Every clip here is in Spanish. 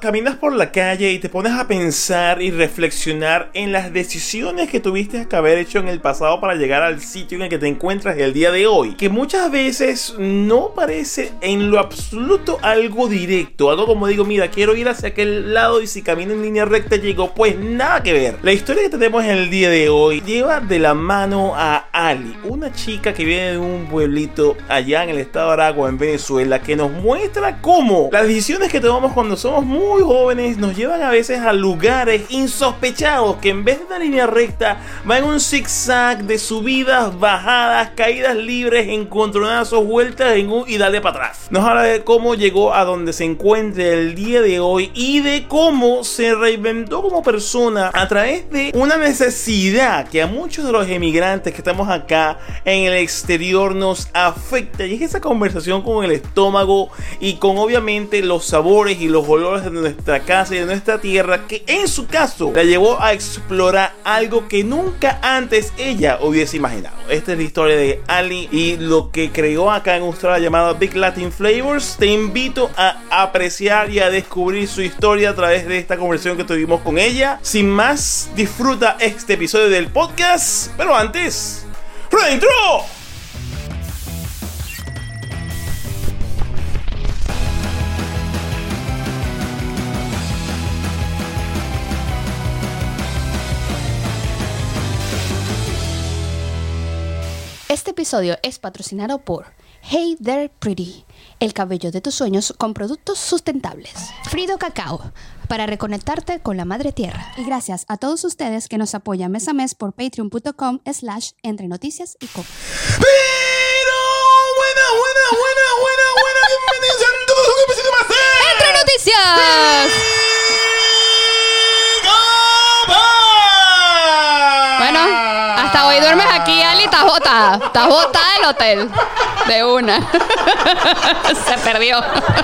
Caminas por la calle y te pones a pensar y reflexionar en las decisiones que tuviste que haber hecho en el pasado para llegar al sitio en el que te encuentras el día de hoy. Que muchas veces no parece en lo absoluto algo directo. Algo como digo, mira, quiero ir hacia aquel lado y si camino en línea recta llego. Pues nada que ver. La historia que tenemos en el día de hoy lleva de la mano a Ali, una chica que viene de un pueblito allá en el estado de Aragua, en Venezuela, que nos muestra cómo las decisiones que tomamos cuando somos muy muy jóvenes nos llevan a veces a lugares insospechados que en vez de una línea recta van en un zigzag de subidas, bajadas, caídas libres, encontronazos, vueltas en un y dale para atrás. Nos habla de cómo llegó a donde se encuentra el día de hoy y de cómo se reinventó como persona a través de una necesidad que a muchos de los emigrantes que estamos acá en el exterior nos afecta y es esa conversación con el estómago y con obviamente los sabores y los olores de nuestra casa y de nuestra tierra que en su caso la llevó a explorar algo que nunca antes ella hubiese imaginado. Esta es la historia de Ali y lo que creó acá en Australia llamado Big Latin Flavors. Te invito a apreciar y a descubrir su historia a través de esta conversación que tuvimos con ella. Sin más, disfruta este episodio del podcast, pero antes, ¡reintro! Este episodio es patrocinado por Hey There Pretty, el cabello de tus sueños con productos sustentables. Frido Cacao, para reconectarte con la madre tierra. Y gracias a todos ustedes que nos apoyan mes a mes por patreon.com slash entre noticias y copa. Pero buena, buena, buena, buena, buena. Bienvenidos a todos a un episodio más de ¡Entre noticias! Gabá. Bueno, hasta hoy duermes aquí, Ali, estás botada. Estás botada del hotel. De una. Se perdió.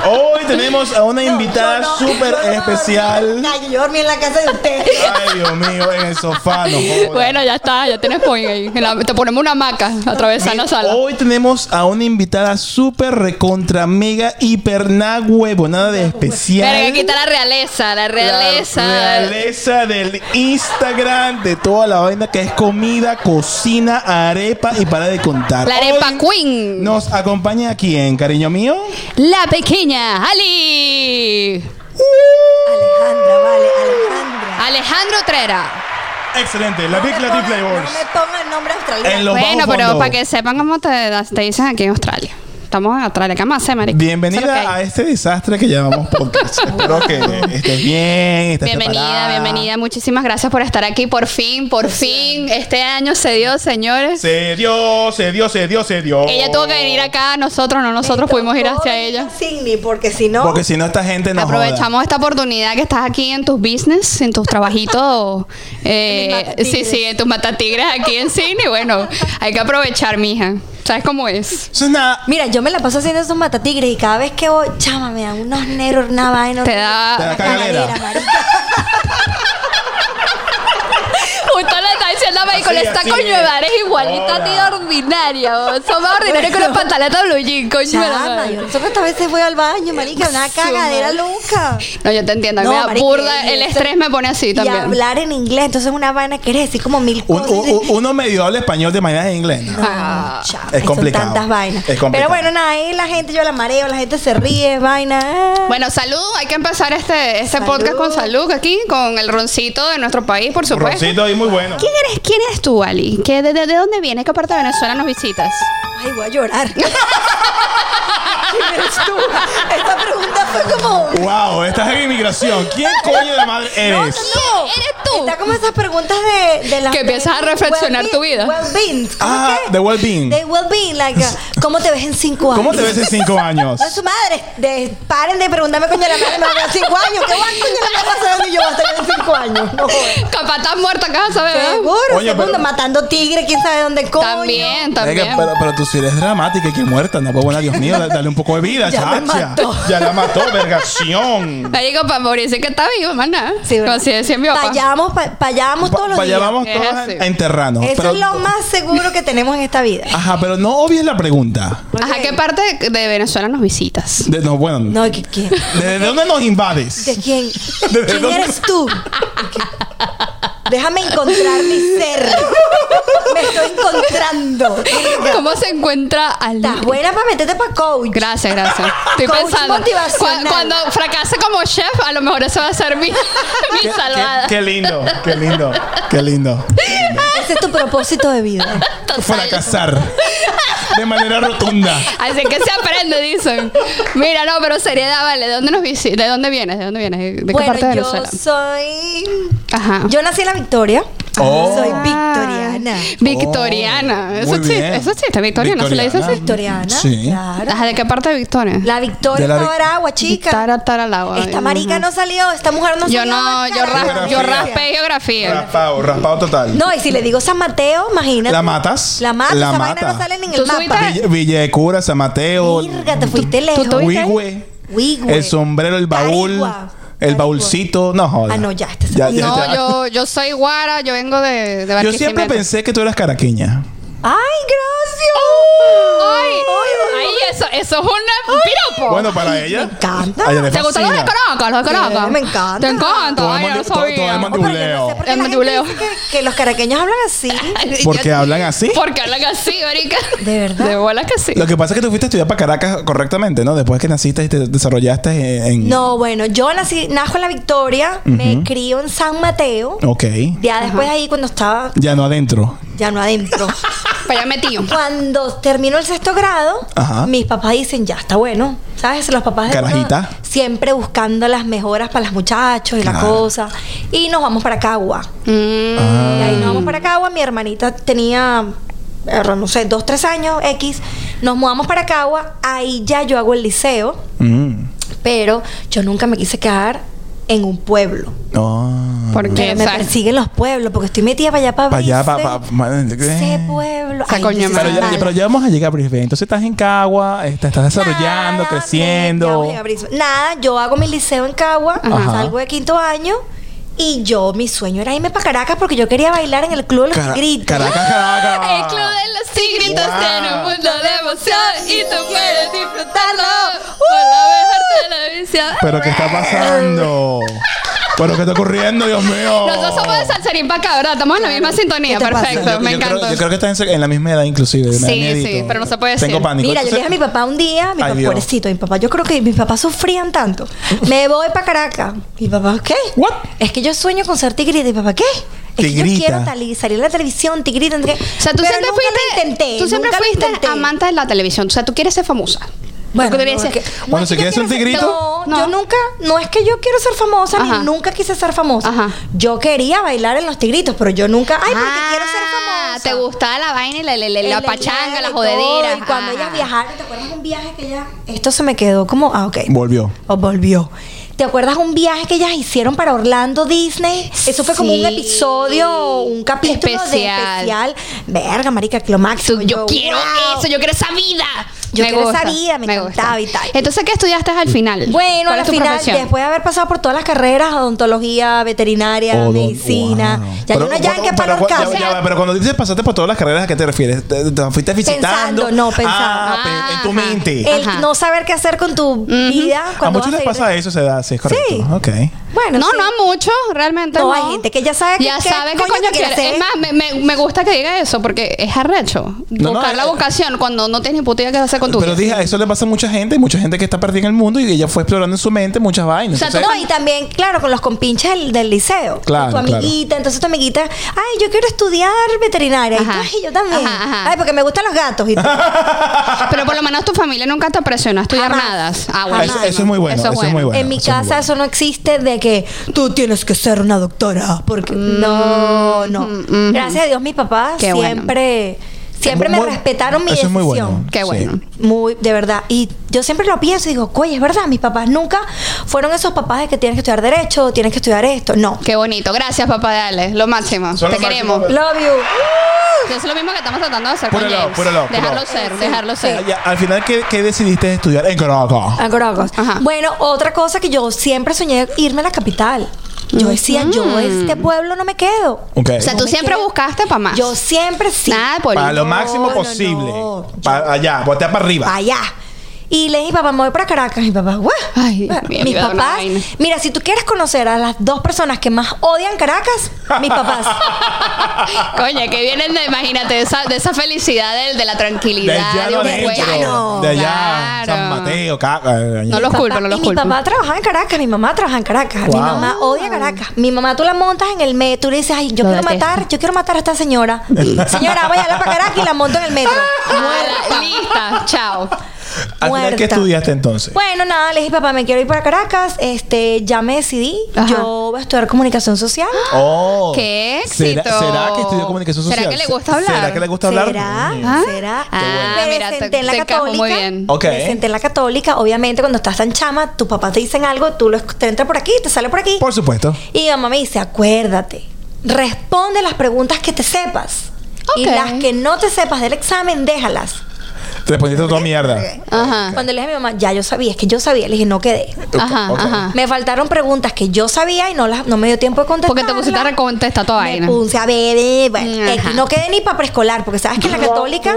Hoy tenemos a una invitada yo no, súper yo no dormí. especial. Ay, yo dormí en la casa de usted. Ay, Dios mío, en el sofá, no jodas. Bueno, ya está, ya tienes point ahí. En la- te ponemos una hamaca atravesando la sala. Hoy tenemos a una invitada súper recontra mega hiper na huevo, nada de especial. Verga, aquí está la realeza, la realeza. La realeza del Instagram de toda la vaina que es comida, cocina, arepa y para de contar. La arepa Hoy queen. Nos acompaña aquí en cariño mío. La pequeña Ali. Alejandra, vale, Alejandra. Alejandro Trera. Excelente, la No Big me Latin pongan- Flavors. No me pongan el nombre australiano. En los bueno, bajos pero fondos. para que sepan cómo te, te dicen aquí en Australia. Estamos en Australia. ¿Qué más hacer, marico? Eso es lo que Bienvenida hay. a este desastre que llamamos podcast. Espero que estés bien, estés Bienvenida, preparada. bienvenida. Muchísimas gracias por estar aquí. Por fin, por fin. Este año se dio, señores. Se dio, se dio, se dio, se dio. Ella tuvo que venir acá, nosotros no, nosotros pudimos ir hacia ella. Signy, porque si no. Porque si no, esta gente nos Aprovechamos esta oportunidad que estás aquí en tus business, en tus trabajitos. eh, En mis matatigres. sí, sí, en tus matatigres aquí en cine. Bueno, hay que aprovechar, mija. ¿Sabes cómo es? Eso es nada. Mira, yo me la paso haciendo esos matatigres y cada vez que voy, chama, me dan unos nervios, una vaina. Te Te da. da cagalera. Cagadera, marica. Justo le está diciendo a Michael, Así, esta así coño de es. madre es igualita a ti de Hola. ordinaria. vos. Son más ordinarios que los pantaletas blue jean, coño. de la Chama, madre. yo nosotros a veces voy al baño, marica, una Su madre. cagadera loca. No, yo te entiendo. a mí No, me da marica, burda. y El eso- estrés me pone así Y también. hablar en inglés, entonces una vaina que eres decir como mil Un- cosas. u- u- uno medio habla español de manera en inglés. ¿no? Ah, Chama, es complicado. Son tantas vainas. Es complicado. Pero bueno, nada, ahí la gente, yo la mareo, la gente se ríe, vaina. ah. Bueno, salud. Hay que empezar este, este Salud. podcast con salud aquí, con el roncito de nuestro país, por supuesto. Roncito ahí muy bueno. ¿Quién eres, quién eres tú, Ali? ¿Qué, de, de- de dónde vienes? ¿Qué parte de Venezuela nos visitas? Ay, voy a llorar. ¿Quién eres tú? Esta pregunta fue como. Wow, estás en inmigración. ¿Quién coño de madre eres? No, ¿Quién eres tú? Está como esas preguntas de, de las. Que empiezas a reflexionar tu vida. Well-being. ¿Cómo Ah, qué? de well-being. De well-being. Like, uh, ¿cómo te ves en cinco años? ¿Cómo te ves en cinco años? No, su madre. De- paren de preguntarme, coño, la madre me voy a ver en cinco años. ¿Qué guay, coño, la madre va a saber dónde yo voy a estar en cinco años. No jodas. Capaz estás muerta, acá, ¿sabes? Seguro, Oye, segundo, pero- matando tigre, quién sabe dónde coño. También, también. Venga, pero, pero tú sí eres dramática y que muerta. No, pues bueno, Dios mío, da- dale un poco de vida, Ya me chacha. mató. Ya la mató, vergación. La digo para morirse que está vivo, maná. Sí, ¿verdad? Así decía mi papá. Payamos, pa- payamos todos Pa- los pa' allá días. vamos Es todos así. a- a enterrarnos. Eso pero- es lo más seguro que tenemos en esta vida. Ajá, pero no obvies la pregunta. Ajá, Ok. ¿qué parte de de Venezuela nos visitas? De, no, bueno. No, ¿de quién? ¿Desde dónde nos invades? ¿De quién? ¿Desde ¿Quién dónde? eres tú? Déjame encontrar mi ser. Me estoy encontrando. ¿Cómo se encuentra al Estás buena para meterte para coach. Gracias, gracias. Estoy Coach pensando. cua- motivacional. Cuando, fracase como chef, a lo mejor eso va a ser mi, mi Qué- salvada. Qué, qué lindo, qué lindo, qué lindo. Ese es tu propósito de vida. Total. Fracasar. De manera rotunda. Así que se aprende, dicen. Mira, no, pero seriedad, vale. ¿De dónde nos visi- ¿De dónde vienes? ¿De dónde vienes? ¿De qué Bueno, parte de yo Venezuela? Ah. soy. Ajá. Yo nací en la Victoria. Oh. Soy victoriana. Oh, Victoriana. Oh, eso muy sí, bien. eso sí, está victoriana. ¿Se le dice así? Victoriana. Sí. Claro. Ajá, ¿de qué parte de Victoria? La Victoria De la Vic- Aragua, chica. Tara, tara, la- Esta marica no salió, esta mujer no Yo salió. no, yo, carajo. ras- yo Geografía. raspé geografía. Raspado, raspado total. No, y si le digo San Mateo, imagínate. ¿La matas? La matas, La esa mata. vaina no sale ni en ¿Tú el mapa. subiste? Villa, Villa de Cura, San Mateo. Virga, te fuiste lejos. tuviste- Huigüe. Huigüe. El sombrero, el baúl. Carigua. El Carigua. baúlcito. No jodas. Ah, no, ya, este se- No, ya. yo, yo soy guara, yo vengo de, de Yo siempre Barquisimeto. pensé que tú eras caraqueña. ¡Ay, gracias! Oh. ¡Ay! Ay, ¡Ay, eso, eso es un piropo! Bueno, para ella. Me encanta. a ella le ¿Te gustan los de fascina. Caracas? Los de Caracas. Sí, me encanta. Te encanta. Todo el Ay, yo no mundo- todo- todo el sabía. mundo- Pero yo no sé por qué El la manduleo. gente dice que, que los caraqueños hablan así. Ah. Ay, ¿Por qué yo- hablan así? Porque hablan así, marica. ¿De verdad? De bola que sí. Lo que pasa es que tú fuiste a estudiar para Caracas correctamente, ¿no? Después que naciste y te desarrollaste en... en- No, bueno, yo nací, najo en la Victoria, me crío en San Mateo. Ok. Ya después ahí cuando estaba, Ya no adentro. ya no adentro. Pero ya metido. Cuando termino el sexto grado, Ajá. mis papás dicen, ya está bueno. ¿Sabes? Los papás de uno Carajita. siempre buscando las mejoras para los muchachos y la Claro. cosa. Y nos vamos para Cagua. Mm. Ah, Y ahí nos vamos para Cagua. Mi hermanita tenía, eh, no sé, dos, tres años, X. Nos mudamos para Cagua. Ahí ya yo hago el liceo. Mm. Pero yo nunca me quise quedar en un pueblo. Oh. Porque, Pero o me sea, persiguen los pueblos porque estoy metida para allá, para Para allá, Brice. para... Ese pueblo. Esa coña yo soy eh. Pero ya, mala. pero ya vamos a llegar a Brisbane. Entonces estás en Cagua, eh, te estás desarrollando, Nada, ya creciendo. vamos a llegar a Brisbane. Nada, yo hago mi liceo en Cagua, Ajá. salgo de quinto año y yo, mi sueño era irme para Caracas porque yo quería bailar en el Club de los Cara- Tigritos. Caracas, El Caracas. club de los tigritos Wow. tiene un mundo de emoción y tú puedes disfrutarlo Uh. por la mejor televisión. Pero ¿qué está pasando? ¿Pero qué está ocurriendo, Dios mío? Nosotros somos de Salserín para acá, ¿verdad? Estamos en la misma sintonía. ¿Qué te pasa? Perfecto, Yo- me yo encanta. Creo, yo creo que estás en, en la misma edad, inclusive. me da Sí, miedito. sí, pero no se puede Tengo decir. pánico. Mira, yo le dije a mi papá un día, mi Ay, papá, Dios. pobrecito, mi papá, yo creo que mis papás sufrían tanto. Me voy para Caracas. Mi papá, ¿qué? What? Es que yo sueño con ser tigrita. ¿Y papá qué? Es que yo Tigrita. quiero tali- salir a la televisión, tigrita. O O sea, tú siempre fuiste, tú siempre fuiste amante de la televisión. O sea, tú quieres ser famosa. Bueno, Lo que te no, decía- que- Bueno, es si que yo quieres un quiero ser- tigrito. No, yo No. nunca, no es que yo quiero ser famosa, Ajá. ni nunca quise ser famosa. Ajá. Yo quería bailar en los tigritos, pero yo nunca, ay, porque Ah, quiero ser famosa. Te gustaba la vaina y la, la- la- la El pachanga, bailar la y todo, jodedera. Ah. Y cuando Ajá. ellas viajaron, ¿te acuerdas un viaje que ellas? Esto se me quedó como, ah, ok. Volvió. O volvió. ¿Te acuerdas un viaje que ellas hicieron para Orlando Disney? Eso fue como un Sí. episodio, un capítulo Especial. de especial. Verga, marica, que lo máximo. Tú- yo quiero wow. eso, yo quiero esa vida. Yo quiero esa vida, me encantaba y tal. Entonces, ¿qué estudiaste al final? Bueno, ¿Cuál al es tu final, profesión? después de haber pasado por todas las carreras, odontología, veterinaria, Odon- medicina, Oh, wow. ya yo no ya en qué palo pero, ya- alcanzo. ya va, pero cuando dices pasaste por todas las carreras, ¿a qué te refieres? ¿Te, te fuiste visitando? Pensando, no, pensando. Ah, pe- Ah, en tu ajá. mente. El Ajá. no saber qué hacer con tu vida. a cuando muchos vas les a ir- pasa eso, se da, sí, es correcto. Sí. Ok. Bueno, No, sí. no a mucho, realmente. No, hay gente que ya sabe ya qué sabe qué coño coño, quiere quiere. hacer. Es más, me, me, me gusta que diga eso porque es arrecho. No, no, Buscar la eh, vocación cuando no tienes ni puta idea qué hacer con tu Pero vida. dije, a eso le pasa a mucha gente, mucha gente que está perdida en el mundo y ella fue explorando en su mente muchas vainas. O sea, tú Entonces, No, y también, claro, con los compinches del, del liceo. Claro, tu amiguita, entonces tu amiguita, ay, yo quiero estudiar veterinaria. Y tú, Ajá. "Ay, yo también. Ajá, ajá. Ay, porque me gustan los gatos. Y tú, Pero por lo menos tu familia nunca te presionó a estudiar Jamás. nada. Ah, bueno. eso, eso es muy bueno, eso, es muy bueno. en mi eso es muy casa eso no existe de que tú tienes que ser una doctora. Porque no, no. Gracias a Dios, mis papás Qué bueno. siempre, Siempre me Muy- respetaron mi Eso es muy decisión. bueno. Qué Sí. bueno. Muy, de verdad. Y yo siempre lo pienso y digo, oye, es verdad, mis papás nunca fueron esos papás de que tienes que estudiar derecho, tienes que estudiar esto. No. Qué bonito. Gracias, papá Dale. Lo máximo. Son Te lo máximo, queremos. ¿verdad? Love you. Eso es lo mismo que estamos tratando de hacer con Puro love, James. puro love, puro dejarlo love. ser, Sí, dejarlo sí. ser. Ah, ya, al final, ¿qué, qué decidiste estudiar en Caracas? A Caracas. Ajá. Bueno, otra cosa que yo siempre soñé irme a la capital. Yo decía, yo de este pueblo no me quedo. Ok. O sea, No tú me siempre quedo. buscaste para Mm. más. Yo siempre sí. Nada de político. para lo máximo no, posible. no. Pa- allá, voltea para arriba. Pa' allá. Y le dije, papá, me voy para Caracas. Mi papá, "Guau". Ay, Dios Bueno, mío, mis me da una papás. vaina. Mira, si tú quieres conocer a las dos personas que más odian Caracas, mis papás. Coño, que vienen de, imagínate, de esa, de esa felicidad, de, de la De tranquilidad. allá lo de un adentro, buen- llano, de allá, Claro. San Mateo, eh, caca. No los Papá- culpo, no los y culpo. Mi papá trabajaba en Caracas, mi mamá trabaja en Caracas. Mi Wow. mamá odia Caracas. Mi mamá, tú la montas en el metro y le dices, ay, yo Lo quiero detesto. matar, yo quiero matar a esta señora. señora, váyala para Caracas y la monto en el metro. Mala, Ah, lista, chao. Al final, ¿qué muerta. estudiaste entonces? Bueno, nada, le dije, papá, me quiero ir para Caracas. Este, ya me decidí. Ajá. Yo voy a estudiar comunicación social. Oh, ¡Qué ¿será- éxito! ¿Será, que estudió comunicación ¿Será social? que le gusta ¿Se- hablar? ¿Será que le gusta hablar? ¿Será? Mm. ¿Ah? ¿será? Ah, Me mira, senté te- en la te encajó católica. muy bien. Ok. Me senté en la católica. Obviamente, cuando estás tan chama, tus papás te dicen algo, tú lo, te entra por aquí, te sale por aquí. Por supuesto. Y mi mamá me dice, acuérdate, responde las preguntas que te sepas. Y Ok. las que no te sepas del examen, déjalas. Te pusiste toda mierda. Ajá. Cuando le dije a mi mamá, ya yo sabía, es que yo sabía, le dije, no quedé. Ajá, Ok. ajá. Me faltaron preguntas que yo sabía y no las no me dio tiempo de contestar. Porque te pusiste a recontestar toda vaina. Me puse a beber. bueno, Ajá. X, no quedé ni para preescolar, porque sabes que en la católica.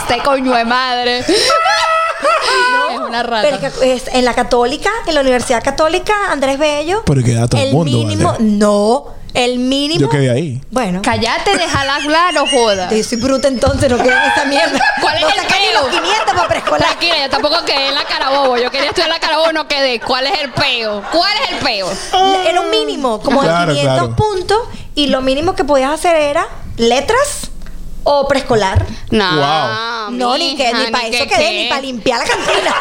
Este coño de madre. es una rata. Pero es que, es, en la católica, en la Universidad Católica, Andrés Bello. Pero queda todo el mundo, mínimo. ¿vale? No, el mínimo. Yo quedé ahí. Bueno. Cállate, déjala hablar, no joda. Yo soy bruta entonces, no queda en esta mierda. ¿Cuál es no el saqué ni peo? los 500 para preescolar. Tranquila, yo tampoco quedé en la carabobo. Yo quería estudiar en la carabobo, no quedé. ¿Cuál es el peo? ¿Cuál es el peo? ¡Oh! Era un mínimo, como Claro, de 500 claro. puntos. Y lo mínimo que podías hacer era letras o preescolar. No. Wow. No, ni, que, ni para eso quedé, ni para limpiar la cantina.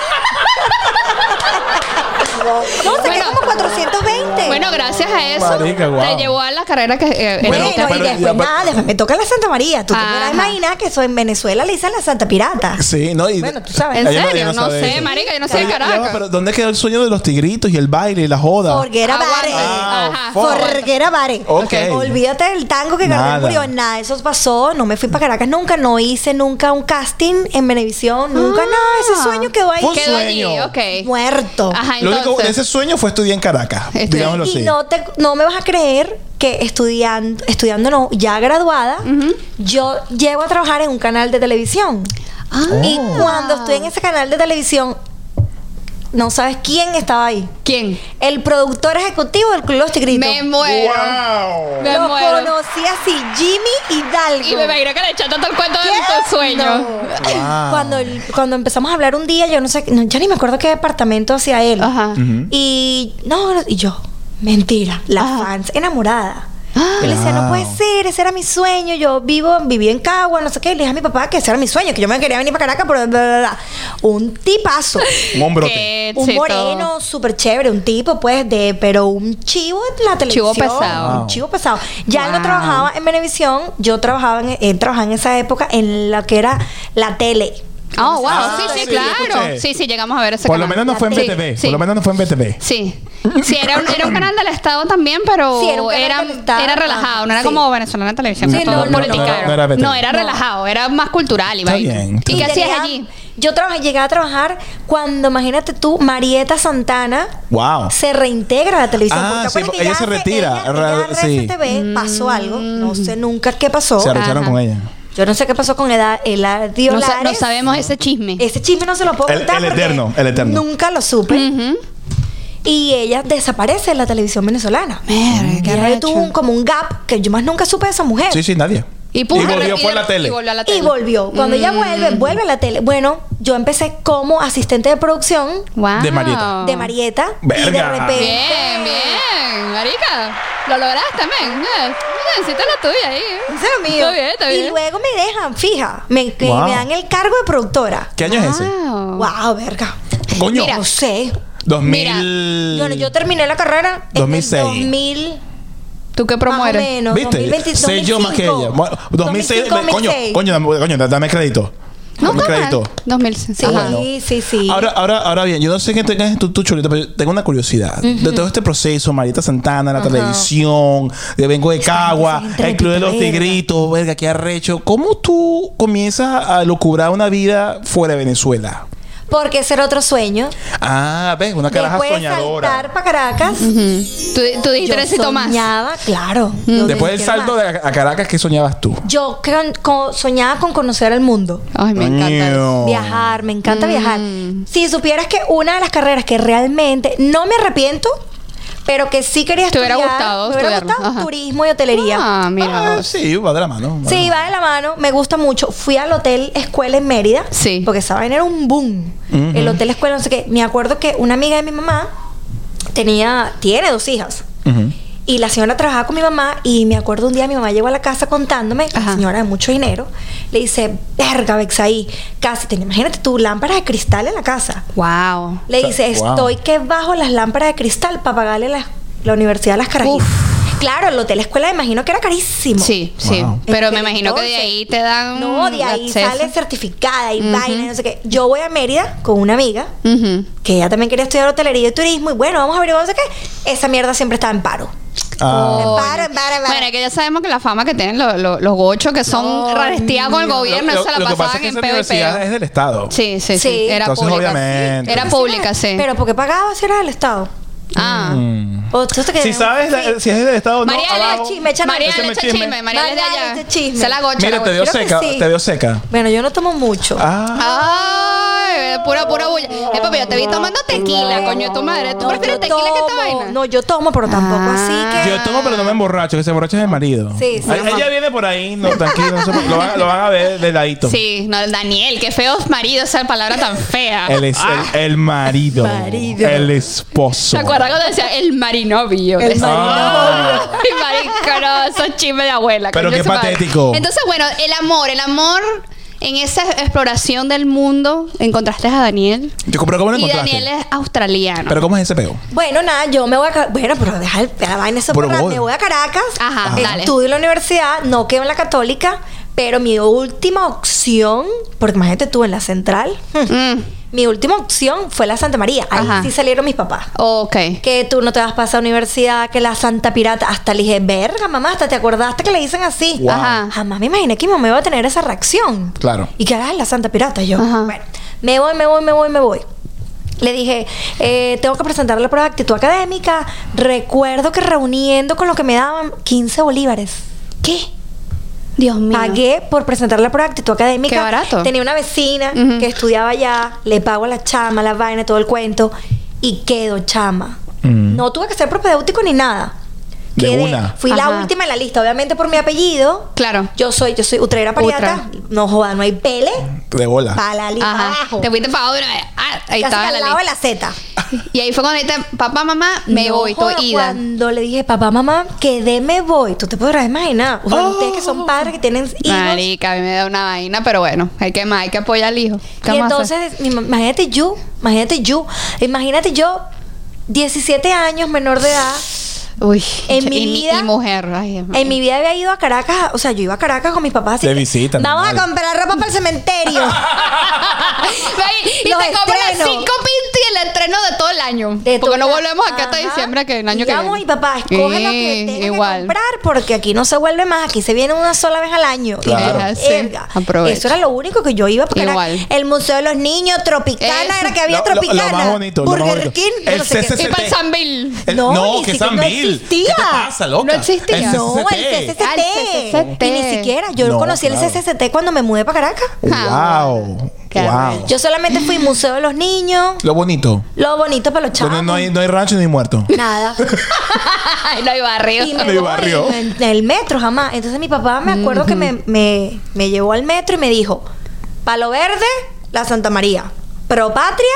no, saqué Bueno. como 420. Bueno, gracias a eso Marica, guau. te llevó a la carrera que eh, Bueno, erótica. pero- y después ya, pero- nada, después me toca la Santa María. Tú te Ajá. podrás imaginar que eso en Venezuela le dicen la Santa Pirata. Sí, no, y. Bueno, tú sabes. ¿En Ella no- serio? ella no No, sabe sé, eso. marica, yo no sé de Oye, ya va, Caracas. pero ¿dónde quedó el sueño de los tigritos y el baile y la joda? Forguera Aguanta. Bare. Ah, Ajá. fuck. Forguera Bare. Ah, Ok. Olvídate del tango que Gardel Nada. murió. Nada, eso pasó. No me fui para Caracas nunca. No hice nunca un casting en Venevisión. Nunca, nada. Ah. Ese sueño quedó ahí. Fue un Quedó allí, sueño. ok. Muerto. Ajá, Lo entonces. único de ese sueño fue estudiar en Caracas. Estudié. Digámoslo Y así. no, te, no me vas a creer que estudiando, estudiando no, ya graduada, yo llego a trabajar en un canal de televisión. Ah. Y Oh. cuando estoy en ese canal de televisión, no sabes quién estaba ahí. ¿Quién? El productor ejecutivo del Club Los Tigritos. Me muero. ¡Wow! Me Lo muero. conocí así, Jimmy Hidalgo. Y me imagino que le echaste todo el cuento de ¿Qué? tu sueño. No. Wow. Cuando, el- cuando empezamos a hablar un día, yo no sé, no, ya ni me acuerdo qué departamento hacía él. Ajá. Y no, no, y yo, mentira, la Ajá. fans enamorada. Ah. Yo le decía, no Wow. puede ser, ese era mi sueño. Yo vivo, viví en Cagua, no sé qué. Y le dije a mi papá que ese era mi sueño, que yo me quería venir para Caracas, pero bla, bla, bla. un tipazo. Un hombrote. Qué Un éxito. moreno súper chévere, un tipo pues de, pero un chivo en la televisión. pesado. Wow. Un chivo pesado. Ya él no Wow. trabajaba en Venevisión, yo trabajaba en, él trabajaba en esa época en lo que era la tele. Oh, wow. Ah, sí, sí, sí, claro. escuché. Sí, sí, llegamos a ver ese Por lo canal. menos no fue en Sí, BTV. sí. Por lo menos no fue en BTV. Sí. Sí, era un, era un canal del Estado también, pero Sí, era, era un canal del Estado. era relajado. No era Sí. como venezolana en televisión, Sí, que no, todo no, no, politiquero. no era BTV. No, era No. relajado, era más cultural y Está vaina. bien, está ¿Y qué bien. hacías Tenía- allí? Yo trabajé, llegué a trabajar cuando, imagínate tú, Marieta Santana ¡Wow! se reintegra a la televisión. Ah, Porque te acuerdas sí, que ella ya se hace- retira. ella- ella Ra- en sí. RCTV pasó algo, Mm. no sé nunca qué pasó. Se arrecharon Ajá. con ella. Yo no sé qué pasó con Ela- Eladio No, sa- no Lares. sabemos ese chisme. Ese chisme no se lo puedo El- contar el porque eterno, el eterno. Nunca lo supe. Ujú. Y ella desaparece de la televisión venezolana. Merda, qué Y ahora arrecho. tuvo un- como un gap que yo más nunca supe de esa mujer. Sí, sí, nadie. Y, pum, volvió y por de- la tele. Y volvió a la tele. Y volvió. Cuando Mm. ella vuelve, vuelve a la tele. Bueno, yo empecé como asistente de producción Wow. De Marieta. de Marieta. Y de Verga. repente. Ah. Bien, bien. Marica, lo lograste, men. Necesitas la tuya ahí. ¿eh? Ese es mío. Está bien, está bien. Y luego me dejan, fija. Me, que Wow. me dan el cargo de productora. ¿Qué año es ese? Wow. Wow, verga. Coño. Ah, Mira. No sé. 2000. Bueno, yo terminé la carrera en 2006. el 2000. ¿Tú qué promueves? Más o menos. ¿Viste? 2020, Sé yo más que ella. 2005. Bueno, 2006, 2005, coño, 2006. coño, dame- coño, dame crédito. No dame está crédito. mal. 2000, sí. Sí, Ajá. bueno. sí, sí. Ahora, ahora, ahora bien, yo no sé qué tengas en tu, tu chulito, pero yo tengo una curiosidad. De todo este proceso, Marita Santana, la televisión, de Vengo de Cagua, gente el Club repite, de los verga. Tigritos, verga, qué arrecho. ¿Cómo tú comienzas a lucubrar una vida fuera de Venezuela? Porque ese era otro sueño. Ah, ves, una caraja Después de soñadora. saltar para Caracas, Tú, tú dijiste yo ese Tomás. soñaba, claro. yo Después del quiero salto más. de a Caracas, ¿qué soñabas tú? Yo con- con- soñaba con conocer el mundo. Ay, me encanta. eso. Coño. Viajar, me encanta Mm. viajar. Si supieras que una de las carreras que realmente no me arrepiento, pero que sí quería Te estudiar, hubiera gustado me hubiera estudiarlo, gustado ajá. turismo y hotelería. Ah, mira. Ah, vos. sí, va de la mano. va de Sí, la va de la mano, me gusta mucho. Fui al hotel escuela en Mérida. Sí. Porque esa vaina era un boom. Ujú. El hotel escuela, no sé qué. Me acuerdo que una amiga de mi mamá tenía, tiene dos hijas. mano. Ujú. Y la señora trabajaba con mi mamá y me acuerdo un día mi mamá llegó a la casa contándome, Ajá. la señora de mucho dinero, le dice, verga, Bexaí, casi, te, imagínate tu lámpara de cristal en la casa. Wow. Le sea, dice, wow. estoy que bajo las lámparas de cristal para pagarle la, la universidad a las carajitas. Claro, el hotel escuela imagino que era carísimo. Sí, sí. Wow. Pero me Este, imagino que de entonces, ahí te dan. No, de ahí acceso. sale certificada y Ujú. vaina, y no sé qué. Yo voy a Mérida con una amiga Ujú. que ella también quería estudiar hotelería y turismo y bueno, vamos a averiguar, no sé qué. Esa mierda siempre estaba en paro. Ah, Coño. Para, para, para. Bueno, es que ya sabemos que la fama que tienen los, los, los gochos que son No, rarestiados con el gobierno, eso la que pasa pasaban es que en esa peo y universidad es peo. del Estado. Sí, sí, sí, Sí. Era Entonces, pública. obviamente. Era pública, sí. Pero porque pagaba si era del Estado. ah. Mm. O tú te Si quedas- sabes la- si es del Estado o no, Mariela, abajo. chisme, echa- Mariela Échame le echa chisme. chisme. Mariela es de Mariela allá. echa chisme. Se la gocha. la Mira, te gocha. dio creo que seca, sí. te dio seca. Bueno, yo no tomo mucho. Ah, Ay, pura, pura bulla. Eh, papi, yo te vi tomando tequila, coño de tu madre. ¿Tú No, prefieres yo tequila que esta tomo. vaina? Ah. No, yo tomo, pero tampoco así que. yo tomo pero no me emborracho, que se emborracha es el marido. Ah. Sí, sí. Ay, ella viene por ahí, no, tranquilo, no se preocupe, lo, van, lo van a ver de ladito. Sí, no, Daniel, qué feo marido, esa palabra tan fea. El, es, el, el marido, Marido. el esposo. ¿Se acuerdan cuando decía el marinovio? El Decía, Ah. Ay, marico, no, esos chismes de abuela. Pero coño qué su madre. patético. Entonces, bueno, el amor, el amor en esa exploración del mundo, encontraste a Daniel. Yo compré cómo lo Y encontraste. Daniel es australiano. Pero cómo es ese peo? Bueno, nada, yo me voy a. Ca- Bueno, pero deja el- la vaina eso Pero por la- voy. Me voy a Caracas. Ajá, eh, dale. Estudio en la universidad, no quedo en la católica, pero mi última opción, porque imagínate tú en la central, hmm, Mm, mi última opción fue la Santa María. Ahí Ajá. sí salieron mis papás. ok. que tú no te vas a pasar a universidad, que la Santa Pirata, hasta le dije, verga, mamá, hasta te acordaste que le dicen así. Wow. Ajá. Jamás me imaginé que mi mamá iba a tener esa reacción. Claro. Y que hagas la Santa Pirata. Y Yo, Ajá. bueno, me voy, me voy, me voy, me voy. Le dije, eh, tengo que presentar la prueba de actitud académica. Recuerdo que reuniendo con lo que me daban 15 bolívares. ¿Qué? Dios mío. Pagué por presentar la prueba de actitud académica. Qué barato. Tenía una vecina Ujú. que estudiaba allá, le pago a la chama, la vaina, todo el cuento, y quedo chama. Mm. No tuve que ser propedéutico ni nada. De Quedé- una. Fui Ajá. la última en la lista, obviamente por mi apellido. Claro. Yo soy, yo soy utrera pariata. Utra. No joda, no hay pele. De bola. Para la lista Ajá. abajo. Te fuiste para una vez. Ah, ahí Casi estaba al la lado lista. de la Z. Y ahí fue cuando dijiste, papá, mamá, me No voy, joda, estoy ida. Cuando le dije, papá, mamá, quedé, me voy. Tú te podrás imaginar. O sea, ustedes que son padres, que tienen hijos. Oh. Marica, a mí me da una vaina, pero bueno, hay que más, hay que apoyar al hijo. ¿Qué Y vamos a hacer? entonces, im- imagínate yo, imagínate yo, imagínate yo, 17 años, menor de edad. Uy, en mi y, ni- vida- y mujer, ay, Dios mío. En mi vida había ido a Caracas, o sea, yo iba a Caracas con mis papás. así De que, visita, Vamos a normal. comprar ropa para el cementerio. Ve y y Los te compras las estrenos. cinco pintas y el estreno de todo el año. porque De todo no la- volvemos aquí hasta Ajá. diciembre, que el año Y que viene. vamos, y papá, escoge lo que Eh, tenga igual. que comprar porque aquí no se vuelve más, aquí se viene una sola vez al año. Y yo, Claro. Es así. "Erga". Aprovecha. Eso era lo único que yo iba porque era Igual. el Museo de los Niños, Tropicana, Eso. era que Lo- había lo- lo Tropicana. más bonito, lo más Burger bonito. King, El no sé qué. CCC. Y para el San Bill. El- No, ni que siquiera- San no Bill. ¿Qué existía. te pasa, Ah, loca? No existía. El No, el CCCT. CCCT. Ah, el CCCT. Y ni siquiera, yo No, conocí claro. el CCCT cuando me mudé para Caracas. Wow. Qué Wow. arrecho. Yo solamente fui Museo de los Niños, Lo bonito. lo bonito para los chavos. Donde no hay, no hay rancho ni muerto. Nada. Ay, no hay barrio. Y me Mi voy barrio. En en el metro, jamás. Entonces mi papá me acuerdo que me, me- me llevó al metro y me dijo, Palo Verde, la Santa María. Pro Patria,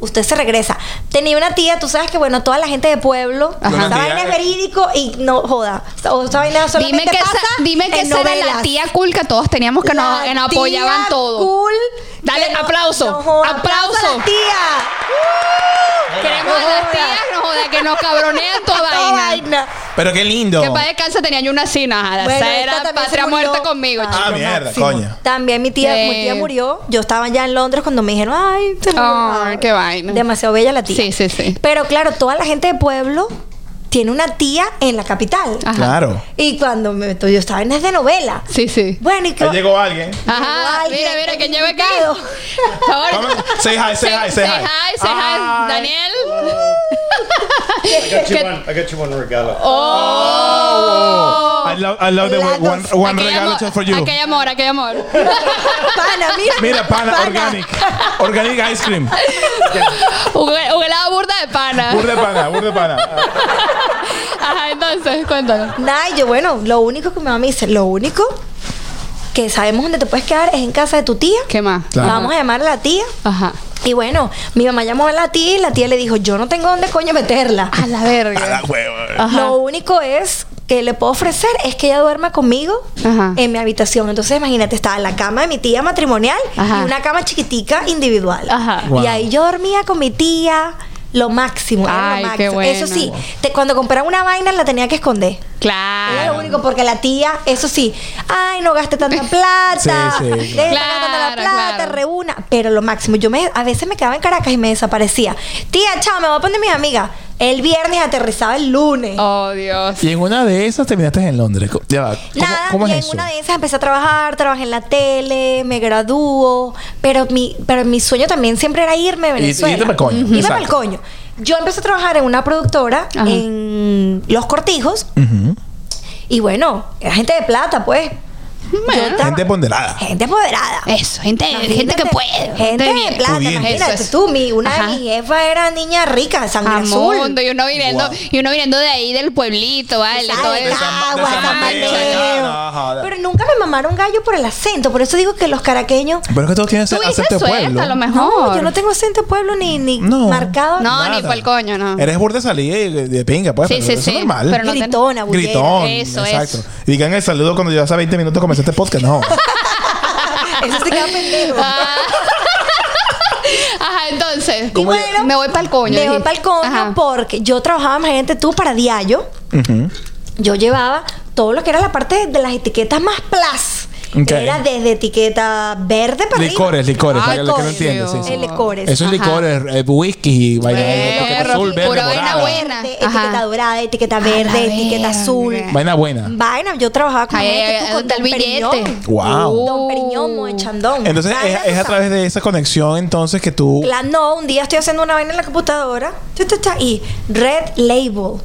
usted se regresa. Tenía una tía, tú sabes que, bueno, toda la gente de pueblo, Ajá. esa vaina es verídico y no joda. O esa vaina solamente Dime que, pasa esa, dime que en esa era la novelas. tía cool que todos teníamos que, nos, La que nos apoyaban tía todo. cool, Dale, que no- aplauso, no joda, aplauso. a la tía. Queremos a las tías, no joda, que nos cabronean toda Toda vaina. vaina. Pero qué lindo. Que para descansa tenía yo una cina, ajá, Bueno, esa esta era también patria se muerta murió. conmigo. Ay, chico. Ah, lo mierda, máximo. coño. También mi tía, mi Sí. tía murió. Yo estaba ya en Londres cuando me dijeron, ay, se murió". Ay, qué vaina. Demasiado bella la tía. Sí, sí, sí. Pero claro, toda la gente de pueblo tiene una tía en la capital. Ajá. Claro. Y cuando me meto, yo estaba en es de novela. Sí, sí. Bueno, y Ahí que llegó alguien. Ajá, Ay, mira, qué- mira, que qué lleva aquí. complicado. Ahora- Vamos, say hi, say hi, say hi. say hi, Hi. Daniel. I got you Que- one. I got you one regalo. Oh. I love, I love the way- one, one Aquel regalo amor, just for you. aquel amor, aquel amor. pana, mira. Mira, pana, organic. Organic ice cream. Un un helado burda de pana. Burde pana, burde pana. Ajá, entonces, cuéntanos. Nah, y yo, bueno, lo único que mi mamá me dice, lo único que sabemos dónde te puedes quedar es en casa de tu tía. ¿Qué más? Claro. Vamos a llamar a la tía. Ajá. Y bueno, mi mamá llamó a la tía y la tía le dijo, yo no tengo dónde coño meterla. A la verga. La hueva. Ajá. Lo único es que le puedo ofrecer es que ella duerma conmigo Ajá. en mi habitación. Entonces, imagínate, estaba la cama de mi tía matrimonial Ajá. y una cama chiquitica individual. Ajá. Wow. Y ahí yo dormía con mi tía. Lo máximo, era Ay, lo qué máximo. bueno. Ah, Eso sí, te- cuando compraba una vaina la tenía que esconder. Era lo Claro. único, porque la tía, eso sí, ay, no gaste tanta plata, Sí, sí, claro. deja tanta la Claro, plata, claro. reúna. Pero lo máximo, yo me, a veces me quedaba en Caracas y me desaparecía. Tía, chao, me voy a poner mis amigas. El viernes aterrizaba el lunes. Oh, Dios. Y en una de esas terminaste en Londres. Co- Ya va. ¿Cómo, Nada, cómo y es en eso? una de esas empecé a trabajar, trabajé en la tele, me graduó, pero mi, pero mi sueño también siempre era irme a Y- y irte Venezuela. pa'l coño, Irme exacto. pa'l coño. Yo empecé a trabajar en una productora Ajá. en Los Cortijos Ujú. y bueno, era gente de plata, pues. Yo traba- Gente ponderada. gente apoderada. Eso, gente, Eh, gente Imagínate, que puede. Gente de bien. plata, Pudiente. imagínate Eso es. tú, mi, una Ajá. de mis jefas era niña rica, sangre azul. Amundo, y uno viniendo, Wow. y uno viniendo de ahí del pueblito, vale, Sal todo de el- San- de Cagua, San San Mateo, Mateo. no, joda. Pero nunca me mamaron gallo por el acento, por eso digo que los caraqueños Pero es que todos tienen Tú ese dices acento de suelta, este pueblo. a lo mejor. No, yo no tengo acento de pueblo ni, ni No. marcado. No, ni pa'l coño, no. Eres burde salida y de, de pinga, pues. Sí, pero sí, eso sí. es normal. Pero no te- Gritona, bullera. Gritón. Eso, exacto. eso. Y digan el saludo cuando llevas a 20 minutos comencé este podcast. No. Eso se queda pendejo. Ah. Ajá, entonces. Y bueno, me voy pa'l coño. Me voy dijiste. pa'l coño Ajá. porque yo trabajaba, imagínate tú, para Diallo. Ujú. Yo llevaba todo lo que era la parte de, de las etiquetas más plus. Ok. Era desde etiqueta verde para arriba. Licores, licores, Ay, para que lo que no Ah, coño. entiende. Sí, sí. Eh, licores. Eso Ajá. es licores, eh, whisky y vaina Bueno, etiqueta perro, azul, verde, pura vaina morada. buena. Verde, Ajá. Etiqueta dorada, etiqueta la verde, etiqueta verga. azul. Vaina buena. Vaina, yo trabajaba con, Ay, gente, ay, tú, ay, con ¿dónde Don está el billete? Periñón. Wow. Uh. Don Periñón, Moe Chandón. Entonces Vaina es, es a rosada. través de esa conexión entonces que Uh. tú... La no, un día estoy haciendo una vaina en la computadora. tu, tu, tu, Y red label.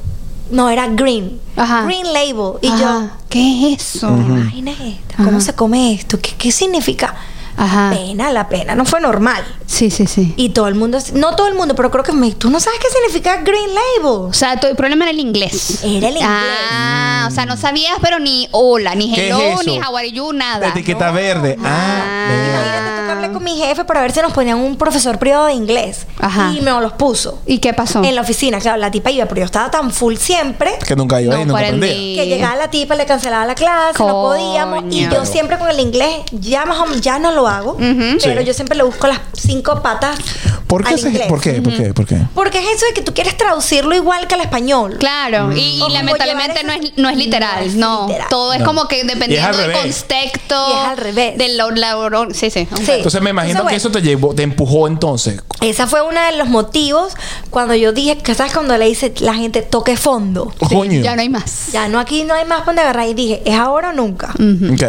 No, era green. Ajá. Green label. Y yo, Ajá. ¿Qué es eso? ¿qué vaina es esta? ¿Cómo Ajá. Ah. se come esto? ¿Qué, qué significa? Ajá. Pena, la pena no fue normal. Sí, sí, sí. Y todo el mundo, no todo el mundo, pero creo que me, tú no sabes qué significa green label. O sea, tu el problema era el inglés. Era el inglés. Ah, o sea, no sabías, pero ni hola, ni ¿Qué hello, es eso? ni how are you, La nada. etiqueta verde. Ah, Ah. mira. Imagínate, tú que hablé con mi jefe para ver si nos ponían un profesor privado de inglés. Ajá. Oh. Y me los puso. ¿Y qué pasó? En la oficina, claro, la tipa iba, pero yo estaba tan full siempre que nunca iba ahí, No, nunca para el aprendía. día. Que llegaba la tipa, le cancelaba la clase, no podíamos. Y Coño. yo siempre con el inglés, ya más o menos, ya no lo hago, pero Sí. yo siempre le busco las cinco patas. ¿Por qué? al se- inglés. ¿Por qué? ¿Por qué? ¿Por qué? Porque es eso de que tú quieres traducirlo igual que al español. Claro, y, y O como lamentablemente no llevar ese- es, no es literal, No es no. literal. Todo es No. como que Y es al dependiendo del revés. contexto. Y es al revés. Del la- la- sí, sí. Sí. Entonces me imagino Entonces, que eso te llevó, te empujó entonces. bueno, Esa fue uno de los motivos cuando yo dije, que ¿sabes? Cuando le dice la gente toque fondo. Coño. Ya no hay más. Ya no aquí no hay más para donde agarrar. Y dije, ¿es ahora o nunca? Ok.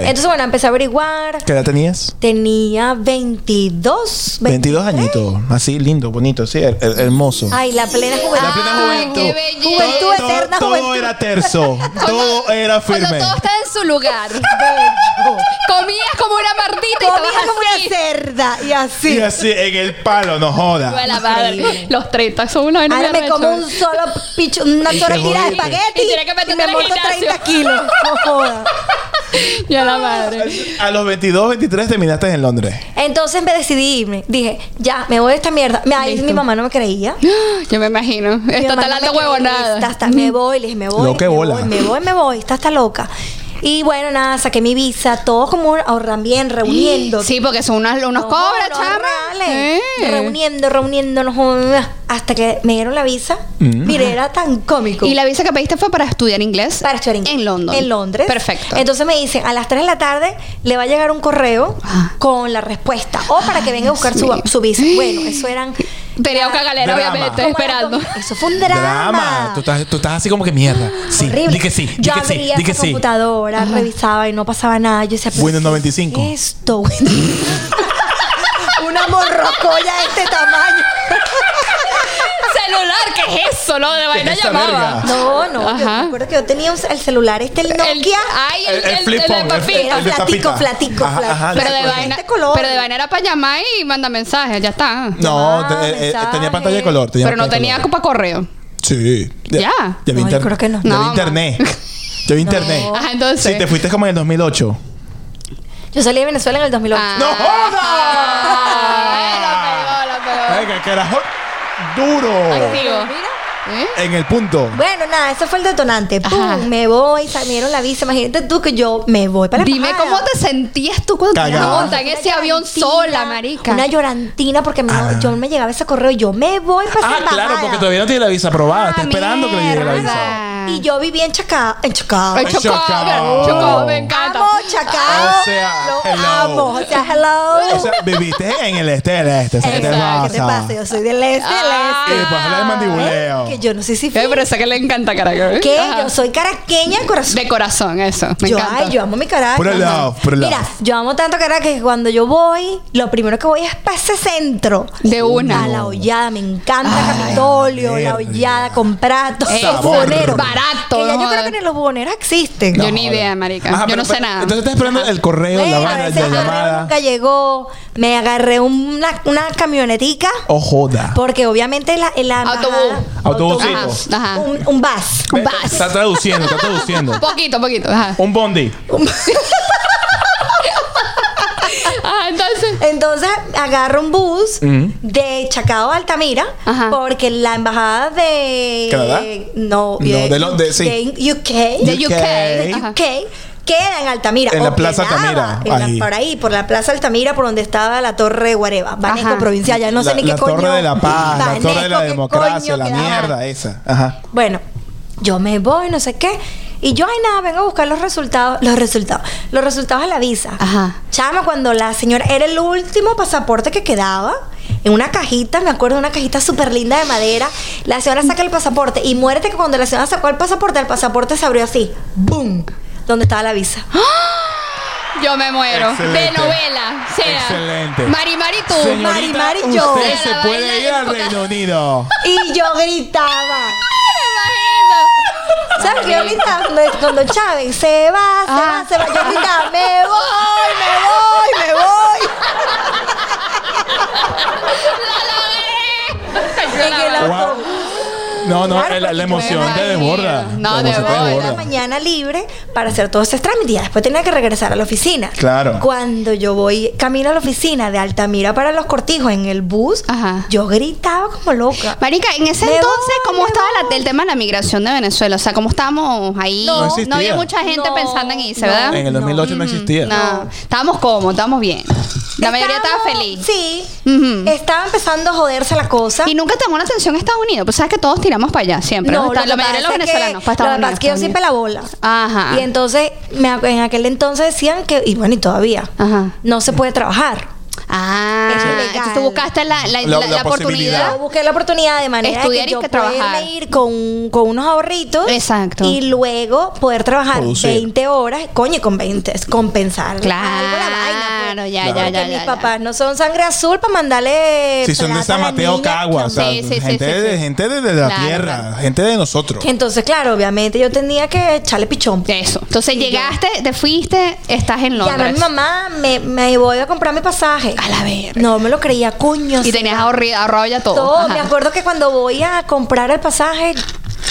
Entonces, bueno, empecé a averiguar. ¿Qué edad tenías? Tenía 22. 22 23. añitos. ¿Eh? Así, lindo, bonito, sí, her- her- hermoso. Ay, la plena juventud. La plena Ay, juventud. qué belleza. Juventud Todo- eterna, todo juventud. era terso, todo era Cuando firme. todo está en su lugar. Bello. Comías como una mardita y Comía estabas como así. una cerda y así. Y así, en el palo, no Hijo de joda. la madre. Los 30 son una vaina Ahora bien me arrecha. como un solo picho, una Y sola te tira de jodiste. espagueti Y tiene que meterte y me en el monto gimnasio. 30 kilos. No joda. Ya la madre. A los 22, 23 terminaste en Londres. Entonces me decidí irme. Dije, ya, me voy de esta mierda. Me- ahí Listo. mi mamá no me creía. Yo me imagino. Esta Mi mamá está no la me creía. huevonada. Está, está, me voy, le dije, me voy. Lo que me bola. voy, Me voy, me voy. Está, está loca. Y bueno, nada, saqué mi visa, todos como ahorran bien, reuniendo. Sí, porque son unas- unos No, cobras, no, chama. Eh. reales. Sí. Reuniendo, reuniendo, no jodas. hasta que me dieron la visa. Mm. Mire, era tan cómico. Y la visa que pediste fue para estudiar inglés. para estudiar inglés. En Londres. En Londres. Perfecto. Entonces me dicen, a las 3 de la tarde le va a llegar un correo Ah. con la respuesta. O para que venga a buscar Dios su, mío. su visa. Bueno, eso eran... Tenía otra galera, Drama. obviamente, Toma esperando. Eso fue un drama. Drama. Tú estás, tú estás así como que mierda. Sí, Horrible. di que sí, di Yo que sí, abría di que esa sí. computadora, revisaba y no pasaba nada. Yo decía, ¿pero Windows qué es 95. Esto, Windows- Una morrocoya de este tamaño. Celular, ¿qué es eso? Lo de vaina es esa llamaba. verga? No, no, yo Ajá. me acuerdo que yo tenía un- el celular, este el Nokia. El- Ah. ay, el, El, el el- flip el de phone, el- papito. el de Flatico, tapita. flatico, Ajá, flatico. ajá, Pero ya de sé cuál es. vaina, Este color. pero de vaina era para llamar y mandar mensajes, ya está. No, te- Ah, eh, eh, mensaje. tenía pantalla de color. Tenía pero no pantalla de tenía color. para correo. Sí. Ya. Ya vi No, yo inter- creo que no. ya vi No, ma. internet. Ya vi internet. Oh. Ajá, Ah, entonces. Sí, te fuiste como en el 2008. Yo salí de Venezuela en el 2008. Ah. ¡No jodas! Ah, la Ah, pegó, la pegó. Venga, carajo. Duro. Digo, ¿eh? En el punto. Bueno, nada, ese fue el detonante. ¡Pum! Ajá. Me voy, sa- me dieron la visa. Imagínate tú que yo me voy para la Dime embajada. cómo te sentías tú cuando te Cagada. montas en Una ese avión Ah. llorantina, sola, marica. Una llorantina porque me- Ah. yo me llegaba ese correo. Yo me voy para esa Ah, claro, embajada. porque todavía no tiene la visa aprobada. Ah, Está esperando que le llegue la visa. mierda. Y yo vivía en Chacao. En Chacao. Ay, chocó, Chocó. chocó, me encanta. Amo Chacao. Ah, O sea, Lo hello. amo. O sea, hello. O sea, viviste en el este del este. o sea, ¿Qué te Exacto. pasa? ¿Qué te pasa? Yo soy del este, Ah. Y del este. después hablar de mandibuleo. Que yo no sé si Eh, pero esa que le encanta, carajo. que Ajá. yo soy caraqueña de corazón. De corazón, eso. Me yo, encanta. ay, yo amo mi Caracas. Puro love, puro love. Mira, yo amo tanto Caracas que cuando yo voy, lo primero que voy es para ese centro. De una. A la hollada, me encanta Ay, Capitolio, mierda. la hollada con pratos, Ey, los sabor. buhoneros. Barato, Que ya yo joder. creo que ni los buhoneros existen. Yo ni idea, marica. Ajá, Yo pero- no sé pero- nada. Entonces estás esperando el correo, Bueno, la vaina, ese la correo llamada. nunca llegó. Me agarré una, una camionetica. O Oh, joda. Porque obviamente la, la Autobús. embajada- Autobusito. autobús. Ajá, ajá. Un, un bus. Un vas. Está traduciendo, está traduciendo. Poquito, poquito. Ajá. Un bondi. Ajá, entonces. Entonces agarro un bus Mm. de Chacao a Altamira Ajá. porque la embajada de ¿Canadá? no, No, de lo- de- sí. de UK, De UK. UK. De Ajá. UK, queda en Altamira En la o Plaza quedaba Altamira, en la- ahí. por ahí por la Plaza Altamira por donde estaba la Torre de Guareva Baneco Ajá. provincial ya no la, sé ni qué la coño torre de la paz, la Baneco, torre de la qué democracia, coño la quedaba. mierda esa. Ajá. Bueno, yo me voy, no sé qué. Y yo, ay, nada, vengo a buscar los resultados, los resultados, los resultados de la visa. Ajá. Chama, cuando la señora, era el último pasaporte que quedaba, en una cajita, me acuerdo, una cajita súper linda de madera, la señora saca el pasaporte y muérete que cuando la señora sacó el pasaporte, el pasaporte se abrió así, ¡boom! Donde estaba la visa. Yo me muero. De Excelente. novela. Sea. Excelente. Mari, Mari, tú. Señorita, Mari, Mari, yo. Usted La se vaina puede ir de al época. Reino Unido. Y yo gritaba. Imagino. ¿Sabes qué? Yo gritaba cuando- cuando Chávez se va, se Ah. va, se va, yo gritaba, me voy, me voy, me voy. Llegué la- Wow. No, no, Claro, la, la porque emoción yo te me desborda. imagino. No, La de emoción te bola. desborda. la mañana libre para hacer todos esos trámites. Y ya después tenía que regresar a la oficina. Claro. Cuando yo voy camino a la oficina de Altamira para los cortijos en el bus, Ajá. yo gritaba como loca. Marica, en ese Me entonces, voy, ¿cómo me estaba la- voy. el tema de la migración de Venezuela? O sea, ¿cómo estábamos ahí? No No, existía. había mucha gente No, pensando en irse, no. ¿verdad? En el No. 2008 no, existía. No. Estábamos cómodos, estábamos bien. La mayoría estaba Estaba- feliz. Sí. Ujú. Estaba empezando a joderse la cosa. Y nunca te llamó la atención Estados Unidos. Pues sabes que todos tiramos para allá siempre. No, Está- lo la que mayoría de los pasa es que- venezolanos para Estados lo que pasa Unidos. es que yo siempre la bola. Ajá. Y entonces, me acu- en aquel entonces decían que, y bueno, y todavía, Ajá. no se puede trabajar. Ah, Es ilegal. entonces tú buscaste la, la, La- la- la la oportunidad. posibilidad. Yo busqué la oportunidad de manera Estudiar de y que yo que poderme trabajar. ir con, con unos ahorritos. Exacto. Y luego poder trabajar Producir. 20 horas, coño, y con 20, es compensar. Claro, algo la vaina, pues. ya, Claro. ya, ya, Porque mis ya, ya. papás no son sangre azul para mandarle. Si son de plata a San la Mateo niña. Cagua, o sea, Sí, sí, sí, gente, sí, sí. De, gente de, de la Claro, tierra, claro. gente de nosotros. Entonces, claro, obviamente yo tenía que echarle pichón. Eso. Entonces llegaste, te fuiste, estás en Llamé a Londres. mi mamá, me, me voy a comprar mi pasaje. A la verga. No me lo creía, coño. y sí. tenías ahorri- ahorrado ya todo. Todo. Oh, Ajá. Me acuerdo que cuando voy a comprar el pasaje,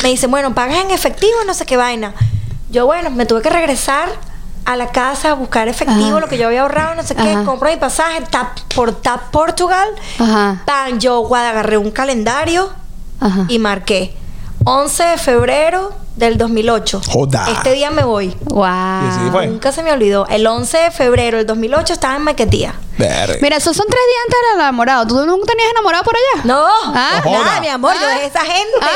me dicen, bueno, pagas en efectivo, no sé qué vaina. Yo, bueno, me tuve que regresar a la casa a buscar efectivo, Ajá. lo que yo había ahorrado, no sé Ajá. qué. Compro mi pasaje, tap, por Tap Portugal. Ajá. Pan, yo guarda, agarré un calendario Ajá. y marqué. 11 de febrero del 2008. Joda. Este día me voy. Y así Wow. fue. Nunca se me olvidó. El 11 de febrero del 2008 estaba en Maquetía. Verga. Mira, esos son tres días antes del enamorado. ¿Tú nunca tenías enamorado por allá? No, Ah, joda. nada, mi amor, yo Ah. es esa gente. Ah,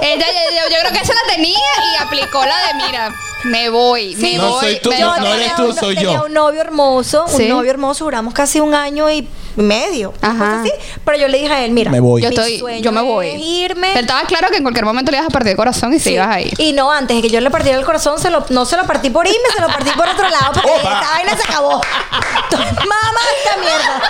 ella, yo, yo creo que esa la tenía y aplicó la de mira, me voy, me No voy. soy tú, me no, voy". no eres tú, tenía un- soy tenía yo. un novio hermoso, Sí. un novio hermoso, duramos casi un año y medio. una Ajá. cosa así. Pero yo le dije a él, mira, Me voy. Yo mi estoy, sueño yo me es voy. irme. Pero estaba claro que en cualquier momento le ibas a perder el corazón y se Sí. ibas a ir. Y no, antes de que yo le partiera el corazón, se lo, no se lo partí por irme, se lo partí por otro lado, porque Opa. esta vaina se acabó. Mamá, esta mierda.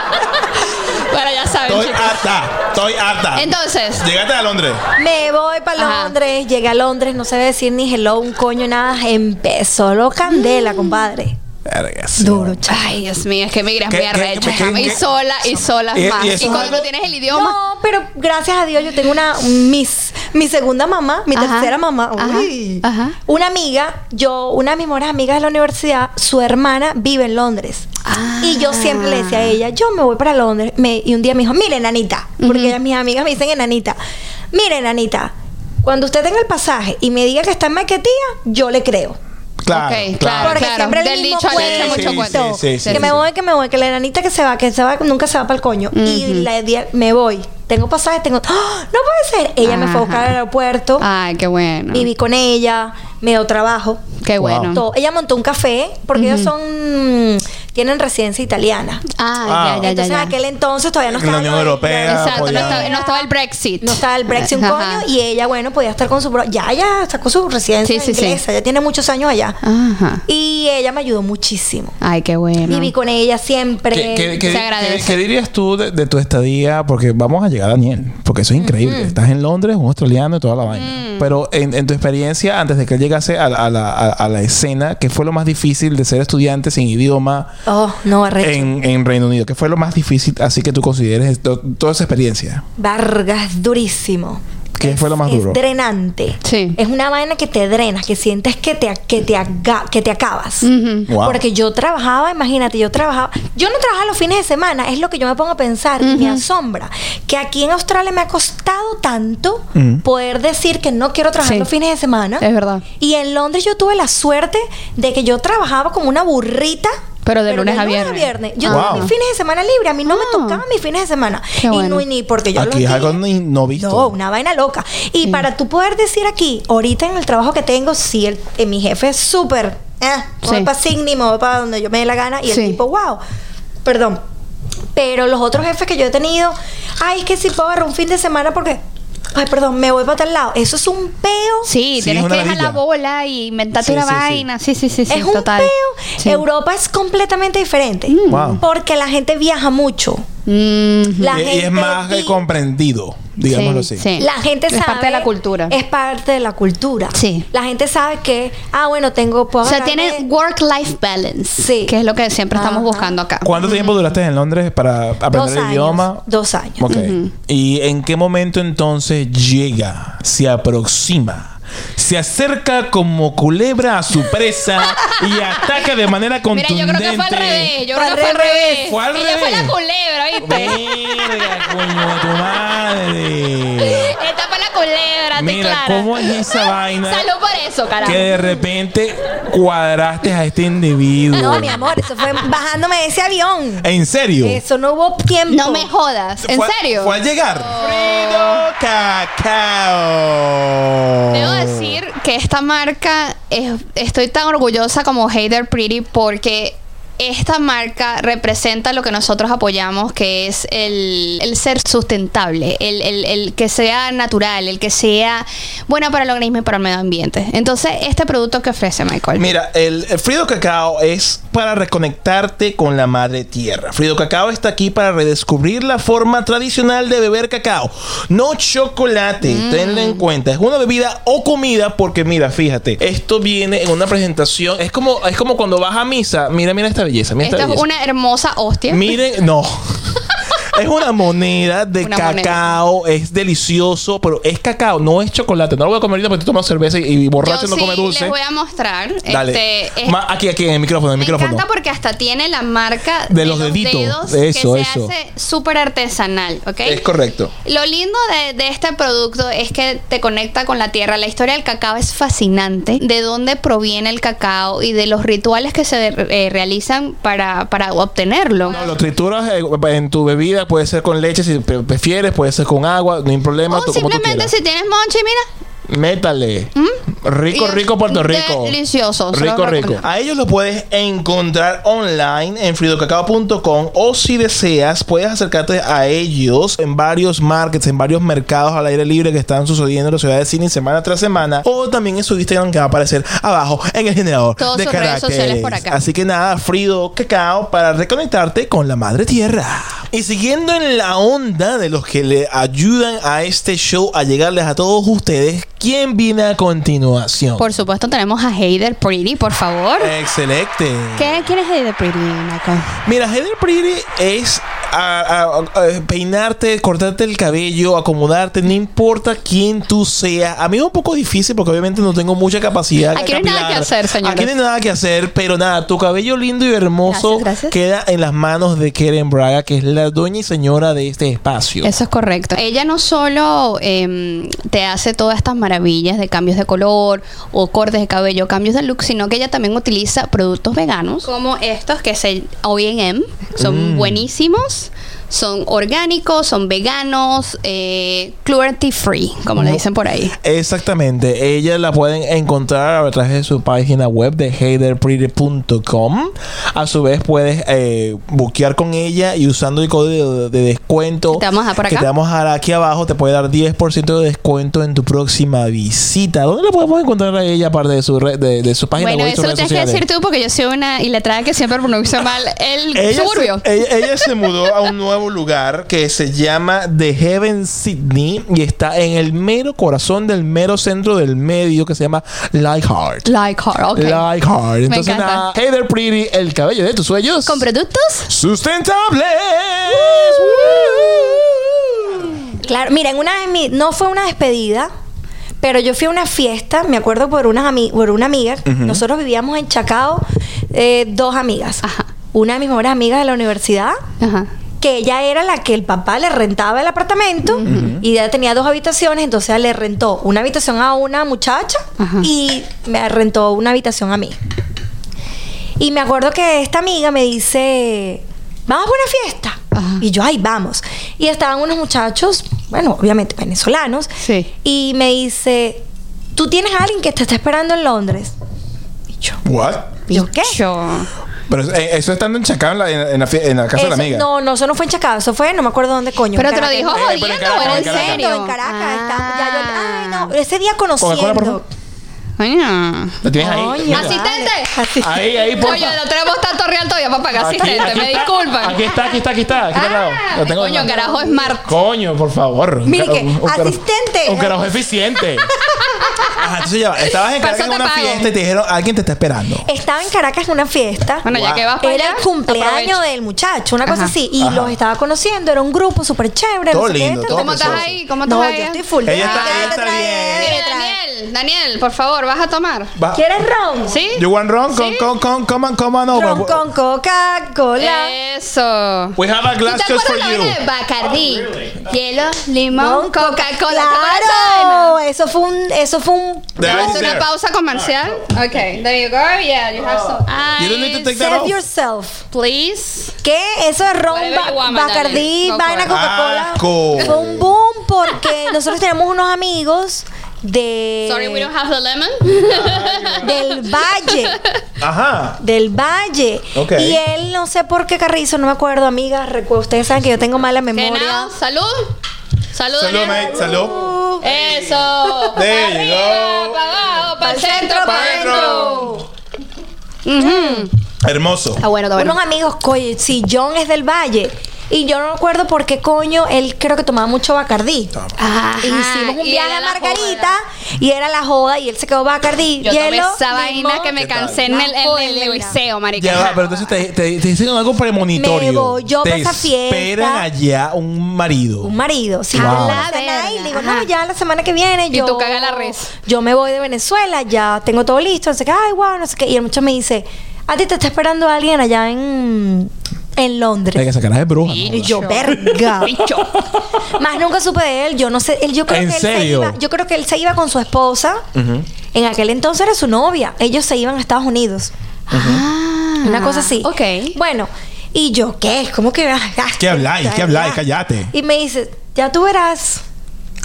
Bueno, ya saben, Estoy chicos. harta. Estoy harta. Entonces, Llegaste a Londres. Me voy Ajá. para Londres, llegué a Londres, no sabía decir ni hello, un coño, nada. Empezó lo Mm. candela, compadre. Verga, sí. Duro, chaval. ay, Dios mío, es que migras ¿Qué- muy qué- arrecho. qué- chama, qué- Y sola, y sola Y- y más. eso Y es cuando algo- no tienes el idioma, No, pero gracias a Dios yo tengo una mis, mi segunda mamá, mi Ajá. tercera mamá, Ajá. uy. Ajá. una amiga, yo, una de mis mejores amigas de la universidad, su hermana vive en Londres. Ah. Y yo siempre le decía a ella, yo me voy para Londres. Me- y un día me dijo, mire, nanita, porque ellas, mis amigas me dicen enanita, mire, nanita, cuando usted tenga el pasaje y me diga que está en Maquetía, yo le creo. Claro. Ok, claro. claro. Porque siempre el del mismo dicho al hecho, cuento. mucho cuento. Sí, sí, sí, que sí, me sí. voy, que me voy, que la enanita que se va, que se va, nunca se va para el coño. Y la día- me voy. Tengo pasajes, tengo. ¡Ah! No puede ser. Ella me fue a buscar al aeropuerto. Ay, qué bueno. Viví con ella, me dio trabajo. Qué Wow. bueno. Todo. Ella montó un café porque ellos son tienen residencia italiana. Ah, Ah. ya, ya, Entonces ya, en ya. aquel entonces todavía no En la estaba Unión lo del- Europea, Exacto, no apoyado. estaba, no estaba el Brexit. no estaba el Brexit un Ajá. coño y ella, bueno, podía estar con su... bro- Ya, ya, sacó su residencia Sí, sí, sí. inglesa, ya tiene muchos años allá. Ajá. Y ella me ayudó muchísimo. Ay, qué bueno. Viví con ella siempre. ¿Qué, qué- qué- Se qué, agradece. qué dirías tú de, de tu estadía? Porque vamos a llegar a Daniel, porque eso es increíble. Estás en Londres, un australiano y toda la vaina. Pero en, en tu experiencia, antes de que él llegase a, la- a la, a- a la escena, ¿qué fue lo más difícil de ser estudiante sin idioma Oh, no, arrecho. en, en Reino Unido? ¿Qué fue lo más difícil así que tú consideres esto- toda esa experiencia? Vargas, durísimo. ¿Qué fue lo más es duro? drenante. Sí. Es una vaina que te drenas, que sientes que te, que te, aga- que te acabas. Ujú. Wow. Porque yo trabajaba, imagínate, yo trabajaba. Yo no trabajaba los fines de semana, es lo que yo me pongo a pensar y me asombra. Que aquí en Australia me ha costado tanto Ujú. poder decir que no quiero trabajar Sí. los fines de semana. Es verdad. Y en Londres yo tuve la suerte de que yo trabajaba como una burrita. Pero de lunes a viernes. Yo Wow. tenía mis fines de semana libre. A mí no me Ah. tocaban mis fines de semana. Qué Y bueno. no, y ni porque yo Aquí los es algo tenía- ni- no visto. no, una vaina loca. Y para tú poder decir aquí, ahorita en el trabajo que tengo, sí, el, eh, mi jefe es súper. Eh, me voy Sí. para Signi, me voy para donde yo me dé la gana. Y Sí. el tipo, wow. Perdón. Pero los otros jefes que yo he tenido, ay, es que si puedo agarrar un fin de semana porque, ay, perdón, me voy para tal lado. Eso es un peo. Sí, Sí, tienes es que una dejar la ladilla. bola y inventarte Sí, una sí, sí. vaina. Sí, sí, sí, sí, es un total. peo. Sí. Mm. Europa es completamente diferente. Wow. Porque la gente viaja mucho. Mhm. La Y, y gente es más que vi- comprendido, digámoslo así. sí. La gente Es sabe. parte de la cultura. Es parte de la cultura. Sí. La gente sabe que, ah, bueno, tengo. o Puedo sea, agarrarme- tiene work-life balance, Sí. que es lo que siempre estamos Ajá. buscando acá. ¿Cuánto tiempo duraste en Londres para aprender dos el años, idioma? Dos años. Ok. ¿Y en qué momento entonces llega, se aproxima, se acerca como culebra a su presa y ataca de manera Mira, contundente? yo creo que fue al revés. Yo Fue creo al que fue al revés. revés. Fue al Ella fue revés. la culebra, ¿viste? Verga, coño de tu madre. Esta fue la culebra, te Mira, clara. ¿cómo es esa vaina? Salud por eso, carajo. Que de repente cuadraste a este individuo. No, mi amor, eso fue bajándome de ese avión. ¿En serio? Eso no hubo tiempo. No me jodas. ¿En Fue- serio? Fue a llegar. Frido Cacao. Debo decir que esta marca es- estoy tan orgullosa como Hater Pretty porque esta marca representa lo que nosotros apoyamos, que es el, el ser sustentable, el, el- el que sea natural, el que sea buena para el organismo y para el medio ambiente. Entonces, este producto que ofrece Michael. Mira, el, el Frido Cacao es para reconectarte con la madre tierra. Frido Cacao está aquí para redescubrir la forma tradicional de beber cacao. No chocolate, Mm. tenlo en cuenta. Es una bebida o comida porque mira, fíjate, esto viene en una presentación. Es como, es como cuando vas a misa. Mira, mira esta belleza. Mira Esto esta es belleza. una hermosa hostia. Miren, no. Es una moneda de Una moneda. cacao. Es delicioso, pero es cacao, no es chocolate. No lo voy a comer ahorita porque tú tomas cerveza y, y borracho Yo no sí come dulce. les voy a mostrar. Dale. Este, es- Ma- aquí, aquí, en el micrófono, en el me micrófono. encanta porque hasta tiene la marca De los deditos. Eso, que eso. se hace súper artesanal, ¿ok? Es correcto. Lo lindo de, de este producto es que te conecta con la tierra. La historia del cacao es fascinante. De dónde proviene el cacao y de los rituales que se eh, realizan para, para obtenerlo. No, lo trituras eh, en tu bebida, puede ser con leche si pre- prefieres, puede ser con agua, no hay o problema, tú- como tú simplemente quieras. si tienes monchi, mira. ¿Mm? Métale. Rico, Y rico Puerto Rico. delicioso, se Rico, los rico. recomiendo. A ellos lo puedes encontrar online en fridocacao.com o si deseas puedes acercarte a ellos en varios markets, en varios mercados al aire libre que están sucediendo en la ciudad de Cine semana tras semana o también en su Instagram que va a aparecer abajo en el generador Todas de sus redes caracteres. sociales por acá. Así que nada, Frido Cacao para reconectarte con la madre tierra. Y siguiendo en la onda de los que le ayudan a este show a llegarles a todos ustedes, ¿quién viene a continuación? Por supuesto, tenemos a Heider Pretty, por favor. Excelente. ¿Qué, ¿Quién es Heider Pretty, Naco? Mira, Heather Pretty es a- a- a- peinarte, cortarte el cabello, acomodarte, no importa quién tú seas. A mí es un poco difícil porque obviamente no tengo mucha capacidad. Aquí no hay nada capilar. que hacer, señores. Aquí no hay nada que hacer, pero nada, tu cabello lindo y hermoso Gracias, gracias. queda en las manos de Keren Braga, que es la dueña y señora de este espacio. Eso es correcto. Ella no solo em, te hace todas estas maravillas de cambios de color o cortes de cabello, cambios de look, sino que ella también utiliza productos veganos como estos que se OEM Mm. son buenísimos, son orgánicos, son veganos, eh, cruelty free, como Mm. le dicen por ahí. Exactamente, ella la pueden encontrar a través de su página web de haterpretty.com. A su vez puedes eh, buquear con ella y usando el código de, de descuento Te vamos a dar por que acá. te vamos a dar aquí abajo te puede dar 10% de descuento en tu próxima visita. ¿Dónde la podemos encontrar a ella aparte de su red, de, de su página Bueno, web? y sus eso lo redes tienes que sociales? decir tú porque yo soy una y la trae que siempre pronuncio mal el Ella eh, suburbio. se, ella, ella se mudó a un nuevo lugar que se llama The Heaven Sydney y está en el mero corazón del mero centro del medio que se llama Lightheart. Like her, ok. Like hard. Me Entonces, encanta. nada, Hey there, Pretty, el cabello de tus sueños. Con productos ¡Sustentables! Woo. Claro, miren, una de mi- no fue una despedida, pero yo fui a una fiesta, me acuerdo por unas ami- por una amiga, nosotros vivíamos en Chacao, eh, dos amigas. Ajá. Una de mis mejores amigas de la universidad, Ajá. que ella era la que el papá le rentaba el apartamento y ella tenía dos habitaciones, entonces le rentó una habitación a una muchacha Ajá. y me rentó una habitación a mí. Y me acuerdo que esta amiga me dice, vamos a una fiesta. Ajá. Y yo, ay, vamos. Y estaban unos muchachos, bueno, obviamente venezolanos, Sí. y me dice, tú tienes a alguien que te está esperando en Londres. Y yo, What? ¿yo qué? Yo- Pero eh, eso estando en Chacao en la, en- en la fie- en la casa de la Eso- amiga. no, no, eso no fue en Chacao, eso fue, no me acuerdo dónde coño. Pero en te lo Caracas. dijo Eh, pero en jodiendo, Caracas, ¿era en en Caracas. serio? En Caracas. está- ya yo- ay, Ah. no. Ese día Coca-Cola, por conociendo. favor. Coño. ¿Lo tienes ahí? Coño, Mira. Asistente. Así- Ahí, ahí, por Coño, no tenemos tanto real todavía para pagar asistente, me está, disculpan. Aquí está, aquí está, aquí está. Aquí está al lado. Ah, Lo tengo al coño, lado. carajo, Smart. Coño, por favor. Mire Un que, carajo- un carajo- asistente. Un carajo eficiente. Ajá, entonces ya va. Estabas en Caracas en Pasó una tapado. fiesta y te dijeron, alguien te está esperando. Estaba en Caracas en una fiesta. Bueno, ya Wow. que vas para Era allá, el cumpleaños aprovecha. del muchacho, una cosa Ajá. así. Y Ajá. los estaba conociendo, era un grupo súper chévere. Todo no sé qué, lindo, tal, todo ¿Cómo estás precioso. ahí? ¿Cómo estás No, ahí? yo estoy full. Ella está- Trae, ella está trae, bien. Mire, trae. Daniel, Daniel, por favor, vas a tomar. Va. ¿Quieres ron? ¿Sí? You want rum? Come, Sí. come, come, come, and come on over. Ron con Eh, Coca-Cola. Eso. We have a ¿Tú glass te acuerdas just for la vaina de you. Bacardí? Hielo, limón, Ron, Coca-Cola. ¿Te acuerdas de esa Claro, eso fue un, eso fue un There vaina? Vamos is a hacer una there. pausa comercial. Ok, there you go. Yeah, you have some You don't need to take ice. that Save off. yourself. Please. ¿Qué? Eso es ron, Whatever you ba- want, Natalie. Bacardí, Go vaina for it. Coca-Cola. Asco. Fue un boom porque nosotros tenemos unos amigos de Sorry, we don't have the lemon. del Valle. Ajá. del Valle. Ok. Y él, no sé por qué carrizo, no me acuerdo, amiga. recu- Ustedes saben que yo tengo mala Que memoria. no, salud. Salud, Salud, Daniel. mate. Salud. Eso. There Pa' you arriba, go. pa' abajo, pa' Al el centro, pa' adentro. Hermoso. Está bueno, está bueno. Unos amigos, coye, si John es del Valle, Y yo no recuerdo por qué coño él creo que tomaba mucho Bacardí. Ajá, Y hicimos un y viaje era a la Margarita y era la joda y él se quedó Bacardí. Yo tomé hielo, esa vaina limón. que me ¿Qué tal? cansé en el, en Bajo el de la- liceo, marica. Ya va, pero entonces te, te, te hicieron algo premonitorio. Me voy yo te pa' esa fiesta. esperan allá un marido. Un marido, sí. Wow. no La pasa Ah, verga, nada, y le digo, ajá. no, ya la semana que viene Y yo. tú cagas la res. Yo me voy de Venezuela, ya tengo todo listo. No sé qué, ay, wow, no sé qué. Y el muchacho me dice, a ti te está esperando alguien allá en, en Hay que Londres. sacarás de bruja. Sí. ¿no? Y yo, verga. Más nunca supe de él. Yo no sé. Él, yo creo ¿En que él serio? se iba. Yo creo que él se iba con su esposa. Ujú. En aquel entonces era su novia. Ellos se iban a Estados Unidos. Una cosa así. Ah, Ok. Bueno, y yo, ¿qué? ¿Cómo que? ah, ah, ¿Qué habláis? ¿Qué habláis? ah? Cállate. Y me dice, ya tú verás.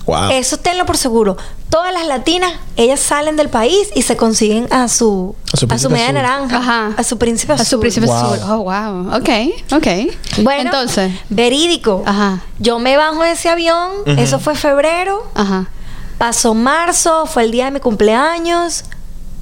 Wow. Eso tenlo por seguro. Todas las latinas, ellas salen del país y se consiguen a su a A su su príncipe media azul. naranja, Ajá. a su príncipe azul. A su príncipe Wow. azul. Oh, wow. Ok, ok. Bueno, Entonces. verídico. Ajá. Yo me bajo de ese avión, eso fue febrero, Ajá. pasó marzo, fue el día de mi cumpleaños.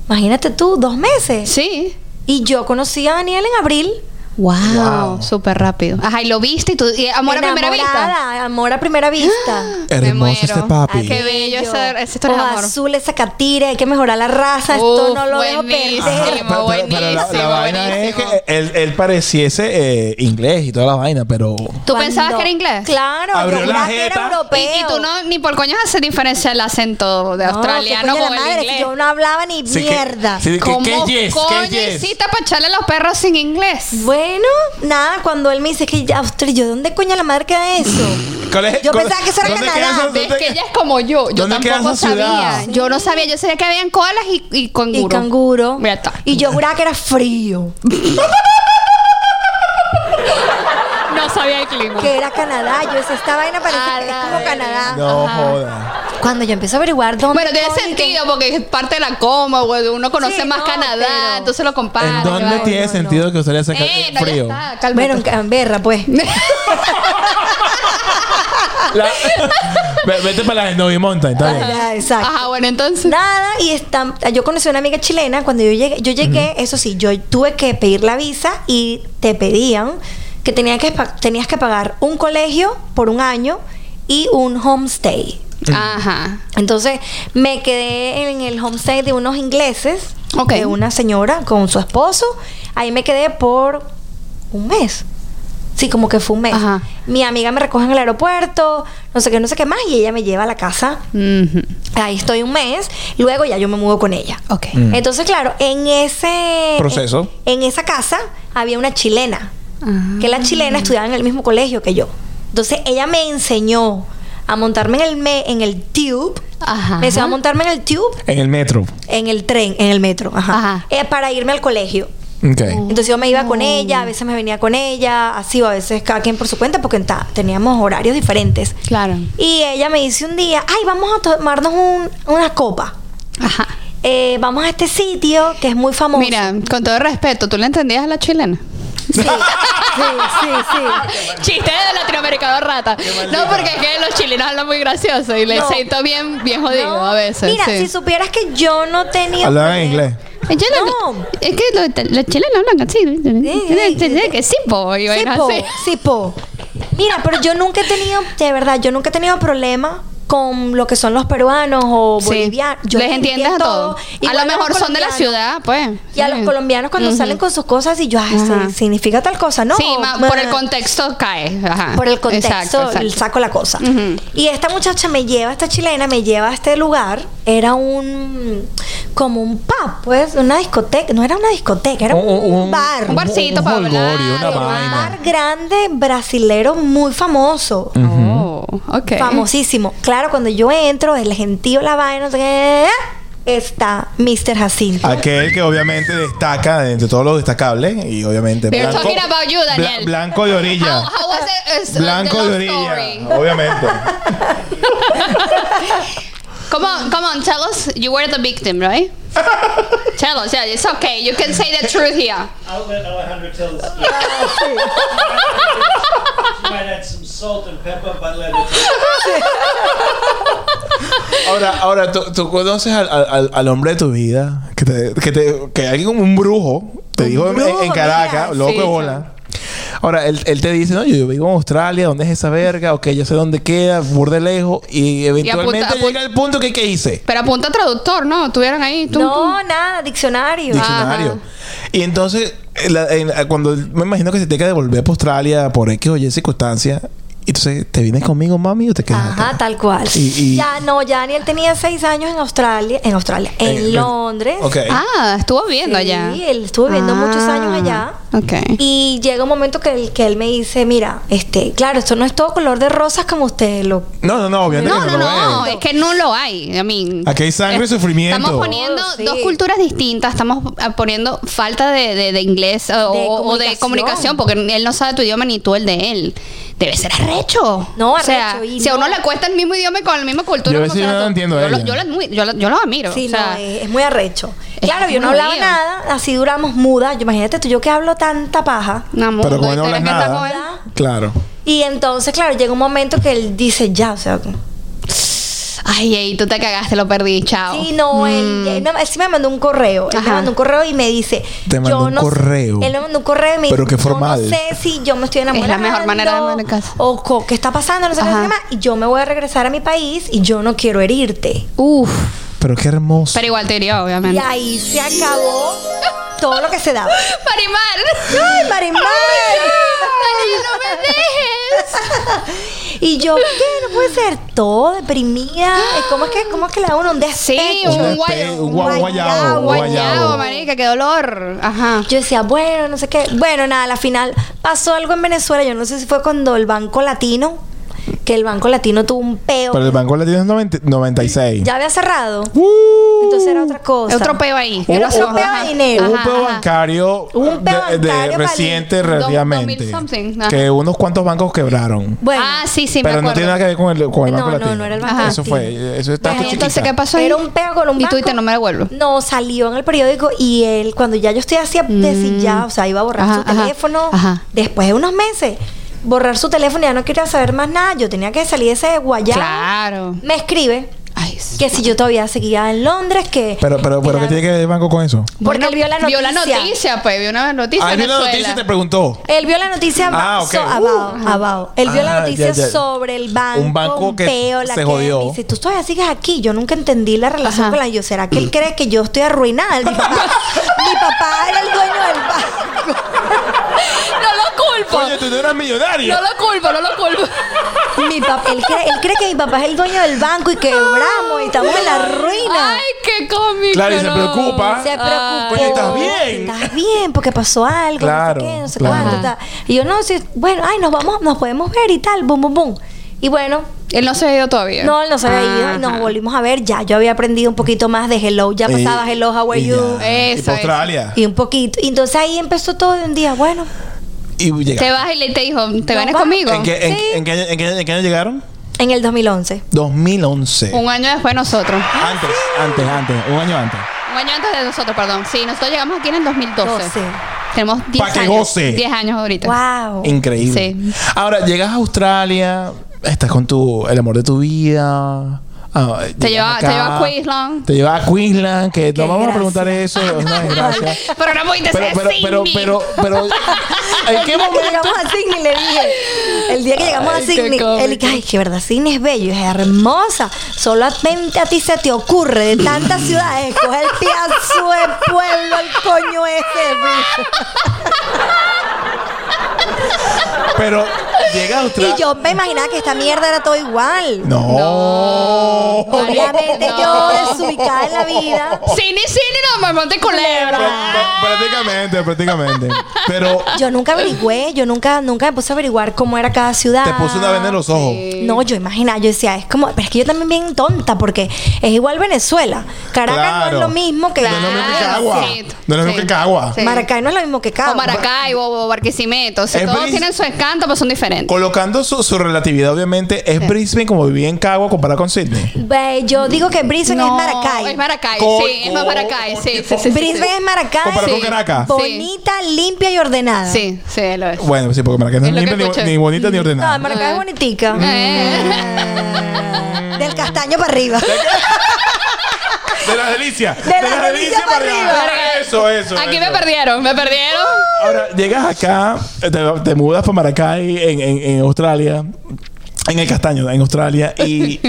Imagínate tú, dos meses. Sí. Y yo conocí a Daniel en abril. Wow. Súper rápido. Ajá, y lo viste y tú. y amor a primera vista. Enamorada, Amor a primera vista. Me Hermoso muero. este papi. Ay, qué bello esa, esa historia de Hoja amor. azul, esa catira, hay que mejorar la raza, esto Uf, no lo dejo buenísimo. perder. Ajá. pero, pero- pero la, la buenísimo, vaina es buenísimo. que él, él pareciese eh, inglés y toda la vaina, pero. ¿Tú Cuando- pensabas que era inglés? Claro, Abrió yo la juraba que era jeta. Y, europeo. y tú no, ni por coño hace diferencia el acento de No, australiano qué Ah, coño con la el madre, si inglés. Yo no hablaba ni Sí, que- mierda. sí, que- que- ¿Cómo que yes, coño que yes. hiciste para echarle a los perros sin inglés? Bueno, nada, cuando él me dice que ya, ostras, yo, ¿dónde coño la madre queda eso? ¿Cuál es- Yo cuál- pensaba que eso era dónde Canadá. queda esa- ¿Dónde Es que ella es como yo. Yo ¿Dónde queda tampoco esa sabía. ciudad? Yo no sabía. Yo sabía que habían koalas y, y canguro. Y canguro. Ya está. Y yo juraba que era frío, No sabía el clima. que era Canadá. Yo decía, esta vaina parece A que es la como Canadá. No Ajá. joda. Cuando yo empiezo a averiguar dónde. Bueno, tiene coño que- sentido porque es parte de la coma, güey. Uno conoce Sí, más no, Canadá, pero- entonces lo compara. ¿En dónde vale. tiene no, sentido que usaría sacar Eh, no, frío? ya está, cálmate. Bueno, en Canberra, pues. La- Ve- Vete para la de Novi Mountain, está bien. Ya, exacto. Ajá, bueno, entonces. Nada, y está, yo conocí a una amiga chilena cuando yo llegué, yo llegué, eso sí, yo tuve que pedir la visa y te pedían que tenías que pa- tenías que pagar un colegio por un año y un homestay. Ajá. Entonces, me quedé en el homestay de unos ingleses, Ok. de una señora con su esposo. Ahí me quedé por un mes. Sí, como que fue un mes. Ajá. Mi amiga me recoge en el aeropuerto, no sé qué, no sé qué más, y ella me lleva a la casa Ujú. Ahí estoy un mes, luego ya yo me mudo con ella. Ok. Mm. Entonces, claro, en ese Proceso. en, en esa casa había una chilena, Ah. que la chilena estudiaba en el mismo colegio que yo. Entonces, ella me enseñó a montarme en el me- en el tube. Ajá. Me enseñó a montarme en el tube, En el metro. en el tren, en el metro, ajá, Ajá. eh, para irme al colegio. Ok. Entonces yo me iba con ella, a veces me venía con ella, así, o a veces cada quien por su cuenta, porque ta- teníamos horarios diferentes. Claro. Y ella me dice un día, ay, vamos a tomarnos un- una copa. Ajá. Eh, vamos a este sitio que es muy famoso. Mira, con todo respeto, ¿tú le entendías a la chilena? Ah, Sí, sí, sí, sí. Chiste de latinoamericano rata. No, porque es que los chilenos hablan muy gracioso y les No. siento bien, bien jodido No, a veces. Mira, sí. si supieras que yo no tenía... Hablaba en inglés. Eh, yo no- No. Es que los, los chilenos hablan así. sí, sí. Que sí, po, y Sí, vainas po, así. sí, po. Mira, pero yo nunca he tenido, de verdad, yo nunca he tenido problema con lo que son los peruanos o Sí. bolivianos. Yo Les entiendes a entiendo. todos. A Igual lo los mejor son de la colombianos. ciudad, pues. Y a Sí. los colombianos cuando Ujú. salen con sus cosas y yo, ah, eso Ajá. significa tal cosa, ¿no? Sí, ma- por el Ma- contexto cae. Ajá. Por el contexto, Exacto, exacto. saco la cosa. Ujú. Y esta muchacha me lleva, esta chilena me lleva a este lugar. Era un. como un pub, pues, una discoteca. No era una discoteca, era Un- un, un- bar. Un barcito un para jolgorio, hablar. una ¿no? Un bar vaina. grande, brasilero, muy famoso. Oh, ok. Famosísimo. Claro, cuando yo entro, el gentío, la vaina, no sé qué, Está Mr. Jacinto. Aquel que obviamente destaca de entre todos los destacables y obviamente We're talking about you, bla- Daniel. blanco de orilla. How- how was it- it's blanco the de love orilla, story? obviamente. Come on, come on, tell us. You were the victim, right? tell us, yeah, it's okay. You can say the truth here. I'll let Alejandro tell us. she might add some salt and pepper, but let it. Ahora, ahora tú, tú conoces al, al- al hombre de tu vida que te, que te- que alguien como un brujo te dijo en- en, brujo, en Caracas, mira, loco sí, de bola. Ahora, él, él te dice, no, yo vivo en Australia, ¿dónde es esa verga? Ok, yo sé dónde queda, burde lejos. Y eventualmente apunta- llega el punto que, ¿qué hice? Pero apunta traductor, ¿no? Tuvieron ahí. tum, No, tum. nada, diccionario. Diccionario. Y entonces, eh, la- en- cuando me imagino que se tiene que devolver a Australia por X o Y circunstancia, entonces, ¿te vienes conmigo, mami, o te quedas Ah, Ajá, acá? Eh, tal cual. Y- y- Ya, no, ya ni él tenía seis años en Australia, en Australia, en Eh, Londres. Ok. Ah, estuvo viendo Sí, allá. Ah, él estuvo viviendo muchos años allá. Ok. Y llega un momento que él, que él me dice, mira, este, claro, esto no es todo color de rosas como usted lo... No, no, no, obviamente No, que no, lo no, es. es que no lo hay. I mean, Aquí hay sangre y eh, sufrimiento. Estamos poniendo Oh, sí. dos culturas distintas, estamos ah, poniendo falta de, de- de inglés ah, o, o de comunicación. comunicación, porque él no sabe tu idioma ni tú el de él. Debe ser arrecho. No, O sea, arrecho, y si a no. uno le cuesta el mismo idioma y con la misma cultura, Yo a como veces sea, yo no tú- entiendo a yo, lo, ella. yo, lo admi- yo lo- yo lo admiro. Sí, o sea, no, eh. es, es muy arrecho. es Claro, yo no un hablaba lío. nada, así duramos muda. Yo, imagínate tú, yo que hablo tanta paja. no, amor, Pero como él no tú hablas tienes que estar nada. con él. Claro. Y entonces, claro, llega un momento que él dice, ya, o sea... Ay, ey, tú te cagaste, lo perdí, chao. Sí, no, él, él no- él sí me mandó un correo. Él Ah, Mm. Ajá. me mandó un correo y me dice. Te mandó yo un no sé- correo. Él me mandó un correo y me Pero dice. qué formal. Yo no sé si yo me estoy enamorando. la mejor manera de comunicarse. O co- qué está pasando, no sé qué, Ajá. no sé qué más. Y yo me voy a regresar a mi país y yo no quiero herirte. Uf, Pero qué hermoso. pero igual te hirió, Y obviamente. ahí se acabó todo lo que se daba. Marimar. ¡Ay, Marimar! Dale, no me dejes. Y yo, ¿qué? No puede ser todo deprimida. ¿Cómo es que, cómo es que le da uno un Sí, despecho? un despe- guayo. un guau- guayao, Un guayao, guayao. marica, qué dolor. Ajá. Yo decía, bueno, no sé qué. Bueno, nada, a la final pasó algo en Venezuela. Yo no sé si fue cuando el Banco Latino, que el Banco Latino tuvo un peo. Pero el Banco Latino es 90 96. Ya había cerrado. Uh, Entonces era otra cosa. Otro peo ahí. Un- ¿Qué pasó? otro peo Ajá. de dinero. Ajá, un peo ajá. bancario, Un peo de- de- bancario reciente vali- dos- dos mil relativamente. something, ajá. Que unos cuantos bancos quebraron. Bueno, Ah, sí, sí, me pero no acuerdo. tiene nada que ver con el, con el No, Banco no, Latino. no era el Banco Eso Latino. fue. Eso está Ajá, chiquita. Pues, Entonces, ¿qué pasó ahí? Era un peo con un Y tú y banco. te no me devuelvo. no, salió en el periódico y él, cuando ya yo estoy así, decir ya, o sea, iba a borrar Mm. Ajá, su ajá, teléfono ajá. después de unos meses. Borrar su teléfono, ya no quería saber más nada. Yo tenía que salir de ese guayabo. Claro. Me escribe Ay, sí. que si yo todavía seguía en Londres, que. Pero, pero, pero ¿qué la- tiene que ver el banco con eso? Porque Bueno, él vio la noticia. Vio la noticia, pues. Vio una noticia. Ah, en vi la Venezuela. noticia y te preguntó. Él vio la noticia Ah, so- ok. about- Uh. about. Él vio Ah, la noticia ya, ya. sobre el banco. Un banco que se que jodió. Dice, tú todavía sigues aquí. Yo nunca entendí la relación Ajá. con la yo. ¿Será que él cree que yo estoy arruinada? Él, Mi papá, mi papá era el dueño del banco. No lo culpo. Oye, tú no eras millonario. No lo culpo, no lo culpo. Mi papá, él, cree, él cree que mi papá es el dueño del banco y quebramos y estamos en la ruina. Ay, Pues, qué cómico. Claro, y se no. preocupa. Se preocupó. Oye, ¿estás bien? Estás bien, porque pasó algo. Claro, No sé qué, no sé claro. cuánto. tal. Y yo, no, sí, bueno, ay, nos vamos, nos podemos ver y tal, bum, bum, bum. Y bueno, Él no se ha ido todavía. No, él no se había ido y nos Ajá. volvimos a ver. Ya yo había aprendido un poquito más de hello, ya Y- pasaba hello, how are Eh, y you. ya. Y Eso, pa' Australia. Y un poquito. Y entonces ahí empezó todo de un día. Bueno, Y Te llegaron. vas y le te dijo, ¿te No, vienes va. conmigo? ¿En qué, en, en qué año, en, qué año, en qué año llegaron? en el 2011. 2011. Un año después de nosotros. Antes, antes, antes. Un año antes. Un año antes de nosotros, perdón. Sí, nosotros llegamos aquí en el 2012. 12. Tenemos 10 Pa' que años. goce. 10 años ahorita. Wow. Increíble. Oh. Sí. Ahora, llegas a Australia, estás con tu, el amor de tu vida. ah, Te llegas lleva- acá, te lleva a Queensland. Te lleva a Queensland, que no vamos a desgracia. preguntar eso, es una desgracia. Pero no pudiste Pero, ser pero, pero, Sydney. pero, pero, ¿en qué Que momento? llegamos a Sydney, le dije. El día que llegamos Ay, a qué Sydney, él cómico. dije, ay, que verdad, Sydney es bello, es hermosa. Solamente a ti se te ocurre de tantas ciudades coger piazo de pueblo, el coño ese. bicho". Pero, llegas a Australia. Y yo me imaginaba que esta mierda era todo igual. No. Obviamente oh, yo desubicada en la vida. Sydney, Sydney, no, me monte Pr- culebra. pr- Prácticamente, prácticamente. Pero Yo nunca averigüé, yo nunca, nunca me puse a averiguar cómo era cada ciudad. te puso una venda en los ojos. No, yo imaginaba, yo decía, es como, pero es que yo también bien tonta, porque es igual Venezuela. Caracas no Claro. es lo mismo que No es lo mismo que Claro, Cagua. Ah, sí. No es lo mismo Sí. que Cagua. Sí. Maracay no es lo mismo que Cabo. O Maracaibo, o Barquisimeto. O sea, Es todos Bris- tienen su encanto, pero son diferentes. Colocando su, su relatividad, obviamente, es Brisbane como vivía en Cagua comparado con Ah, Sydney. Ve, yo digo que Brisbane No, es Maracay. Es Maracay, Coño. sí, es más Maracay. Sí, sí, sí, sí, sí. Brisbane es Comparado Maracay. con Caracas. Bonita, limpia y ordenada. Sí, sí, lo es. Bueno, sí, porque Maracay no es Es lo que limpia, ni, escuché. ni bonita ni No, ordenada. Maracay Ah. es bonitica. Eh. Del castaño para arriba. de las delicias. De las delicias para arriba. Maracay, Eso, eso. Aquí eso. me perdieron, me perdieron. Ahora, llegas acá, te, te mudas para Maracay en, en- en Australia. En el castaño, en Australia. ¿Y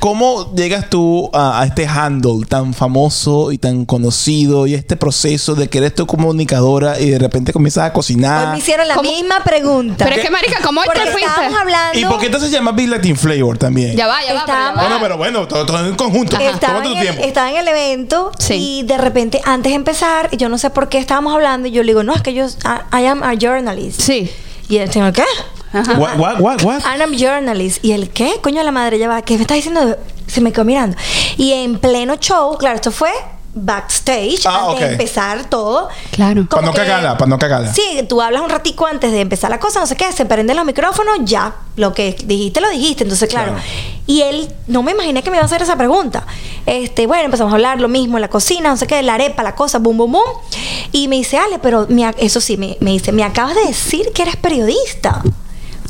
cómo llegas tú a, a este handle tan famoso y tan conocido y este proceso de que eres tu comunicadora y de repente comienzas a Hoy cocinar? me hicieron la ¿Cómo? misma pregunta. Pero es que, marica, ¿cómo Porque te fuiste? estábamos hablando. ¿Y por qué entonces se llama Big Latin Flavor también? Ya va, ya va. pero ya Estábamos- va. Bueno, pero bueno, todo, todo en conjunto. Estaba Tómate en, tu el, tiempo. estaba en el evento Sí. y de repente antes de empezar, yo no sé por qué estábamos hablando y yo le digo, no, es que yo, ah, I, I am a journalist. Sí. Y él señor, ¿qué? What, what, what, what? I am journalist. ¿Y él qué? Coño, la madre, ya va, ¿qué me estás diciendo? Se me quedó mirando. Y en pleno show, claro, esto fue backstage, Ah, antes ok. de empezar todo. Claro. Como Para no que- cagarla, para no cagarla. Sí, tú hablas un ratico antes de empezar la cosa, no sé qué, se prenden los micrófonos, ya, lo que dijiste, lo dijiste, entonces claro. Claro. Y él, no me imaginé que me iba a hacer esa pregunta. Este, bueno, empezamos a hablar lo mismo, la cocina, no sé qué, la arepa, la cosa, boom, boom, boom. Y me dice, Ale, pero me ac- eso sí, me, me dice, me acabas de decir que eres periodista.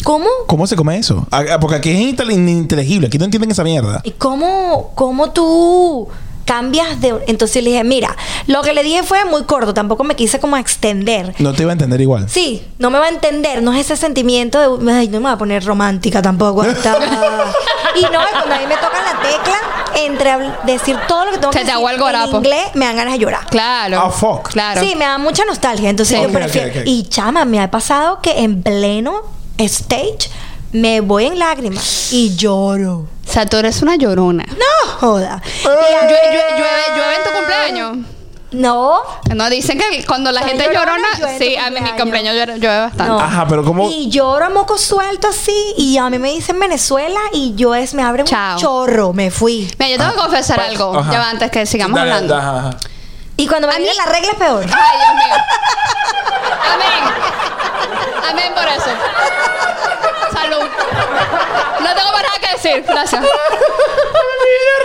¿Cómo? ¿Cómo se come eso? Ah, ah, Porque aquí es intel- ininteligible, aquí no entienden esa mierda. ¿Y cómo, cómo tú cambias de...? Entonces le dije, mira, lo que le dije fue muy corto, tampoco me quise como extender. No te iba a entender igual. Sí, no me va a entender, no es ese sentimiento de, ay, no me va a poner romántica tampoco. esta". y no, cuando a mí me tocan la tecla, entre habl- decir todo lo que tengo Se que te decir aguó el en gorapo. inglés, me dan ganas de llorar. Claro. Ah, fuck. Claro. Sí, me da mucha nostalgia, entonces Sí. yo Ok, prefiero... ok, ok. Y chama, me ha pasado que en pleno stage me voy en lágrimas y lloro. O sea, tú eres una llorona. No joda. Llueve, llueve, llueve, llueve en tu cumpleaños. No. No, dicen que cuando la Soy gente llorona, llorona, llueve en tu sí, a mí mi cumpleaños. cumpleaños llueve, llueve bastante. No. Ajá, pero ¿cómo? Y lloro a moco suelto así y a mí me dicen Venezuela y yo es me abren Chao. un chorro, me fui. Mira, yo tengo que confesar algo. Ah, pues, Ajá. Ya va, antes que sigamos Dale, hablando. ajá, ajá. Y cuando me viene mí- la regla es peor. Ay, Dios mío. Amén. Amén por eso. Salud. No tengo más nada que decir. Gracias.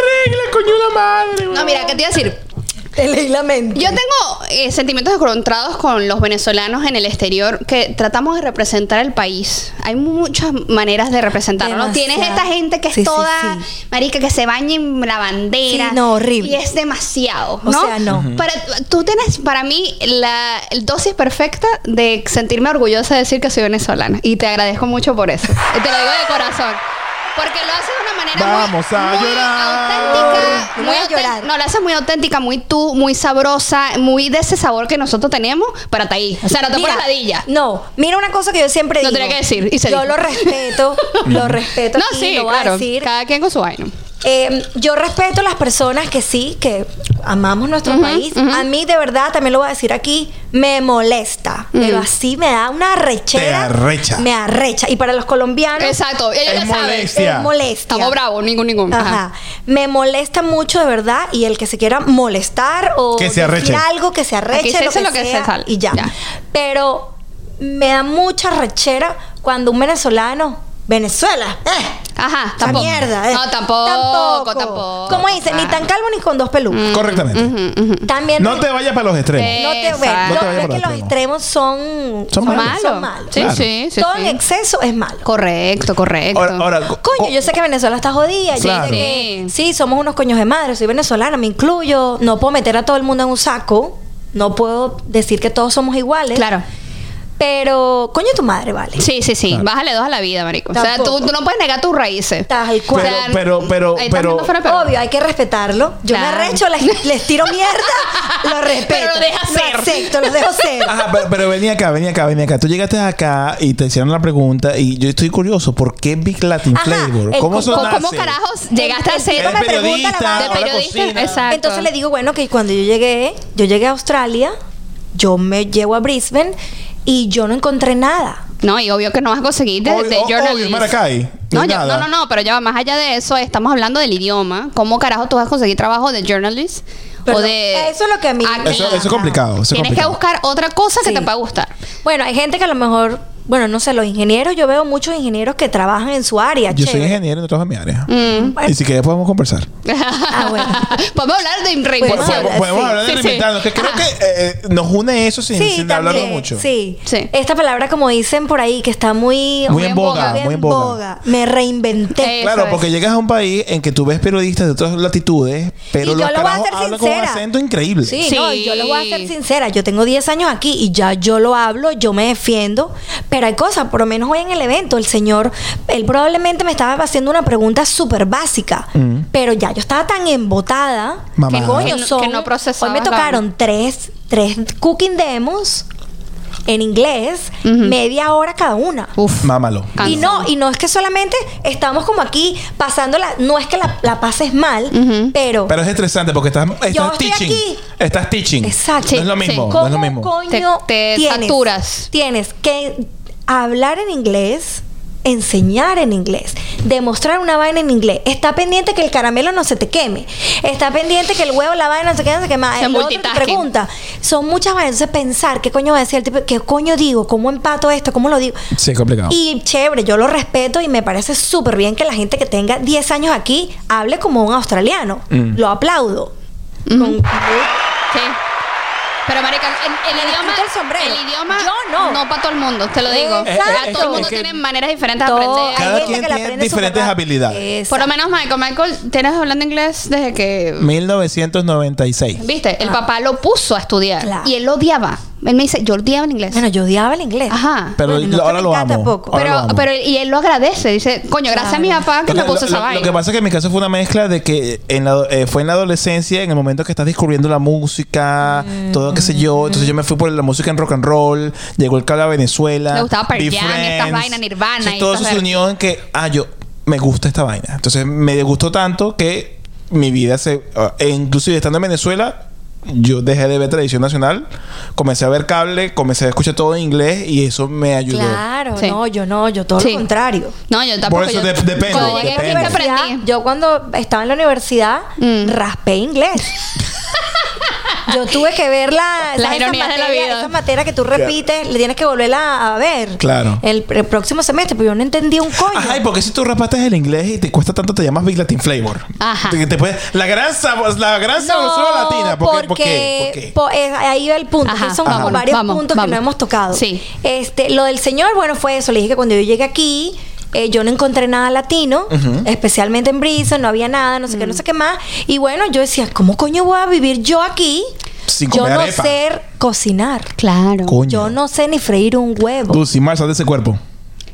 regla, coño la madre, No, mira, ¿qué te iba a decir? Te leí la mente. Yo tengo eh, sentimientos encontrados con los venezolanos en el exterior que tratamos de representar el país. Hay muchas maneras de representarlo. ¿no? Demasiado. Tienes esta gente que es Sí, sí, toda sí. marica que se baña en la bandera. Sí, no, horrible. Y es demasiado, O ¿no? sea, no. Ujú. Para tú tienes para mí la el dosis perfecta de sentirme orgullosa de decir que soy venezolana y te agradezco mucho por eso. Y te lo digo de corazón. Porque lo haces de una manera Vamos muy, a muy llorar. auténtica, Voy muy a auténtica. llorar. No, la haces muy auténtica, muy tú, muy sabrosa, muy de ese sabor que nosotros tenemos para ahí. O sea, no te Mira, pones ladilla. No, mira una cosa que yo siempre Lo digo. tenía que decir, y se yo dijo. lo respeto, lo respeto. No, aquí, sí, lo voy a claro. decir. Cada quien con su vaina. Eh, yo respeto las personas que sí, que amamos nuestro Ujú, país. ujú. A mí, de verdad, también lo voy a decir aquí, me molesta. Mm. Pero así me da una rechera. Te arrecha. Me arrecha. Y para los colombianos, Exacto. Ella Es ya sabe. molesto. Hostia. es molestia. Estamos bravos, ningún, ningún. Ajá. Ajá. Me molesta mucho de verdad y el que se quiera molestar o Que se decir arreche. algo que se arreche, Aquí se lo, dice que lo que se sea, sale. y ya. Ya. Pero me da mucha rechera cuando un venezolano Venezuela, eh, Ajá, esa tampoco. mierda, eh. No, tampoco, tampoco. Ah. Como dice, ni tan calvo ni con dos Mm. pelucas. Correctamente. También No te vayas para los extremos. Eh, no te Exacto. No bueno, te yo vayas creo por que los los extremos son Son malos. Malo. son malos. Sí, Claro. sí, sí. Todo sí. en exceso es malo. Correcto, correcto. Ahora, ahora, co- Coño, co- yo sé que Venezuela está jodida. yo Claro. sé que- Sí. sí, somos unos coños de madre. Soy venezolana, me incluyo. No puedo meter a todo el mundo en un saco. No puedo decir que todos somos iguales. Claro. Pero, coño, tu madre, vale. Sí, sí, sí. Bájale dos a la vida, marico. O sea, tú, Tampoco. tú no puedes negar tus raíces. Tal pero, cual. sea, pero, pero, ahí estás pero, viendo fuera de perro. Obvio, hay que respetarlo. Yo Claro. me arrecho, les, les tiro mierda, lo respeto. Pero lo dejas ser. acepto, los dejo ser. Ajá, pero, pero vení acá, vení acá, vení acá. Tú llegaste acá y te hicieron la pregunta y yo estoy curioso, ¿por qué Big Latin Ajá, Flavor? el ¿Cómo cu- eso ¿Cómo, nace? cómo carajos llegaste a El ser tipo me Eres pregunta la periodista, vaina. de ahora periodista? cocina. Exacto. Entonces le digo, bueno, que cuando yo llegué, yo llegué a Australia, yo me llevo a Brisbane y yo no encontré nada. No, y obvio que no vas a conseguir desde Obvio, obvio, journalist. en Maracay. No No, hay yo- nada. no, no, no, pero ya va, más allá de eso, estamos hablando del idioma. ¿Cómo carajo tú vas a conseguir trabajo de journalist? Pero o de. eso es lo que a mí- Aquí. Eso, eso es complicado. Eso es Tienes que complicado. buscar otra cosa que Sí. te pueda gustar. Bueno, hay gente que a lo mejor bueno, no sé, los ingenieros, yo veo muchos ingenieros que trabajan en su área. Yo soy chévere. ingeniero y no trabajo en mi área. Mm. Y si quieres podemos conversar. Ah, bueno. Podemos hablar de Podemos, reinvención. Bueno, podemos- podemos sí, hablar de sí, sí. limitarnos, que creo que eh, eh, nos une eso sin, Sí, sin hablarlo también, mucho. Sí. Sí. Esta palabra, como dicen por ahí, que está muy. Muy en boga, muy en boga. Me reinventé. Eh, Claro, Eso es. porque llegas a un país en que tú ves periodistas de otras latitudes, pero Y yo los lo voy a carajos ser hablan con un sincera. acento increíble. Sí, Sí. no, y yo lo voy a ser sincera. Yo tengo 10 años aquí y ya yo lo hablo, yo me defiendo. Pero hay cosas, por lo menos hoy en el evento, el señor, él probablemente me estaba haciendo una pregunta súper básica. Mm. Pero ya yo estaba tan embotada Mamá. que Que coño no- son. que no hoy procesabas me la- tocaron tres, tres cooking demos en inglés, media hora cada una. Uf. Mámalo. Cansado. Y no, y no es que solamente estamos como aquí pasándola, no es que la, la pases mal, Ujú. pero, Pero es estresante porque estás, estás estoy teaching. aquí. Estás teaching. Exacto. No es lo Sí, mismo. sí. No es lo ¿Cómo mismo. coño Te- te tienes, saturas. Tienes que hablar en inglés, enseñar en inglés, demostrar una vaina en inglés. Está pendiente que el caramelo no se te queme. Está pendiente que el huevo, la vaina no se quede, no se quema. Sea El otro te multitasking. pregunta. Son muchas vainas. Entonces, pensar qué coño va a decir el tipo, qué coño digo, cómo empato esto, cómo lo digo. Sí, es complicado. Y chévere, yo lo respeto y me parece súper bien que la gente que tenga 10 años aquí hable como un australiano. Mm. Lo aplaudo. Ujú. Con- Sí. Pero marica, el, el Me idioma, quito el sombrero. el idioma, Yo no. para todo el mundo, te lo digo. Exacto. A todo el mundo Es que- tiene maneras diferentes de Todo- aprender. hay Cada gente quien que la tiene aprende súper diferentes rápido. habilidades. Exacto. Por lo menos Michael, Michael, tienes hablando inglés desde que 1996. viste, el papá lo puso a estudiar Ah. Claro. y él lo odiaba. Él me dice, yo odiaba el inglés. Bueno, yo odiaba el inglés. Ajá. Pero Bueno, no ahora te lo encanta amo. poco. Ahora lo Pero, amo. pero y él lo agradece, dice, coño, gracias a mi papá que me Lo- puso lo, esa lo- vaina. lo que pasa es que en mi caso fue una mezcla de que en la- eh, fue en la adolescencia, en el momento que estás descubriendo la música, Mm. todo qué sé yo. Entonces yo me fui por la música en rock and roll, llegó el cable a Venezuela. Le gustaba Pearl Be Jam, estas Friends. vainas, Nirvana Entonces, y todo estas eso se ver- unió en que, ah, yo me gusta esta vaina. Entonces me gustó tanto que mi vida se. ah, e inclusive estando en Venezuela. Yo dejé de ver televisión nacional, comencé a ver cable, comencé a escuchar todo en inglés y eso me ayudó. Claro, Sí. no, yo no, yo todo Sí. lo contrario. No, yo tampoco. Por eso yo- de- depende, Cuando llegué depende. aquí, En ¿qué la aprendí. universidad, yo cuando estaba en la universidad Mm. raspé inglés. Yo tuve que ver la, Las ¿sabes esa ironías de la materia- vida. esa materia que tú repites, le tienes que volverla a ver. Claro. El, el próximo semestre, pero yo no entendía un coño. Ajá, ¿y por qué si tú rapaste el inglés y te cuesta tanto te llamas Big Latin Flavor? Ajá. Te- te puedes- la gran sabor, la gran sabrosura latina. ¿Por qué? ¿Por qué? ¿Por qué? po- eh, ahí va el punto. Ajá, que son Ajá. como vamos, varios vamos, puntos vamos. que no hemos tocado. Sí. Este, lo del señor, bueno, fue eso. Le dije que cuando yo llegué aquí, eh, yo no encontré nada latino, especialmente en Brisa, no había nada, no sé Mm. qué, no sé qué más. Y bueno, yo decía, ¿cómo coño voy a vivir yo aquí? Sin yo comer no arepa. sé cocinar. Claro. Coño. Yo no sé ni freír un huevo. Dulce, Mar, sal de ese cuerpo.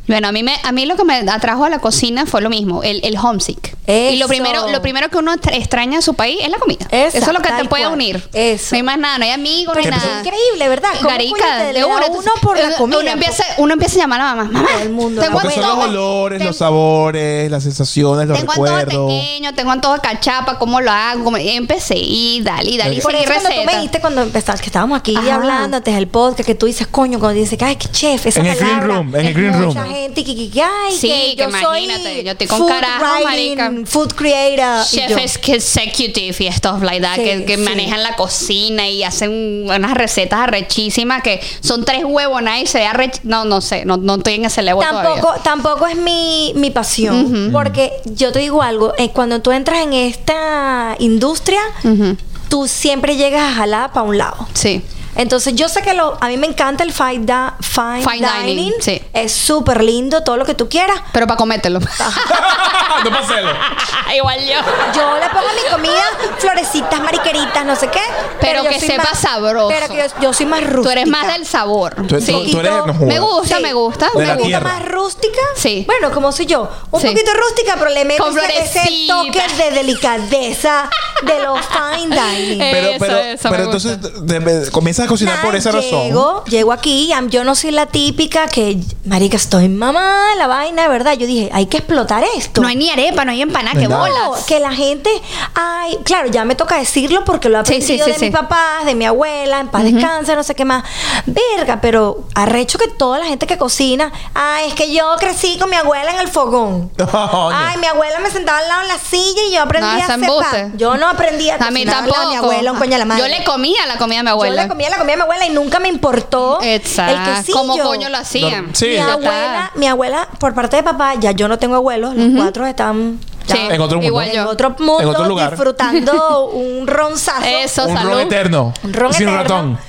Bueno, a mí, me, a mí lo que me atrajo a la cocina fue lo mismo, el, el homesick. Y Eso. lo primero, lo primero que uno tra- extraña de su país es la comida. Esa, Eso es lo que te tal puede cual. unir. Eso. No hay más nada, no hay amigos, no hay Pero es nada. increíble, ¿verdad? ¿Cómo coño Garica, te le de da uno. uno por la Uno- Uno comida? empieza, uno empieza a llamar a la mamá. Mamá, Todo el mundo la tengo Porque Porque Bueno, son antojo- los olores, te- los sabores, las sensaciones, los Tengo antojo recuerdos. pequeño, tengo antojo de cachapa, ¿cómo lo hago? ¿Cómo- y Empecé y dale, y dale, y Por seguí eso cuando tú me receta. dijiste cuando empezaste, que estábamos aquí Ajá. hablando antes del podcast, que tú dices, coño, cuando dices, ay, qué chef, esa En el green palabra, room, en el es green room. mucha gente que, que, que, ay, Sí, que, que yo soy imagínate, yo estoy con food carajo, writing, marica. Food creator. Ah, y Chef yo, executive y estos like that, Sí, que, que sí. manejan la cocina y hacen unas recetas arrechísimas que son tres huevonas y se da arrech- No, no sé, no, no estoy en ese level todavía. Tampoco, tampoco es mi, mi pasión, Mm. porque yo te digo algo, eh, cuando tú entras en esta industria, Ujú. tú siempre llegas a jalar para un lado. Sí. Entonces yo sé que lo, a mí me encanta el fine, da- fine Fine dining, dining, sí. es súper lindo, todo lo que tú quieras, Pero para comértelo. Ah. no paselo. Igual yo. Yo le pongo a mi comida florecitas, mariqueritas, no sé qué. Pero yo que soy sepa sabroso. Pero que yo, yo soy más rústica. Tú eres más del sabor. Tú, Sí. tú- tú eres. No, Me joda. gusta, me gusta. De me la gusta. tierra. más rústica. Sí. Bueno, como soy yo. Un Sí. poquito rústica, pero le meto Con ese, ese florecita. toque de delicadeza de los fine dining. Eh, Pero, Eso, pero, eso me pero gusta. entonces te- te- comienzas a cocinar Nada, por esa razón. Llego, llego aquí, am- yo no soy la típica que, marica, estoy mamá, la vaina, de verdad. Yo dije, hay que explotar esto. No hay ni arepa, no hay empanada, No hay que nada. bolas. No, que la gente, ay, claro, ya me toca decirlo porque lo he Sí, sí, aprendido sí, de sí. mis papás, de mi abuela, en paz descansa, no sé qué más. Verga, pero Ah, arrecho que toda la gente que cocina, ay, es que yo crecí con mi abuela en el fogón. Coño. Ay, mi abuela me sentaba al lado en la silla y yo aprendí No, a eso hacer embuste. pan. Yo no, no aprendí a A mí cocinarle tampoco. A mi abuela, un coño a la madre. Yo le comía la comida a mi Yo abuela. le comía la comida de mi abuela y nunca me importó el Exacto. quesillo. ¿Cómo coño lo hacían? No, sí. Mi Ya está. abuela, mi abuela, por parte de papá, ya yo no tengo abuelos, los cuatro están ya Sí, En otro mundo. Igual en yo. otro mundo En otro lugar. disfrutando un ronzazo. Eso, un salud. ron eterno. Un ron sin eterno. ratón.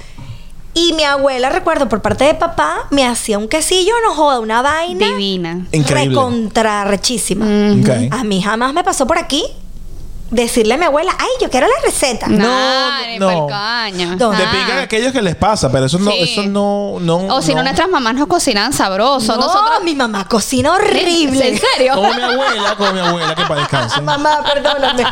Y mi abuela, recuerdo, por parte de papá, me hacía un quesillo, no joda, una vaina Divina. Increíble. Mm. recontra rechísima. Ok. A mí jamás me pasó por aquí decirle a mi abuela, ay, yo quiero la receta. No, no. Caño. ¿Dónde? Te Ah. pican aquellos que les pasa, pero eso no, Sí. eso no, no. O si no, nuestras mamás nos cocinan sabroso. Nosotros. ¿eh? mi mamá cocina ¿En horrible. serio? Como mi abuela, como mi abuela, que para descanse. mamá, perdóname.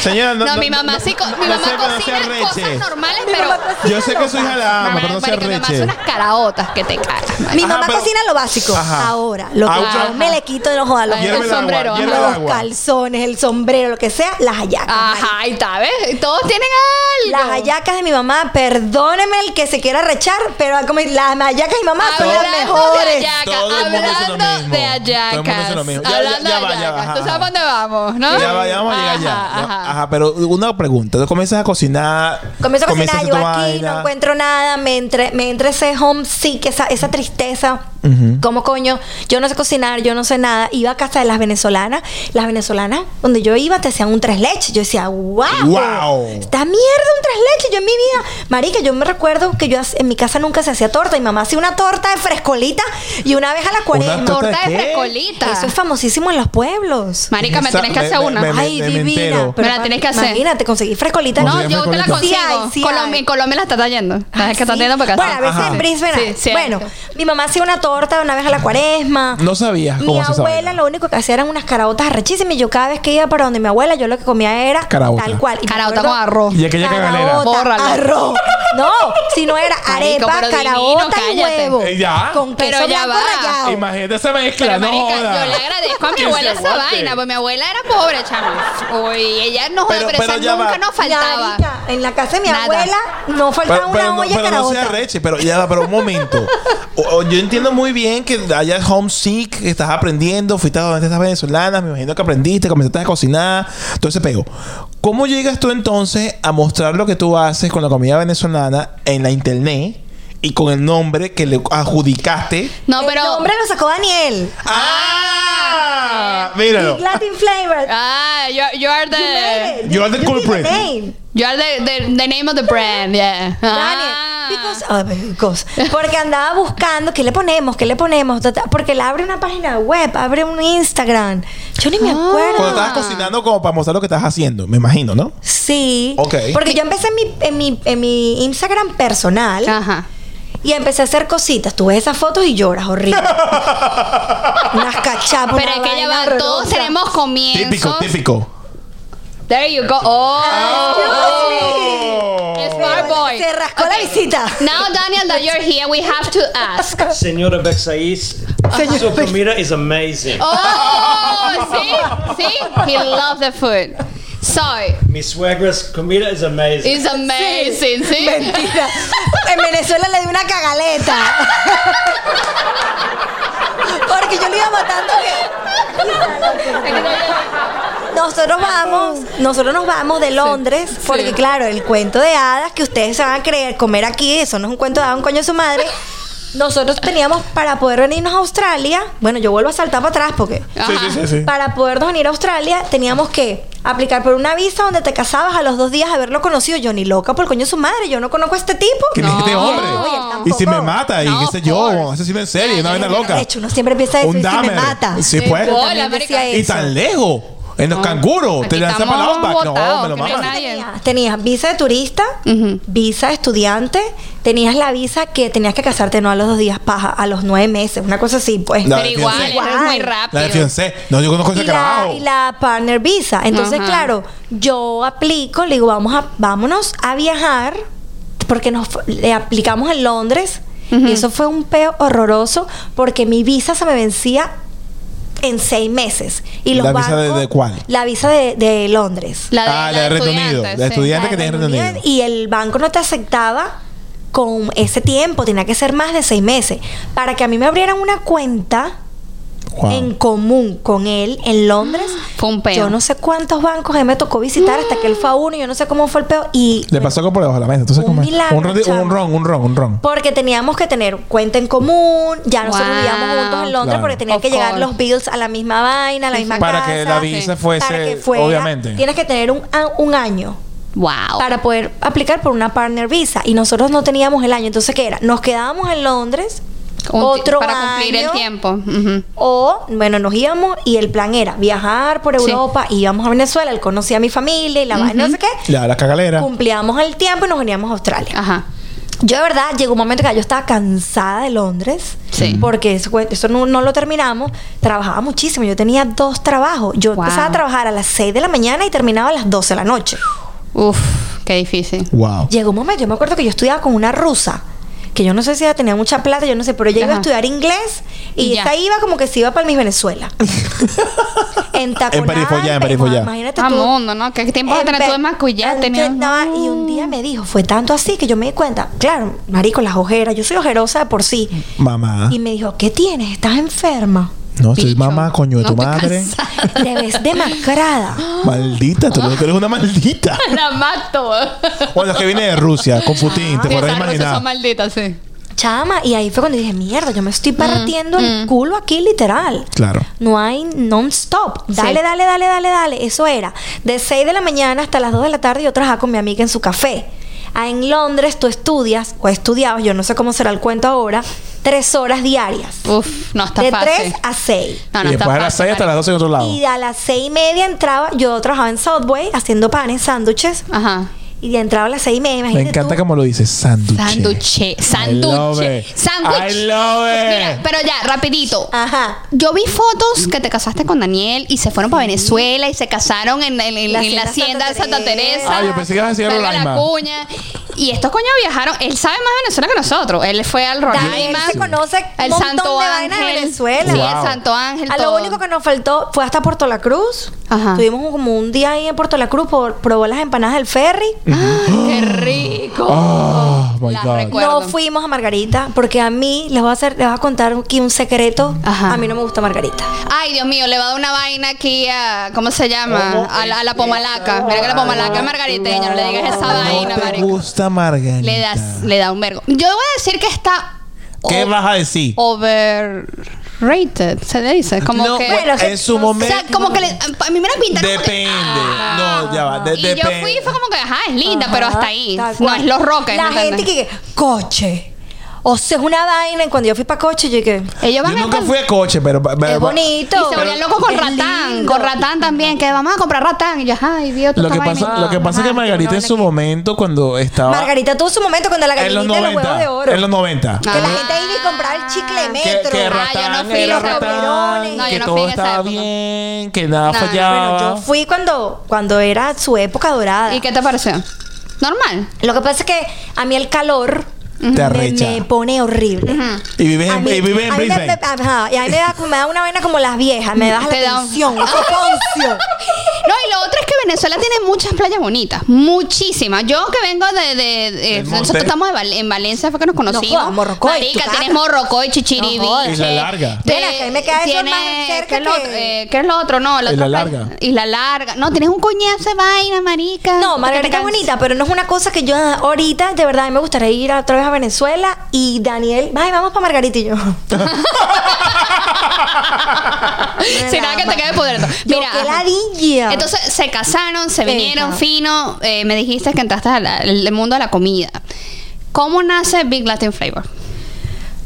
Señora, no, No, mi mamá sí co- mi no mamá se- no se cocina arreche. cosas normales, Mi pero mamá cocina Yo sé que su hija la ama, Mamá, Ah, pero no se marica, mi mamá arreche. hace unas caraotas que te cagas. Mi Ajá, mamá pero- cocina lo básico. Ajá. Ah, Ahora, lo que Ajá. yo me le quito de los jodas, los, Hierve el Hierve el agua, sombrero, hierve ajá. el los agua. calzones, el sombrero, lo que sea, las hallacas. Ajá, ahí está, ¿ves? Todos tienen algo. Las hallacas de mi mamá, perdóneme el que se quiera rechar, pero como las hallacas de mi mamá son las Hablando mejores. de hallacas, Todo el mundo hace lo hablando de mismo. Todo el mundo hallacas. hace lo mismo. Ya, ya, Hablando ya de va, ya va, hallacas. ajá, Tú sabes ajá. a dónde vamos, ¿no? Ya va, ya vamos a llegar ya. Ajá, Ajá. ajá. pero una pregunta. Tú comienzas a cocinar. Comienzo a comienzas cocinar, tu yo aquí vaina. no encuentro nada, me entre, me entre ese homesick, esa, esa tristeza. ¿Cómo coño? Yo no sé cocinar, yo no sé nada. Iba a casa de las venezolanas. Las venezolanas, donde yo iba, te hacían un tres leches. Yo decía, wow. Guau. Esta mierda, un tres leches. Yo en mi vida, marica, yo me recuerdo que yo hac- en mi casa nunca se hacía torta. Mi mamá hacía una torta de frescolita y una vez a la cuaresma. torta Torta de ¿Qué? frescolita. Eso es famosísimo en los pueblos. Marica, me Esa- tenés que hacer me- una. me- Ay, divina. entero. Pero Me la tienes que hacer. Imagínate, conseguí frescolita. no, Consígueme yo te la consigo. Sí colita. hay, sí Colombia, hay. en Colombia la está trayendo. La que está Sí. trayendo para casa. Bueno, a veces Ajá. en Brisbane. Sí, hay. sí hay. bueno, mi mamá hacía una torta una vez a la cuaresma. No sabías Mi cómo se sabe. abuela lo único que hacía eran unas caraotas arrechísimas. Y yo cada vez que iba para donde mi abuela, yo lo que comía era Caraota. tal cual. Y me Carauta acuerdo- con arroz. Y aquella cagalera. Caraota, Bórralo. arroz. No, si no era Marico, arepa, pero caraota y divino, cállate. huevo. Eh, ya. Con queso Pero ya blanco va. rallado. Oh. Imagínate esa mezcla, Pero, no marica, jodas. yo le agradezco a mi Que se aguela esa aguante. vaina, porque mi abuela era pobre, chama. Uy, ella no joda, Pero- pero, pero esa ya nunca va. nos faltaba. Marica, en la casa de mi Nada. abuela no faltaba pero, pero una no, olla pero no caraota. sea reche, pero ya, va, pero un momento. O- o yo entiendo muy bien que allá es homesick, que estás aprendiendo, fuiste a donde estas venezolanas, me imagino que aprendiste, comenzaste a cocinar, todo ese pego. ¿Cómo llegas tú entonces a mostrar lo que tú haces con la comida venezolana en la internet y con el nombre que le adjudicaste? No, El pero. nombre lo sacó Daniel. ¡Ah! Míralo. Big Latin Flavor. Ah, you are, you are You made the. it. You are the did culprit. name. You are the, the, the name of the brand, yeah. Daniel, Ah. because- ah, because- porque andaba buscando qué le ponemos, qué le ponemos, ta, ta, porque le abre una página web, abre un Instagram. Yo ni Ah. me Cuando acuerdo. estabas cocinando como para mostrar lo que estás haciendo, me imagino, ¿no? Sí. Ok. Porque yo empecé en mi, en mi, en mi Instagram personal Ajá. y empecé a hacer cositas. Tú ves esas fotos y lloras horrible. Unas cachapas. Pero una es que ya Oh vaina va, todos horrorosa. tenemos comienzos. Típico, típico. There you go. Oh. Oh. Smart boy. Se rascó la Ok. visita. Now, Daniel, that you're here, we have to ask. Senora Bexais, su comida is amazing. Oh, see, see, he loves the food. So Mi suegra's comida is amazing. it's amazing. See, Mentira. En Venezuela le di una cagaleta. Porque yo le iba matando que- Nosotros vamos, nosotros nos vamos de Londres, porque sí. claro, el cuento de hadas que ustedes se van a creer comer aquí, eso no es un cuento de hadas, un coño de su madre. Nosotros teníamos para poder venirnos a Australia, bueno, yo vuelvo a saltar para atrás porque Sí, sí, sí, sí. para podernos venir a Australia teníamos que aplicar por una visa donde te casabas a los dos días de haberlo conocido. Yo ni loca por coño su madre, yo no conozco a este tipo. ¿Quién es este hombre? Oye, tampoco. Y si me mata, y No, qué sé yo, por- asesino en serie, una vaina loca. De hecho, uno siempre empieza a decir Un si me damer. mata. Sí, pues. Hola, También marica. decía Y eso. tan lejos. En los canguros. Te Aquí lanzan para la estamos outback. No, botados, me lo que no hay maman. nadie. Tenías, tenías visa de turista, visa de estudiante, tenías la visa que tenías que casarte no a los dos días, paja, a los nueve meses, una cosa así, pues. La Pero de igual, fiancé. eres muy La de rápido. fiancé. No, yo conozco y ese la, carajo. y la partner visa. Entonces, Ajá. claro, yo aplico, le digo, vamos a, vámonos a viajar, porque nos fu- le aplicamos en Londres. Y eso fue un peo horroroso, porque mi visa se me vencía en seis meses. Y los ¿La visa de- bancos- de cuál? La visa de, de Londres. La Ah, la de Reino Unido. La de estudiante que tiene Reino Unido. Y el banco no te aceptaba con ese tiempo, tenía que ser más de seis meses. Para que a mí me abrieran una cuenta, Wow. en común con él en Londres. Fue un peo. Yo no sé cuántos bancos a mí me tocó visitar hasta que él fue a uno. Yo no sé cómo fue el peo. Y Le pasó algo por debajo de la mesa. Entonces, Un ¿cómo es? milagro, un, ron, chamo. un ron, un ron, un ron. Porque teníamos que tener cuenta en común, ya no se Wow. vivíamos juntos en Londres Claro. porque tenían Of que llegar course. los bills a la misma vaina, a la misma Para casa. que la visa sí. fuese, Para que fuera, obviamente. Tienes que tener un, a- un año Wow. para poder aplicar por una partner visa y nosotros no teníamos el año. Entonces, ¿qué era? Nos quedábamos en Londres Un ti- otro para cumplir año, el tiempo. Ujú. O, bueno, nos íbamos y el plan era viajar por Sí. Europa, íbamos a Venezuela, él conocía a mi familia y la vaina, no sé qué. Ya, la cagalera. Cumplíamos el tiempo y nos veníamos a Australia. Ajá. Yo de verdad llegó un momento que yo estaba cansada de Londres. Sí. Porque eso, fue- eso no, no lo terminamos. Trabajaba muchísimo. Yo tenía dos trabajos. Yo Wow. empezaba a trabajar a las 6 de la mañana y terminaba a las 12 de la noche. Uf, qué difícil. Wow. Llegó un momento, yo me acuerdo que yo estudiaba con una rusa. Que yo no sé si ella tenía mucha plata, yo no sé, pero ella iba a Ajá. estudiar inglés y Y ya. esta iba como que se iba para mis Venezuela. en taconal, En Perifollá, pero en Perifollá. Imagínate Ah, tú, mundo, ¿no? ¿Qué tiempo vas a tener Empe- tú de mascullar? Antes Tenías- no, y un día me dijo, fue tanto así que yo me di cuenta, claro, marico, las ojeras, yo soy ojerosa de por sí. Mamá. Y me dijo, ¿qué tienes? ¿Estás enferma? No, soy Bicho. mamá, coño, de No tu te madre. cansas. Te ves demacrada. Maldita, tú, tú eres una maldita. La mato. Bueno, es que viene de Rusia, con Putin, te Sí, podrás esas cosas imaginar. son malditas, sí. Chama, y ahí fue cuando dije, mierda, yo me Mm, estoy partiendo el culo aquí literal. Claro. No hay non-stop. Dale, Sí. dale, dale, dale, dale. Eso era. De 6 de la mañana hasta las 2 de la tarde yo trabajaba con mi amiga en su café. Ah, en Londres tú estudias, o estudiabas, yo no sé cómo será el cuento ahora, tres horas diarias. Uf, no está de fácil. 3 a 6. No, no y está después a las fácil, 6 hasta las Mari. 12 en otro lado. Y a las seis y media entraba, yo trabajaba en Subway haciendo panes, sándwiches, Ajá. y entraba a las seis y media, Me imagínate. encanta tú. como lo dices, sándwich. Sanduche. love Sanduche. it. Sándwich. I love it. Mira, pero ya, rapidito. Ajá. Yo vi fotos que te casaste con Daniel y se fueron para Venezuela y se casaron en, en- en- La en la hacienda hacienda de Santa Santa Teresa. Ah, yo pensé que ibas a decir Valga la Roraima. cuña. Y estos coños viajaron. Él sabe más de Venezuela que nosotros. Él fue al Daniel Roraima. se conoce un El montón Santo de vainas de Ángel. Venezuela. Sí, Wow. el Santo Ángel. A Ah, lo todo. único que nos faltó fue hasta Puerto La Cruz. Ajá. Tuvimos un- como un día ahí en Puerto La Cruz, por- probó las empanadas del ferry. ¡Qué rico! Oh, my Las God. recuerdo. No fuimos a Margarita, porque a mí les voy a hacer, les voy a contar aquí un secreto. Ajá. A mí no me gusta Margarita. Ay, Dios mío, le va a dar una vaina aquí a. ¿Cómo se llama? A la, a la pomalaca. Mira que la pomalaca es margariteña. No le digas esa vaina, No te marico. gusta Margarita. Le, das, le da un vergo. Yo voy a decir que está. ¿Qué o- vas a decir? Overrated, se le dice. Como no, que. bueno, en su o momento. sea, como que le, a mí me la pintaron. como que- Depende. No, ya va. de- Ah. y depende. yo fui y fue como que, ajá, es linda, pero hasta ahí. ¿Ah? Tal No cual. es los roques. La ¿me gente entiendes? que, coche. O sea, es una vaina. Y cuando yo fui para coche, yo dije, Ellos Yo van a nunca con- fui a coche, pero. pero- es bonito. Y se volvían locos con Es ratán, lindo. con ratán también, que vamos a comprar ratán. Y yo, ay, Dios, Lo esta que, vaina. pasa, lo que pasa es que Ajá, Margarita no, en su no, momento, cuando estaba. Margarita tuvo su momento cuando la en los gallinita y los huevos 90. de oro. En los 90. Que la Ah. gente iba y compraba el chicle de Que, metro. que Ah, yo no Ratán fui, era los Ratán, camarones. No, yo que no fui todo en esa estaba época. bien, que nada No, no, fallaba. Bueno, yo fui cuando, cuando era su época dorada. ¿Y qué te pareció? Normal. Lo que pasa es que a mí el calor Te me, arrecha. me pone horrible. Y vives A en, mí- y vives en a mí me- Brisbane. me- ajá, y a mí me da, me da una vaina como las viejas, me baja Mm, Te da la un- Ah, tensión, el soponcio. No, y lo otro es que Venezuela tiene muchas playas bonitas. Muchísimas. Yo que vengo de... de- de- Del monte. nosotros estamos de Val- en Valencia, fue que nos conocimos. jodas, Morrocoy, Marica, Tucana. tienes Morrocoy, Chichiribiche. No jodas. Isla Larga. Te- Mira, que a mí me queda eso tienes- más cerca ¿qué es lo, que- eh, ¿Qué es lo otro? No, la Isla otra Larga. playa- Isla Larga. No, tienes un coñazo de vaina, marica. No, Porque te Margarita es cansa. bonita, pero no es una cosa que yo ah, ahorita, de verdad, a mí me gustaría ir otra vez a Venezuela y Daniel, ay, vamos para Margarita y yo. Será que te quede poder. Yo, Mira. qué ladilla. Entonces se casaron, se Epa. vinieron fino. eh, me dijiste que entraste al al mundo de la comida. ¿Cómo nace Big Latin Flavor?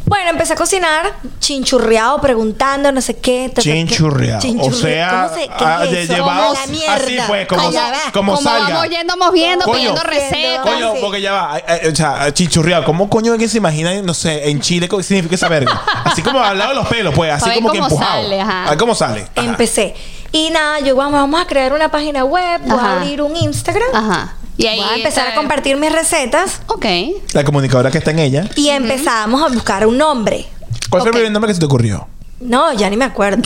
Bueno, empecé a cocinar, chinchurreado, preguntando, no sé qué. ta, ta, ta. Chinchurreado. O Chinchurreado. sea, ¿Cómo se- qué ah, es de- eso? llevado- Como la mierda. así pues, como, Allá va. como Como salga. vamos yendo, vamos viendo, Coño. pidiendo recetas. Coño, Sí. porque ya va. eh, eh, O sea, chinchurreado. ¿Cómo coño es que se imagina, no sé, en Chile, qué significa esa verga? Así como al lado de los pelos, pues. Así Para ver como que cómo empujado. sale, ajá. A ver cómo sale. Ajá. Empecé. Y nada, yo vamos, vamos a crear una página web, voy a Ajá. abrir un Instagram, Ajá. Y ahí voy a empezar a está- compartir mis recetas Ok. La comunicadora que está en ella. y empezamos a buscar un nombre. ¿Cuál fue el Ok. primer nombre que se te ocurrió? No, ya ni me acuerdo.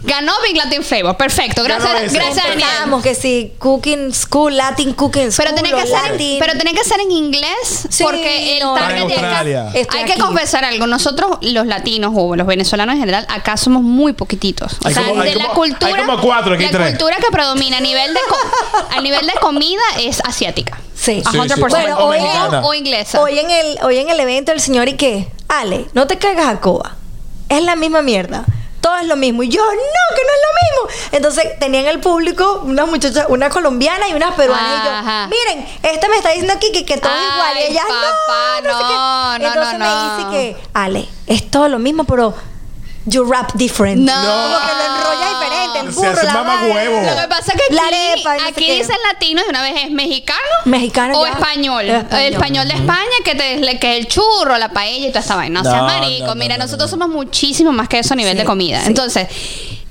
Ganó Big Latin Flavor. Perfecto. Ganó Gracias, ese. gracias Daniel. Empezamos que sí, Cooking School, Latin Cooking School. Pero tenés que los hacer, Latin. pero tenés que hacer en inglés Sí, porque el no, target Está en de acá- Australia. Estoy hay aquí. que confesar algo. Nosotros los latinos o los venezolanos en general acá somos muy poquititos. O Hay sea, como- hay de la como- cultura hay como cuatro aquí, la tres. cultura que predomina a nivel de co- a nivel de comida es asiática. Sí. A Sí, 100%. Bueno, o, hoy- o inglesa. Hoy en el, hoy en el evento el señor y qué, Ale, no te caigas a Coba. Es la misma mierda. Todo es lo mismo. Y yo, no, que no es lo mismo. Entonces tenían el público unas muchachas, una colombiana y unas peruanas. Ajá. Y yo, miren, esta me está diciendo aquí que, que todo es Ay, igual. Y ella, papá, no, no, sé no, qué". no, no, Entonces no. me dice que, Ale, es todo lo mismo, pero you rap different. No. Como que lo enrolla diferente. El Se burro, hace la mama vaina, huevo. Lo que pasa es que la aquí, arepa y no sé aquí qué. dicen latino y una vez es mexicano. Mexicano, o ya. español. Es El español de España que, te, que es el churro, la paella y toda esta vaina. O sea, No, marico, no, no, mira, no, nosotros somos muchísimo más que eso a nivel Sí, de comida. sí. Entonces,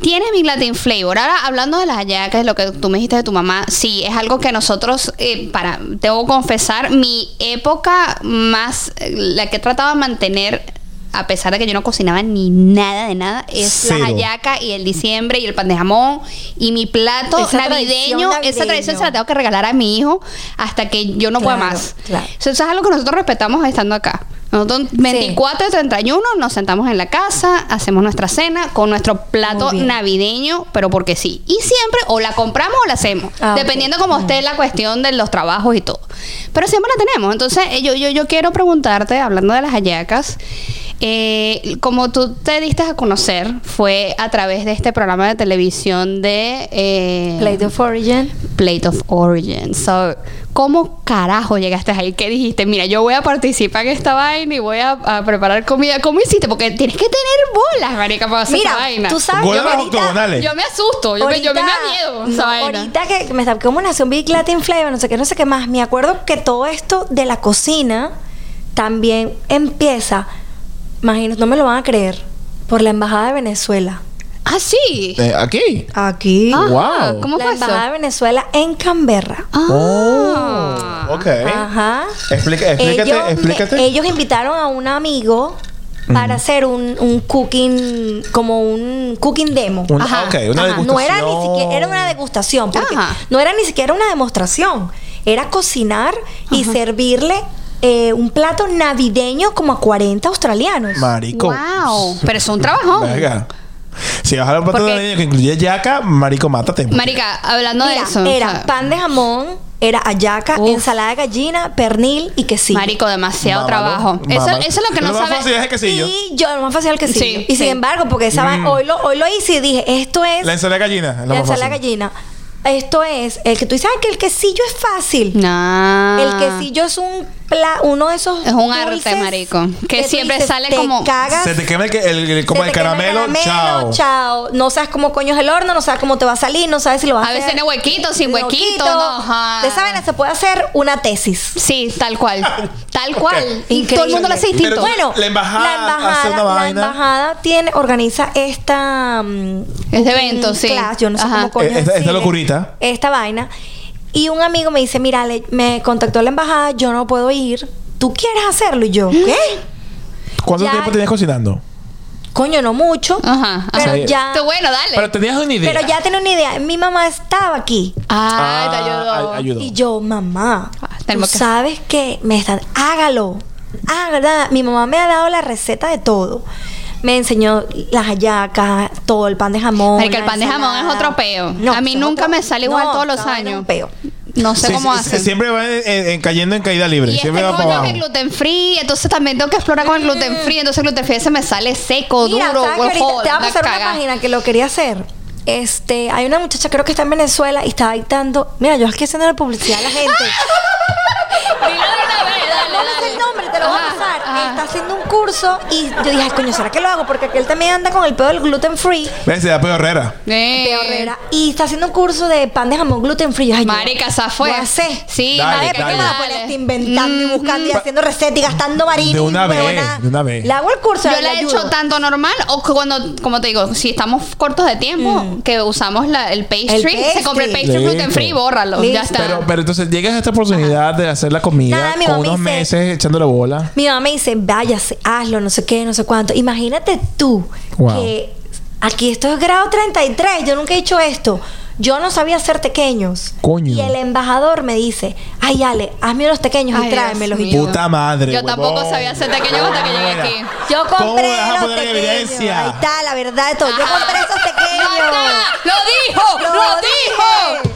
tiene mi Latin flavor. Ahora, hablando de las hallacas, lo que tú me dijiste de tu mamá, sí, es algo que nosotros, eh, para, debo confesar, mi época más, eh, la que trataba de mantener. A pesar de que yo no cocinaba ni nada de nada, es Cero. la hallaca y el diciembre y el pan de jamón y mi plato Esa navideño, tradición esa tradición navideño. se la tengo que regalar a mi hijo hasta que yo no pueda Claro, más. claro. Eso es algo que nosotros respetamos estando acá. Nosotros 24 y 31 nos sentamos en la casa, hacemos nuestra cena con nuestro plato Muy bien. navideño, pero porque sí. Y siempre o la compramos o la hacemos, Ah, ok. dependiendo como esté la cuestión de los trabajos y todo. Pero siempre la tenemos. Entonces, eh, yo, yo, yo quiero preguntarte, hablando de las hallacas, eh, como tú te diste a conocer, fue a través de este programa de televisión de... eh, Plate of origin. Plate of Origin. So, ¿cómo carajo llegaste ahí? ¿Qué dijiste? Mira, yo voy a participar en esta vaina y voy a, a preparar comida. ¿Cómo hiciste? Porque tienes que tener bolas, marica, para hacer Mira, esa vaina. tú sabes Golas ahorita- octogonales. Yo me asusto, yo, me, yo me da miedo esa no, vaina. ahorita que me está como nació un Big Latin Flavor, no sé qué, no sé qué más. Me acuerdo que todo esto de la cocina también empieza, imagino, no me lo van a creer, por la Embajada de Venezuela. Ah, sí. Eh, aquí. Aquí. Ah, wow. ¿Cómo la fue eso? Embajada de Venezuela en Canberra. Ah. Oh, ok. Ajá. Explica- explícate, ellos, me- explícate. ellos invitaron a un amigo para hacer un, un cooking, como un cooking demo. Una, Ajá. ok, una Ajá, Ah, degustación. No era ni siquiera, era una degustación, porque Ajá. no era ni siquiera una demostración, era cocinar y servirle eh, un plato navideño como a 40 australianos. Marico. Wow. Pero es un trabajón. Verga. Si vas a un plato Porque- navideño que incluye yaca, marico, mátate. Marica, hablando Mira, de eso. era o sea, pan de jamón, era ayaca, Uf. ensalada de gallina, pernil y quesillo. Marico, demasiado Mámalo, trabajo. Eso, mámalo. eso es lo que no más sabes. fácil es el quesillo. Mm. Y yo lo más fácil el quesillo. Sí, y sí. sin embargo, porque esa va- hoy, lo, hoy lo hice y dije, esto es La ensalada de gallina. es la La más ensalada de fácil. gallina. Esto es el que tú dices "Ah, que el quesillo es fácil. No. El quesillo es un pla- uno de esos Ah. Es un arte, dulces marico, que tú siempre sale te como- cagas, Se te quema el, que- el- el- como se el te quema caramelo, chao. chao. No sabes cómo coño es el horno, no sabes cómo te va a salir, no sabes si lo vas a A veces tiene huequito, sin huequito. no, ajá. Te saben, se puede hacer una tesis. Sí, tal cual. Tal cual. Y Increíble. Todo el mundo lo hace distinto. Pero- bueno, la embajada la hace embajada, una la vaina. embajada tiene, organiza esta mm, Este evento, mm, sí. class, yo no sé Ajá. cómo coño Eh, esta- esta decirle, locurita. Esta vaina. Y un amigo me dice, mira, Ale, me contactó la embajada, yo no puedo ir. ¿Tú quieres hacerlo? Y yo, ¿qué? ¿Cuánto Ya- tiempo tenías cocinando? Coño, no mucho. Ajá, ajá. Pero Sí. ya. Tú, bueno, dale. Pero tenías una idea. Pero ya tenía una idea. Mi mamá estaba aquí. Ay, te ayudó. Ah, ay- ayudó. Y yo, mamá, Ah, tú tenemos que- sabes que me están. Hágalo. Hágalo. Mi mamá me ha dado la receta de todo. Me enseñó las hallacas, todo, el pan de jamón. Marica, el la pan de jamón ensalada. es otro peo. A mí eso es nunca me sale igual todos los esa vaina es años. un peo. No sé Sí, cómo sí, sí, hacen. siempre va en- en- en- cayendo en caída libre. y este siempre va para coño que abajo. es gluten free, entonces también tengo que explorar con el gluten free. Entonces el gluten free se me sale seco, Mm. Mira, duro, ¿sabes que ahorita huevo, te voy a una pasar una caga. página que lo quería hacer. Este, hay una muchacha, creo que está en Venezuela y está dictando. Mira, yo aquí haciendo la publicidad a la gente. Dilo de una vez, dale, No sé dale. el nombre, te lo voy a Ajá, pasar. ajá. Está haciendo un curso y yo dije, "Ay, coño, ¿será que lo hago? Porque aquel también anda con el pedo del gluten free. Ves, se da peor Herrera. Eh. de Herrera, y está haciendo un curso de pan de jamón gluten free. Yo, "Ay, yo Marica, esa fue. lo hace. Sí, Mm. Dale, marica, dale. que Ah, dale. pues, estoy inventando y buscando y Pa- haciendo recetas y gastando marina. De una y vez, huevona. de una vez. Le hago el curso. Yo le la he ayudo. hecho tanto normal o que cuando, como te digo, si estamos cortos de tiempo, que usamos la- el, pastry, Mm. El pastry. se compra el pastry Listo. gluten free, bórralo, Listo. ya está. Pero, pero entonces llegas a esta oportunidad de hacer la comida Nada, mi con mamá unos dice- meses echándole bola. ¿verdad? Mi mamá me dice, váyase, hazlo, no sé qué, no sé cuánto. Imagínate tú Wow. que aquí esto es grado 33, yo nunca he hecho esto. Yo no sabía hacer tequeños. Coño. Y el embajador me dice, ay, Ale, hazme unos tequeños Ay, y tráemelos. Dios Y yo, mío. Puta madre. Yo tampoco huevón. sabía hacer tequeños hasta que llegué aquí. yo ¿Cómo compré vas a los poner en tequeños. evidencia? Ahí está, la verdad de todo. Yo Ah. compré esos tequeños. ¡Lo dijo! ¡Lo, Lo dijo!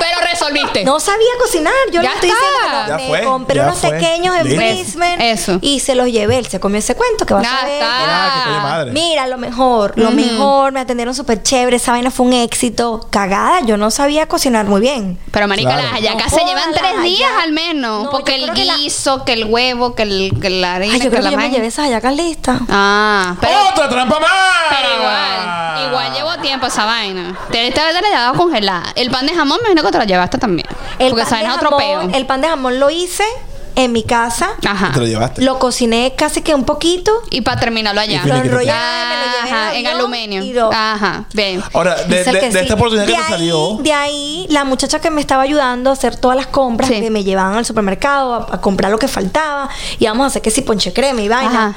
Pero resolviste. No sabía cocinar, yo Ya le estoy está. diciendo que Ya me fue, compré ya unos fue. tequeños en Listo. Brisbane Eso. y se los llevé. Él se comió ese cuento que vas Ya a ver. está. Ah, que coño madre. Mira, lo mejor, lo mejor, me atendieron súper chévere, esa vaina fue un éxito. Cagada, yo no sabía cocinar muy bien. Pero marica, Claro. las hallacas No se joda, llevan las tres días hallacas. al menos. No, porque yo el creo que la- guiso, que el huevo, que, el, que la harina, Ay, yo que creo que la yo me vaina. llevé ¡Oh, esas hallacas listas. Ah, pero, ¡Otra trampa más! pero igual. Igual llevo tiempo esa vaina. Te te la llevado congelada. El pan de jamón, me imagino que te lo llevaste también. porque esa vaina es otro peo. Ah. jamón, el pan de jamón lo hice en mi casa, Ajá. Te lo llevaste. lo cociné casi que un poquito, Y para terminarlo allá. Y lo Finiquito. enrollé, me lo llevé Ajá, en avión aluminio. y lo- Ajá, bien. Ahora, de, Dice de- que de sí. esta oportunidad De que te ahí- salió. De ahí, la muchacha que me estaba ayudando a hacer todas las compras, Sí. que me llevaban al supermercado a, a comprar lo que faltaba, y vamos a hacer que si ponche crema y vaina. Ajá.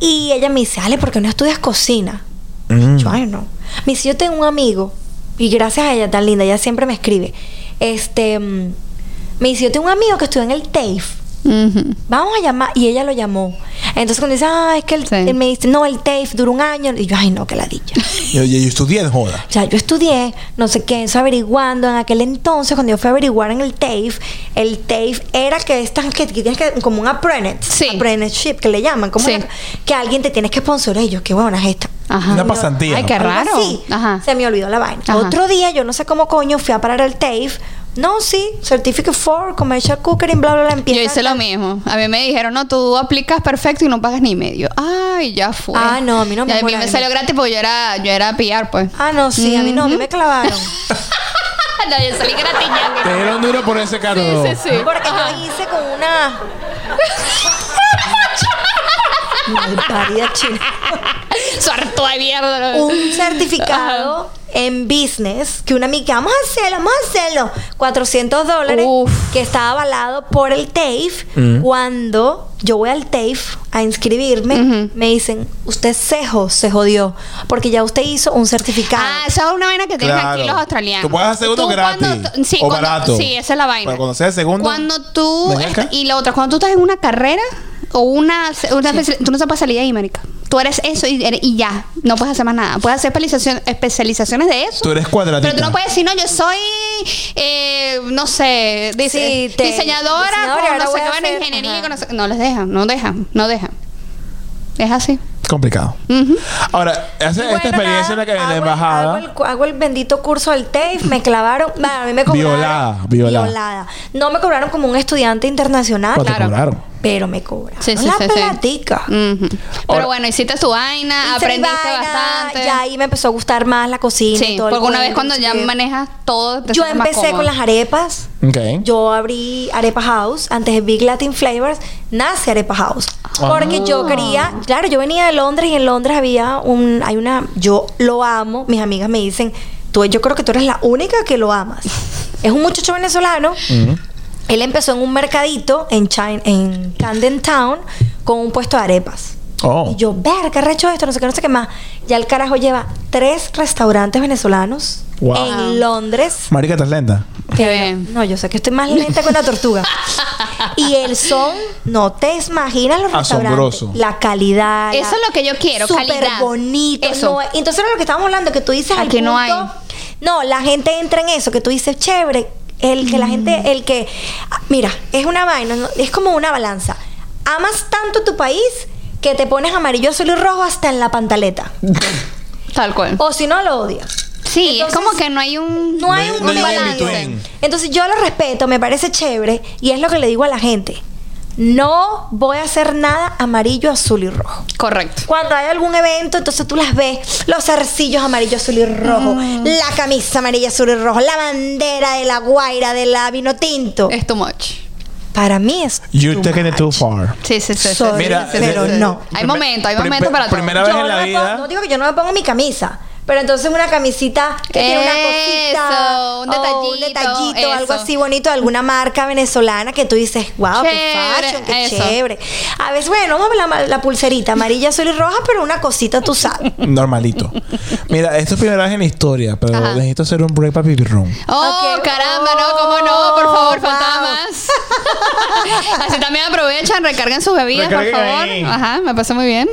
Y ella me dice, Ale, ¿por qué no estudias cocina? Mm. Yo, ay, no. Me dice, yo tengo un amigo, y gracias a ella tan linda, ella siempre me escribe. Este, mm, me dice, yo tengo un amigo que estudia en el TAFE. Ujú. Vamos a llamar. Y ella lo llamó. Entonces cuando dice, ah, es que el, Sí. él me dice, no, el TAFE dura un año. Y yo, ay, no, que la dicha. Yo, yo- yo estudié en joda. O sea, yo estudié, no sé qué, eso averiguando. En aquel entonces, cuando yo fui a averiguar en el TAFE, el TAFE era que estas que que tienes que, como un apprentice, Sí. apprenticeship, que le llaman, como Sí. una- que alguien te tienes que sponsorar. Y yo, qué buena es esta. Ajá. Una pasantía. Ay, qué Algo raro. así. Ajá. Se me olvidó la vaina. Ajá. Otro día, yo no sé cómo coño, fui a parar al TAFE. No, sí, Certificate for Commercial Cooking, bla, bla, bla. Empieza Yo hice lo mismo. A mí me dijeron, no, tú aplicas perfecto y no pagas ni medio. Ay, ya fue. Ah, no, a mí no Y me A mí me juraron. salió gratis porque yo era, yo era PR, pues. Ah, no, sí, a mí no, a mí me clavaron. no, yo salí gratis Te ya. dieron duro por ese carro. Sí, sí, sí. Porque yo hice con una. Malparida china. Suertuda de mierda. un certificado en business que una amiga, vamos a hacerlo, vamos a hacerlo, 400 dólares, Uf. que estaba avalado por el TAFE. Mm. Cuando yo voy al TAFE a inscribirme, Ujú. me dicen, usted cejo, se jodió, porque ya usted hizo un certificado. Ah, esa es una vaina que tienen Claro. aquí los australianos. Tú puedes hacer uno Tú gratis cuando t- sí, o cuando- barato. Sí, esa es la vaina. Pero cuando sea el segundo, Cuando tú. ven acá. est- Y la otra, cuando tú estás en una carrera o una. una especial- Tú no sabes salir de ahí, marica. Tú eres eso y, eres- y ya. No puedes hacer más nada. Puedes hacer especialización- especializaciones de eso. Tú eres cuadradita. Pero tú no puedes decir, no, yo soy, eh, no sé, dise- Sí, te- diseñadora, diseñadora, con ahora no sé voy a qué, vaina, hacer- ingeniería, ajá. con no sé- No les dejan, no dejan, no dejan. Es así. Complicado. Ujú. Ahora, hace Bueno, esta experiencia en la, que- en nada, hago la el- embajada. hago el, cu- hago el bendito curso del TAFE, me clavaron. bueno, a mí me cobraron. Violada, violada. No me cobraron como un estudiante internacional, Cuando te claro. cobraron. pero me cobraron. Sí, sí, la sí, sí. platica. Ujú. Ahora- Pero bueno, hiciste tu vaina, Hice mi aprendiste vaina, bastante. Ya ahí me empezó a gustar más la cocina. y sí, todo el porque una vez cuando cuento, no sé ya qué. manejas todo, te Yo sientes más empecé cómodo. con las arepas. Ok. Yo abrí Arepa House, antes de Big Latin Flavors, nace Arepa House. Porque yo quería, claro, yo venía de Londres y en Londres había un, hay una, yo lo amo, mis amigas me dicen, tú, yo creo que tú eres la única que lo amas. Es un muchacho venezolano, él empezó en un mercadito en, China, en Camden Town con un puesto de arepas. Oh. Y yo, verga, recho esto, no sé qué, no sé qué más. Ya el carajo lleva tres restaurantes venezolanos Wow. en Londres. Marica, estás lenta. Qué bien. No, yo sé que estoy más lenta que una tortuga. y el son, no te imaginas los Asombroso. restaurantes. La calidad. Eso es lo que yo quiero, súper calidad. bonito. Eso. no, entonces era lo que estábamos hablando, que tú dices al Aquí no punto- hay. No, la gente entra en eso, que tú dices, chévere. El que la gente, el que. ah, Mira, es una vaina, ¿no? es como una balanza. Amas tanto tu país que te pones amarillo, azul y rojo hasta en la pantaleta. Tal cual. O si no, lo odias. Sí, es Oh, Entonces, como que no hay un. No hay No hay- un no hay un balance. in-between. Entonces yo lo respeto, me parece chévere y es lo que le digo a la gente. No voy a hacer nada amarillo, azul y rojo. Correcto. Cuando hay algún evento, entonces tú las ves, los zarcillos amarillo, azul y rojo, la camisa amarilla, azul y rojo, la bandera de la guaira, de la vino tinto. Es too much. Para mí es... You're taking it too far. Sí, sí, sí. sí, Sorry, sí, sí, sí, pero sí, sí. no. Hay momentos, hay Primer- momentos para todo. primera vez Yo en no la me pongo- vida. no digo que yo no me pongo mi camisa, Pero entonces una camisita que tiene una cosita. Eso, un o un detallito, detallito, algo eso. así bonito de alguna marca venezolana que tú dices, wow, qué Chévere, fashion, qué eso. chévere. A veces, bueno, vamos a la, la pulserita amarilla, azul y roja, pero una cosita tú sabes. Normalito. Mira, esto es primera vez en la historia, pero Ajá. necesito hacer un break para Baby Room. Oh, Ok. caramba, no, cómo no, por favor, Wow. faltaba más. Así también aprovechan, recarguen sus bebidas, por Recarguen favor. ahí. Ajá, me pasó muy bien.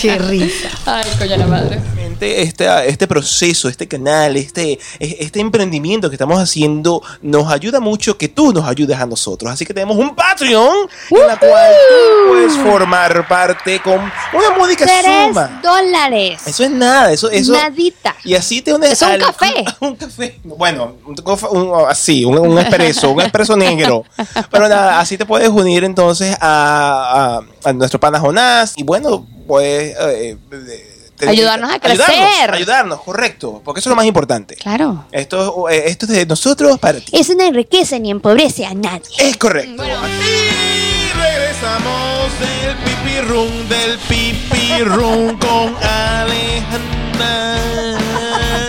Qué risa. Ay, coño la madre. Este, este, este proceso, este canal, este, este emprendimiento que estamos haciendo nos ayuda mucho que tú nos ayudes a nosotros. Así que tenemos un Patreon en la cual tú puedes formar parte con una módica Tres suma. dólares. Eso es nada, eso, eso. Nadita. Y así te unes Es un al- café. Un café. Bueno, un cof- un- así, un, un expreso, un expreso negro. Pero nada, así te puedes unir entonces a, a- a nuestro pana Jonás. Y bueno, pues. eh, eh, te- Ayudarnos a crecer. Ayudarnos, ayudarnos, correcto. Porque eso es lo más importante. Claro. Esto, eh, esto es de nosotros para ti. Eso no enriquece ni empobrece a nadie. Es correcto. Y regresamos del pipirrum, del pipirrum con Alejandra,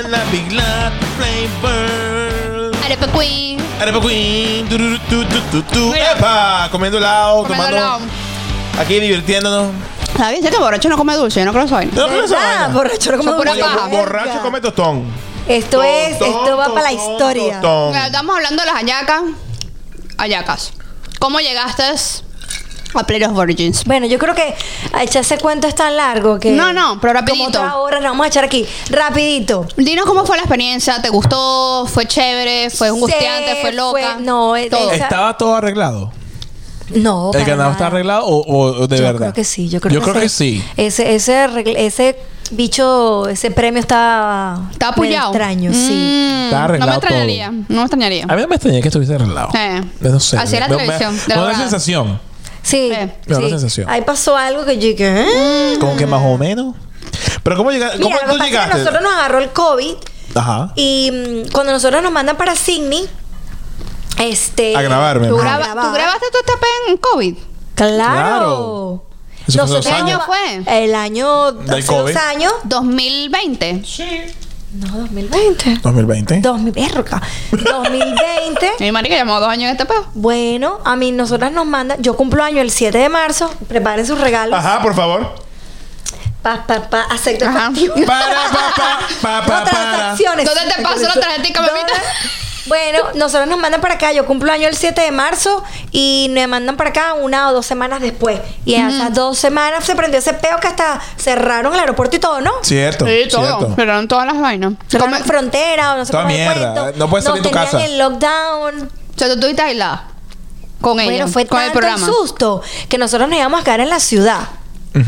la Big Lat Flavor. Arepa Queen. Arepa Queen, tururú, tu, tu, tu, tu. Mira. Epa, comiendo helado, Comiendo tomando. helado. Aquí divirtiéndonos. Sabes que borracho no come dulce, yo no creo que soy. No, pero esa Ah, vaina. borracho no como Son pura verga. paja. Borracho come tostón. Esto es, Tostón, esto va para la tostón, historia. Tostón. Mira, Eh, Estamos hablando de las ayacas. Ayacas. ¿Cómo llegaste a Play of Virgins? Bueno, yo creo que a echarse cuento es tan largo que. No, no, pero rapidito. Como otra hora nos vamos a echar aquí. Rapidito. Dinos cómo fue la experiencia, ¿te gustó? ¿Fue chévere? ¿Fue angustiante? Se ¿Fue loca? fue- no, eh, todo. esa- ¿Estaba todo arreglado? No, ¿El para canal nada. está arreglado o, o- o de yo verdad? creo que sí. Yo creo, yo que, creo que ese- sí. Ese, ese, arregl- ese bicho, ese premio está. ¿Está medio apoyado? extraño, sí. Mm, Está arreglado No me extrañaría, todo. no me extrañaría. A mí me extrañé que estuviese arreglado. Eh. No sé. Así era la me- me- televisión, de Me la da la verdad. sensación. Sí. Eh. Me da la sí. sensación. Ahí pasó algo que yo dije. ¿eh? Como que más o menos. Pero ¿cómo, llegaste? Mira, Mm, ¿cómo lo tú que pasa es que llegaste? nosotros nos agarró el COVID Ajá. y mm, cuando nosotros nos mandan para Sydney, este. A grabar, me ¿Tú, Ah, graba- grabar. tú grabaste tu etapa en COVID? Claro. Claro. Eso fue hace dos Nosotros- años. ¿Qué año fue? El año. Del hace dos COVID. años. 2020. No, 2020. 2020. 2000, verga. 2020. Mi marica llamó dos años en este peo. Bueno, a mí nosotras nos mandan. Yo cumplo año el 7 de marzo. Preparen sus regalos. Ajá, por favor. Pa, pa, pa, acepto. Ajá. Para, pa, pa, pa, pa, No, para. transacciones. ¿Dónde te paso la tarjetica, ¿Dónde? mamita? Bueno, nosotros nos mandan para acá. Yo cumplo año el 7 de marzo y me mandan para acá una o dos semanas después. Y a esas dos semanas se prendió ese peo que hasta cerraron el aeropuerto y todo, ¿no? Cierto. Sí, todo. Cierto. Pero eran todas las vainas. Cerraron frontera o no sé Toda cómo es el mierda. cuento. No puedes salir de Nos tu tenían casa. en lockdown. O sea, tú estuviste aislada con ella, Bueno, fue con el tanto el programa. susto que nosotros nos íbamos a quedar en la ciudad.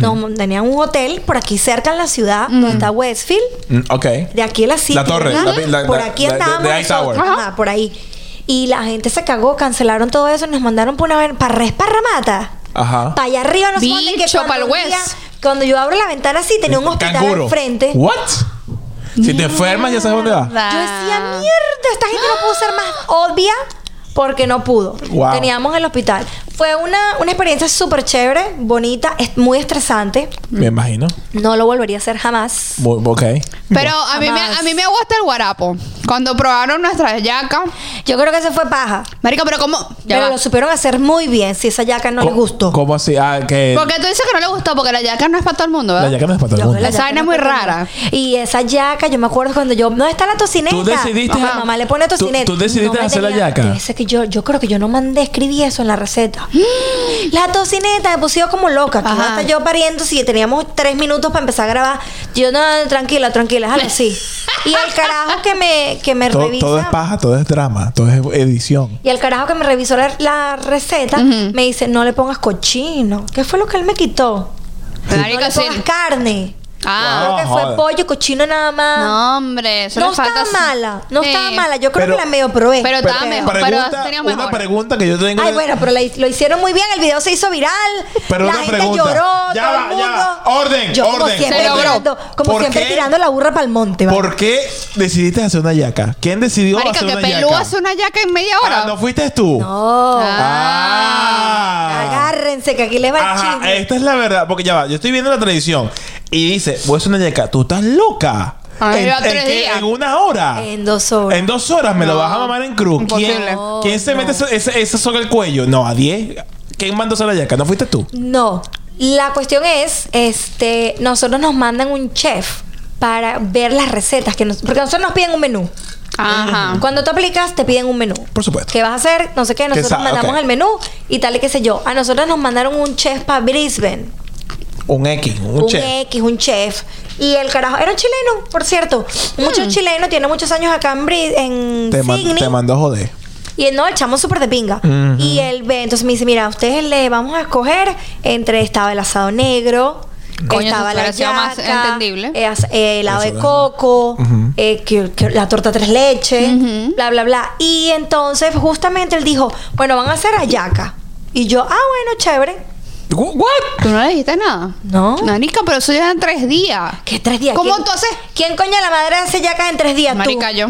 Nos tenían un hotel por aquí cerca en la ciudad, donde está Westfield. Mm, Ok. De aquí a la city, La torre, ¿verdad? la- la- por la- aquí la- de- andábamos. de Ice nosotros, Tower. ajá, por ahí. Y la gente se cagó, cancelaron todo eso, nos mandaron por una ven- para Resparramata. Ajá. Para allá arriba nos ponen que Bicho, cuando pa'l un día- West. Cuando yo abro la ventana así tenía un hospital Canguro. enfrente. What? Si te enfermas, ya sabes dónde vas. Yo decía, mierda, esta gente no pudo ser más obvia porque no pudo. Wow. Teníamos el hospital. Fue una, una experiencia súper chévere, bonita, es muy estresante. Me imagino. No lo volvería a hacer jamás. Bu- Ok. Pero a mí, me, Jamás. a mí me gusta el guarapo. Cuando probaron nuestras yacas. Yo creo que se fue paja. Marica, pero ¿cómo? Ya pero va. lo supieron hacer muy bien si esa yaca no le Co- gustó. ¿Cómo así? Ah, que. Porque tú dices que no le gustó, porque la yaca no es para todo el mundo, La ¿verdad? yaca no es para todo el Yo creo mundo. que Esa Pues vaina yaca no es muy fue tan rara. buena. Y esa yaca, yo me acuerdo cuando yo. ¿Dónde está la tocineta? Tú decidiste- Ajá, Ajá. mamá le pone Tú- tocineta. tú decidiste me hacer la tenía- yaca. Ese que yo, yo creo que yo no mandé, escribí eso en la receta. la tocineta me pusieron como loca. Que Ajá. hasta yo pariendo, si teníamos tres minutos para empezar a grabar. Yo, no, no, tranquila, tranquila, déjalo así. y el carajo que me, que me To- Todo, revisa. es paja, todo es drama, todo es edición. Y el carajo que me revisó la, la receta me dice, no le pongas cochino. ¿Qué fue lo que él me quitó? No Marica, le sí. pongas carne. Ah. Wow. Creo que fue joder. pollo, cochino nada más. No, No, hombre. Eso le estaba falta... mala. No estaba Sí. mala. Yo creo Pero- que la medio probé. pero estaba mejor. pero Pregunta- tenía Una mejor. pregunta que yo tengo. Ay, bueno, pero la hi- lo hicieron muy bien. El video se hizo viral. Pero la una gente pregunta. lloró. Ya todo va, el mundo. ya va. Orden, Yo como orden, siempre, orden. tirando, como ¿Por siempre qué? tirando la burra para el monte. ¿vale? ¿Por qué decidiste hacer una yaca? ¿Quién decidió Marica, hacer que una yaca? pelú hace una yaca en media hora. Ah, ¿no fuiste tú? No. Ah. Agárrense, que aquí les va el Ajá, chisme. esta es la verdad. Porque ya va, yo estoy viendo la televisión y dice, voy a hacer una yaca. Tú estás loca. A Ah, mí me lleva en, tres qué? días. ¿En una hora. En dos horas. En dos horas me lo vas a mamar en cruz. ¿Quién, Imposible. quién se No, mete ese- ese, ese sobre el cuello? No, a 10. ¿Quién mandó esa la yaca? ¿No fuiste tú? No. La cuestión es, este, nosotros nos mandan un chef para ver las recetas que nos, porque nosotros nos piden un menú. Ah. Ajá. Cuando tú aplicas te piden un menú. Por supuesto. ¿Qué vas a hacer? No sé qué. Nosotros sabe? mandamos Ok. el menú y tal y qué sé yo. A nosotros nos mandaron un chef para Brisbane. Un X, un, un, chef. X, un chef. Y el carajo era un chileno, por cierto. Mucho chileno, tiene muchos años acá en, Bri- en Mm. Te, man- Sydney. te mandó a joder. Y él, no, el chamo es súper de pinga. Y él ve, entonces me dice, mira, ustedes le vamos a escoger entre estaba el asado negro, Coño, estaba eso la hubiera sido yaca, más entendible. eh, as- eh, helado Eso de era- coco, eh, que- que la torta tres leches, bla, bla, bla. Y entonces justamente él dijo, bueno, van a hacer ayaca. Y yo, ah, bueno, chévere. ¿What? ¿Tú no le dijiste nada? No. Marica, pero eso ya en tres días. ¿Qué tres días? ¿Cómo ¿Quién- tú haces? ¿Quién coño de la madre hace yaca en tres días? tú? Marica, yo.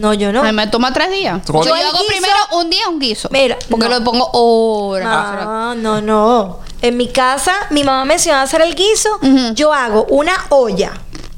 No, yo no. A mí me toma tres días. ¿Cómo? Yo, Yo el hago guiso- primero un día un guiso. Mira, Porque no. Ah. lo pongo horas. No, no, no. En mi casa, mi mamá me enseñó a hacer el guiso. Ujú. Yo hago una olla.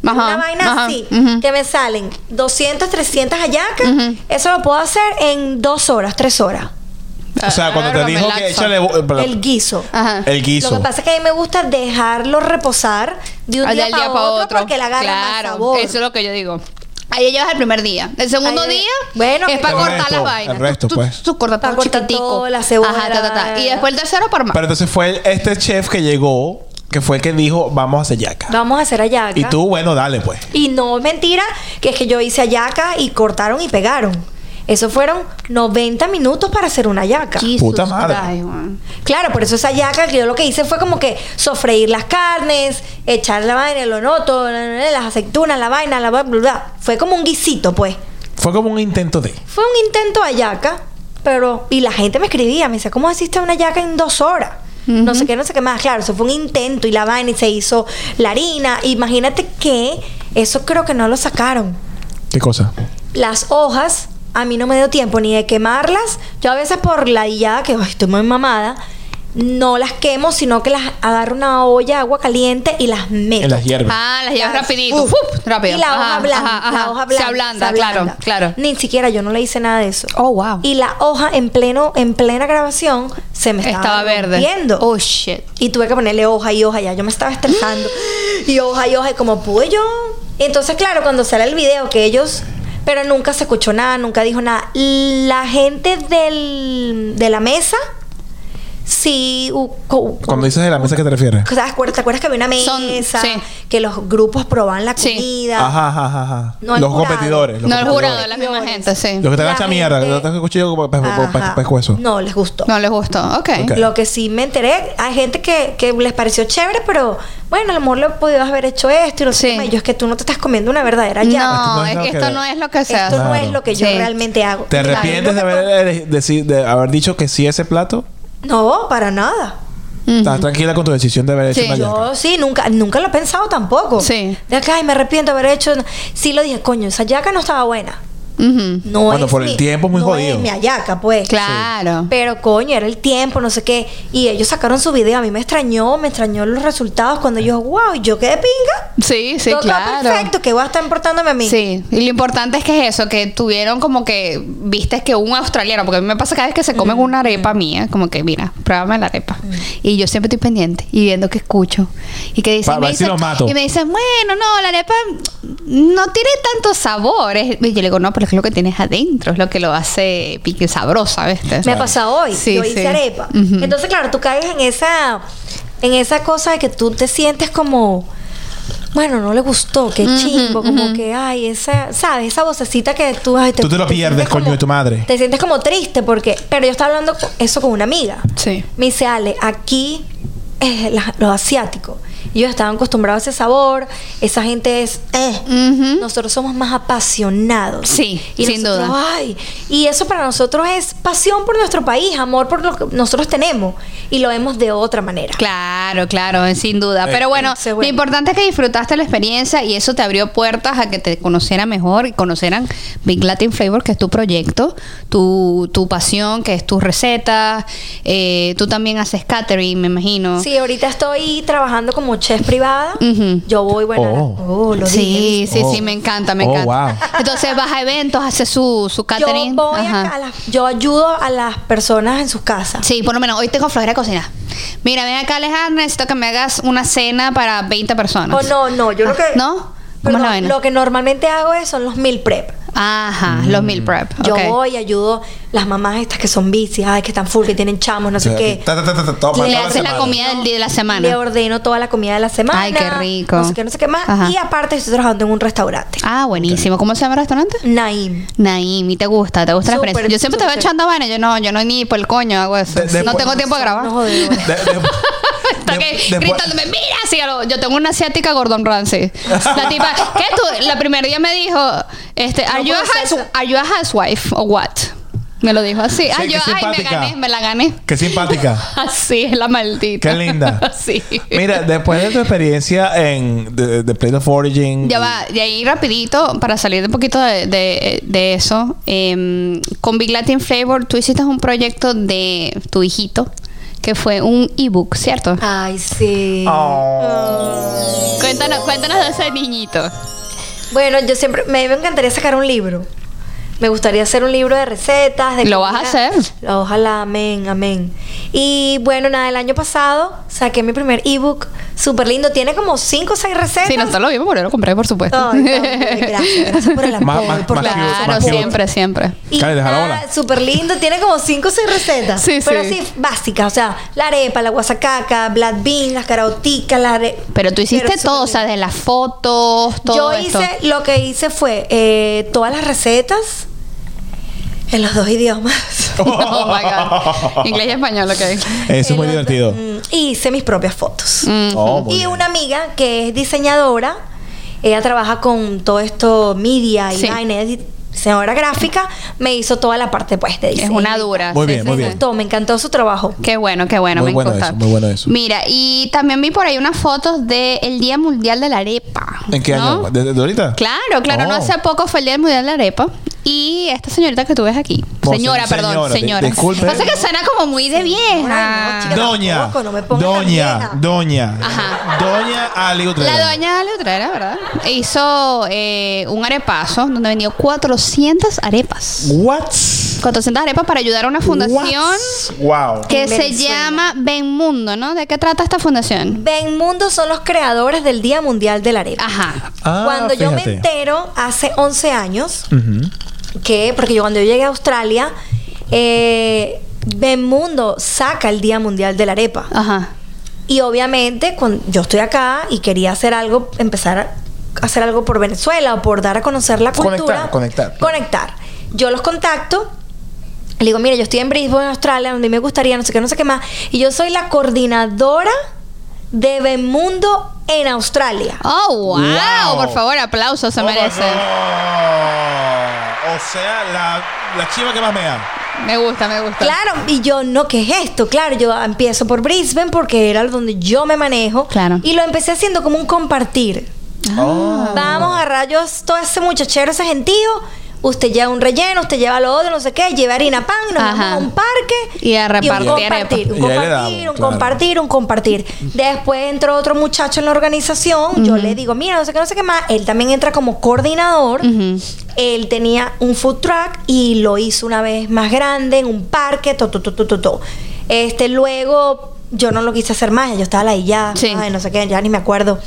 Ajá, una vaina ajá, así, ujú. que me salen 200, 300 hallacas. Ujú. Eso lo puedo hacer en dos horas, tres horas. O Ah, sea, cuando te Verga, dijo me que laxa. échale. bo- eh, pero- El guiso. Ajá. el guiso. Lo que pasa es que a mí me gusta dejarlo reposar de un Al día, del para día pa' otro, porque le agarra más claro, sabor. Eso es lo que yo digo. Ahí llevas el primer día. El segundo Ahí- día Bueno, es pero- para El cortar resto, las vainas. el resto, tú, pues. Tú, tú cortas Para todo cortar chiquitico. todo, la cebolla, Ajá, ta, ta, ta. Y la- después el tercero para más. Pero entonces fue el- este chef que llegó, que fue el que dijo, vamos a hacer yaca. Vamos a hacer hallaca. Y tú, bueno, dale pues. Y no es mentira que es que yo hice hallaca y cortaron y pegaron. Eso fueron 90 minutos para hacer una hallaca. Jesus Puta madre. Christ, man. Claro, por eso esa yaca que yo lo que hice fue como que sofreír las carnes, echar la vaina, el onoto, la- la- la- las aceitunas, la vaina, la bla, bla, bla. Fue como un guisito, pues. Fue como un intento de. Fue un intento de yaca, pero. Y la gente me escribía, me decía, ¿cómo hiciste una yaca en dos horas? No sé qué, no sé qué más. Claro, eso fue un intento y la vaina y se hizo la harina. Imagínate que eso creo que no lo sacaron. ¿Qué cosa? Las hojas, a mí no me dio tiempo ni de quemarlas. Yo a veces por la ladillada, que ay, estoy muy mamada, no las quemo, sino que las agarro una olla de agua caliente y las meto. En las hierbas. Ah, las llevas Las- rapidito. uf. Fup, rápido. Y la hoja, Ajá, blanda, ajá, ajá. la hoja blanda. Se ablanda, claro, claro. Ni siquiera yo no le hice nada de eso. Oh, wow. Y la hoja en pleno, en plena grabación se me estaba, Estaba verde. rompiendo. Oh, shit. Y tuve que ponerle hoja y hoja ya. Yo me estaba estresando. y hoja y hoja. Y como pude yo. Entonces, claro, cuando sale el video que ellos. Pero nunca se escuchó nada, nunca dijo nada. La gente del, de la mesa. Sí. u- co- Cuando dices de la mesa, ¿a ¿qué te refieres? ¿Te acuerdas, te acuerdas que había una mesa? Son- sí. Que los grupos probaban la Sí. comida. Ajá, ajá, ajá, ajá. No, el los jurado. competidores. No, el competidores. jurado, la misma gente, sí. Los que te La dan esa mierda, que gente- te dan el cuchillo para Ajá. pescuezo. No, les gustó. No les gustó. Ok. Ok. Lo que sí me enteré, hay gente que, que les pareció chévere, pero bueno, a lo mejor lo podías haber hecho esto y no sé Sí. qué más. Yo es que tú no te estás comiendo una verdadera yaca. No, es que esto no es lo que se Esto hace. no es lo que yo Sí. realmente hago. ¿Te Claro. arrepientes de haber, ele- deci- de haber dicho que sí a ese plato? No, para nada. ¿Estás tranquila con tu decisión de haber hecho Sí. una yaca? Yo sí, nunca, nunca lo he pensado tampoco. Sí. De acá, ay, me arrepiento de haber hecho. Sí lo dije, coño, esa yaca no estaba buena. Ujú. No Bueno, es por el mi- tiempo es muy no jodido. Es mi ayaca, pues. Claro. Pero coño, era el tiempo, no sé qué. Y ellos sacaron su video. A mí me extrañó, me extrañó los resultados cuando yo, wow, yo quedé pinga. Sí, sí, Todo quedó claro. perfecto, que va a estar importándome a mí. Sí, y lo importante es que es eso, que tuvieron como que, viste que un australiano, porque a mí me pasa cada vez que se comen una arepa mía, como que, mira, pruébame la arepa. Y yo siempre estoy pendiente y viendo que escucho. Y que dicen, Pa- me ver si dicen- lo mato. y me dicen, bueno, no, la arepa no tiene tantos sabores. Y yo le digo, no, pero es que lo que tienes adentro, es lo que lo hace pique sabrosa, ¿viste? Me ha pasado hoy. Sí, yo sí. hice arepa. Ujú. Entonces, claro, tú caes en esa, en esa cosa de que tú te sientes como. Bueno, no le gustó, qué chingo, como que, ay, esa, ¿sabes? Esa vocecita que tú... ay, Tú te lo pierdes, sientes coño, como- de tu madre. Te sientes como triste porque... Pero yo estaba hablando co- eso con una amiga. Sí. Me dice, Ale, aquí eh, la- los asiáticos, ellos estaban acostumbrados a ese sabor, esa gente es... eh. Ujú. Nosotros somos más apasionados. ¿Mm? Sí, y sin nosotros, duda. ay, y eso para nosotros es pasión por nuestro país, amor por lo que nosotros tenemos. Y lo vemos de otra manera. Claro, claro, eh, sin duda. Eh, Pero bueno, se lo vuelve. importante es que disfrutaste la experiencia y eso te abrió puertas a que te conocieran mejor y conocieran Big Latin Flavor, que es tu proyecto, tu, tu pasión, que es tus recetas. Eh, tú también haces catering, me imagino. Sí, ahorita estoy trabajando como chef privada, Ujú. yo voy, bueno, Oh. oh, lo dije, Sí, sí, Oh. sí, me encanta, me Oh, encanta. wow. Entonces vas a eventos, hace su, su Yo catering. voy a Ajá. ca- a las- yo ayudo a las personas en sus casas. Sí, por lo menos hoy tengo flojera de cocinar. Mira, ven acá, Alejandra, necesito que me hagas una cena para 20 personas. O Oh, no, no, yo lo Ah, que ¿no? ¿Cómo es Perdón, la vaina? Lo que normalmente hago es son los meal prep. Ajá, los meal Mm. prep. Yo ok. voy, ayudo las mamás estas que son bicis, ay, que están full, que tienen chamos, no sé qué. Ta, ta, ta, ta, ta, toma, Le toda haces la semana. comida del día de la semana. Le ordeno toda la comida de la semana. Ay, qué rico. No sé qué, no sé qué más. Ajá. Y aparte estoy trabajando en un restaurante. Ah, buenísimo. ¿Cómo se llama el restaurante? Naim. Naim, ¿y te gusta? ¿Te gusta la Súper, experiencia? Yo siempre te veo súper. echando vaina. Yo no, yo no ni por el coño hago eso. De- no después- tengo tiempo de grabar. No jodedores. De- de- Está de- que después- gritándome, mira, sí, a lo- yo tengo una asiática Gordon Ramsay. La tipa, ¿qué tú? La primer día me dijo, este, are, No you a puede ser house- eso. are you a housewife o what? Me lo dijo así. Sí, ay, qué yo, ay, me simpática. gané, me la gané. Qué simpática. Así es la maldita. Qué linda. sí. Mira, después de tu experiencia en The, The Place of Origin. Ya va, y ahí rapidito, para salir un poquito de, de- de eso, em, con Big Latin Flavor tú hiciste un proyecto de tu hijito, que fue un ebook, ¿cierto? Ay, sí. Oh. Cuéntanos, cuéntanos de ese niñito. Bueno, yo siempre me, me encantaría sacar un libro. Me gustaría hacer un libro de recetas. De ¿Lo vas a comida. hacer? Ojalá, amén, amén. Y bueno, nada, el año pasado saqué mi primer ebook. Súper lindo. Tiene como 5 o 6 recetas. Sí, nosotros lo vimos porque lo compré, por supuesto. Ay, no, gracias, gracias por el Más- apoyo, más- por más la- cute, Claro, más cute. siempre, siempre. Y Dale, déjala nada, bola. súper lindo, tiene como 5 o 6 recetas. Sí, pero sí. así básicas, o sea, la arepa, la guasacaca, black bean, las caroticas, la are- Pero tú hiciste Pero todo, o súper sea, de las fotos, todo Yo esto. hice, lo que hice fue eh, todas las recetas en los dos idiomas. Oh my God. Inglés y español, ok. Eso es En muy los dos- divertido. Mm, Y hice mis propias fotos. Mm. Oh, muy y bien. una amiga que es diseñadora, ella trabaja con todo esto media y Sí. vaina, es diseñadora gráfica, me hizo toda la parte pues de diseño. Es una dura. Muy sí, bien, sí, sí. Me muy bien. encantó, me encantó su trabajo. Qué bueno, qué bueno, Muy me bueno encanta. eso, muy bueno eso. Mira, y también vi por ahí unas fotos del Día Mundial de la Arepa. ¿En qué ¿no? año? ¿Desde ahorita? Claro, claro, no Oh. hace poco fue el Día Mundial de la Arepa. Y esta señorita que tú ves aquí. No, Señora, se- perdón, señora, de- señora. disculpe. Pasa que suena como muy de vieja. Ay, no, chica. Doña. Tampoco, no me pongas tan doña. vieja. Doña. Ajá. Doña Ali Utrera. La doña Ale Utrera, ¿verdad? Hizo eh, un arepazo donde vendió 400 arepas. What? 400 arepas para ayudar a una fundación What? Wow. que En se Venezuela. llama Ben Mundo, ¿no? ¿De qué trata esta fundación? Benmundo son los creadores del Día Mundial de la Arepa. Ajá. Ah, cuando yo me fíjate. entero, hace 11 años, Ujú. que, porque yo cuando yo llegué a Australia, eh, Benmundo saca el Día Mundial de la Arepa. Ajá. Y obviamente, cuando yo estoy acá y quería hacer algo, empezar a hacer algo por Venezuela o por dar a conocer la Conectar, cultura. conectar. Conectar. Yo los contacto. Le digo, mira, yo estoy en Brisbane, Australia, donde me gustaría, no sé qué, no sé qué más. Y yo soy la coordinadora de Bemundo en Australia. Oh, wow. Wow. Por favor, aplausos se Oh my merece. God. O sea, la, la chiva que más me da. Me gusta, me gusta. Claro, y yo no, ¿qué es esto? Claro, yo empiezo por Brisbane porque era donde yo me manejo. Claro. Y lo empecé haciendo como un compartir. Ah. Vamos a rayos, todo ese muchachero, ese gentío. Usted lleva un relleno, usted lleva lo otro, no sé qué, lleva harina pan, nos Ajá. vamos a un parque. Y a repartir un arepa. compartir, un Y ahí le damos, compartir, un claro. compartir, un compartir. Después entró otro muchacho en la organización, yo le digo, mira, no sé qué, no sé qué más. Él también entra como coordinador. Ujú. Él tenía un food truck y lo hizo una vez más grande en un parque, to, to, to, to, to, to. Este, luego yo no lo quise hacer más, yo estaba la ya, Sí. ay, no sé qué, ya ni me acuerdo.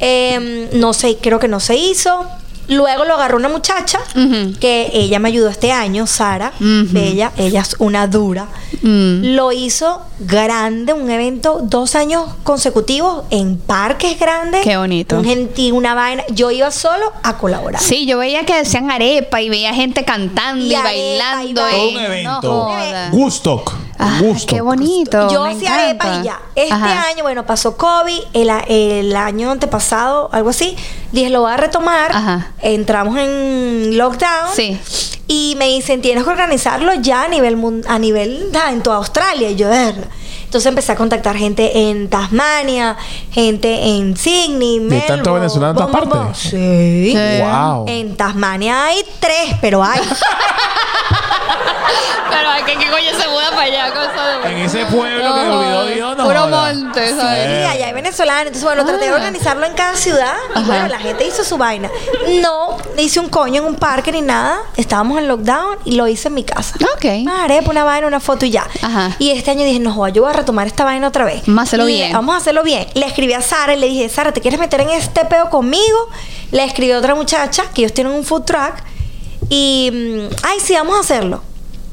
Em, no sé, creo que no se hizo. Luego lo agarró una muchacha Ujú. que ella me ayudó este año, Sara, Ujú. bella, ella es una dura. Mm. Lo hizo grande, un evento dos años consecutivos en parques grandes. Qué bonito. Un gentil, una vaina. Yo iba solo a colaborar. Sí, yo veía que decían arepa y veía gente cantando y, Y arepa, y bailando. baile. y- Todo un evento. No joda. Woodstock. Ah, Woodstock. qué bonito. Yo me hacía arepas encanta. y ya. Este Ajá. año, bueno, pasó COVID, el, a- el año antepasado, algo así. Dije, lo voy a retomar. Ajá. Entramos en lockdown. Sí. Y me dicen, tienes que organizarlo ya a nivel, mun- a nivel ah, en toda Australia. Y yo, verga. Entonces empecé a contactar gente en Tasmania, gente en Sydney, Y hay Melbourne. tanto venezolano en todas bom, bom, bom. partes. Sí. Wow. En Tasmania hay tres, pero hay. Pero ¿qué, qué coño se muda para allá, cosa de... En ese pueblo que olvidó Dios, no Puro joda. monte, Sí, ¿sabes? allá hay venezolanos. Entonces, bueno, traté de Eh. Ah. organizarlo en cada ciudad. Y Ajá. bueno, la gente hizo su vaina. No hice un coño en un parque ni nada. Estábamos en lockdown y lo hice en mi casa. Ok. Una arepa, una vaina, una foto y ya. Ajá. Y este año dije, no, joda, yo voy a retomar esta vaina otra vez. Vamos a hacerlo Y bien. Vamos a hacerlo bien. Le escribí a Sara y le dije, Sara, ¿te quieres meter en este peo conmigo? Le escribí a otra muchacha que ellos tienen un food truck. Y, mm, ay, sí, vamos a hacerlo.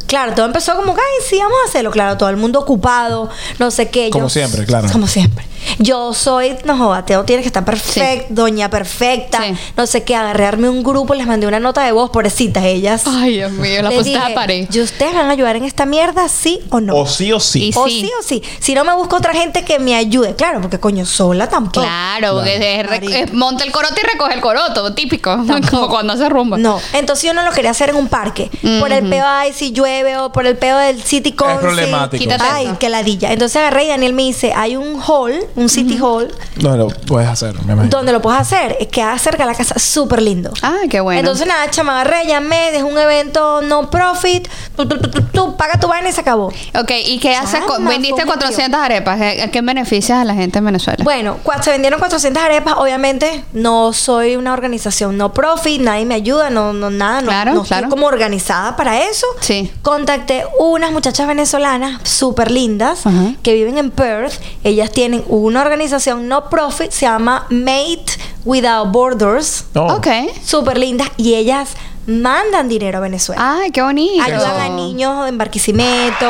Claro, todo empezó como, que, ay, sí, vamos a hacerlo. Claro, todo el mundo ocupado, no sé qué. Como siempre, claro. Como siempre. Yo soy, no joda, Teo tienes que estar perfecta, doña perfecta, Sí. no sé qué, agarrarme un grupo, les mandé una nota de voz, pobrecitas ellas. Ay, Dios mío, la Les puse a la dije, pared. ¿Y ustedes van a ayudar en esta mierda, sí o no? O sí o sí. Y- sí. O ¿Oh, sí o sí. Si no me busco otra gente que me ayude, claro, porque coño, sola tampoco. Claro, que es, Marica. es- monta el coroto y recoge el coroto, típico, como cuando hace rumba. No, entonces yo no lo quería hacer en un parque. Por el peo, ay, si llueve o por el peo del City Council. problemático. Quítate Ay, eso. qué ladilla. Entonces agarré y Daniel me dice, hay un hall, un City Hall, No lo puedes hacer, me imagino. donde lo puedes hacer. Es que cerca de la casa, súper lindo. Ah, qué bueno. Entonces nada, chama, agarré, llamé, dejé un evento no profit, tú, tú, tú, tú, tú, paga tu vaina y se acabó. ok, ¿y qué haces? con- Chama, Vendiste fue un 400 arepas. ¿Qué, qué beneficias a la gente en Venezuela? Bueno, cua- se vendieron 400 arepas, obviamente no soy una organización no profit, nadie me ayuda, no, no nada, no, Claro, no estoy claro. como organizada para eso. Sí. Contacté unas muchachas venezolanas súper lindas Ajá. que viven en Perth, ellas tienen una organización no profit, se llama Mate Without Borders, No. Ok. súper lindas y ellas mandan dinero a Venezuela. Ay, qué bonito. Ayudan a niños en Barquisimeto.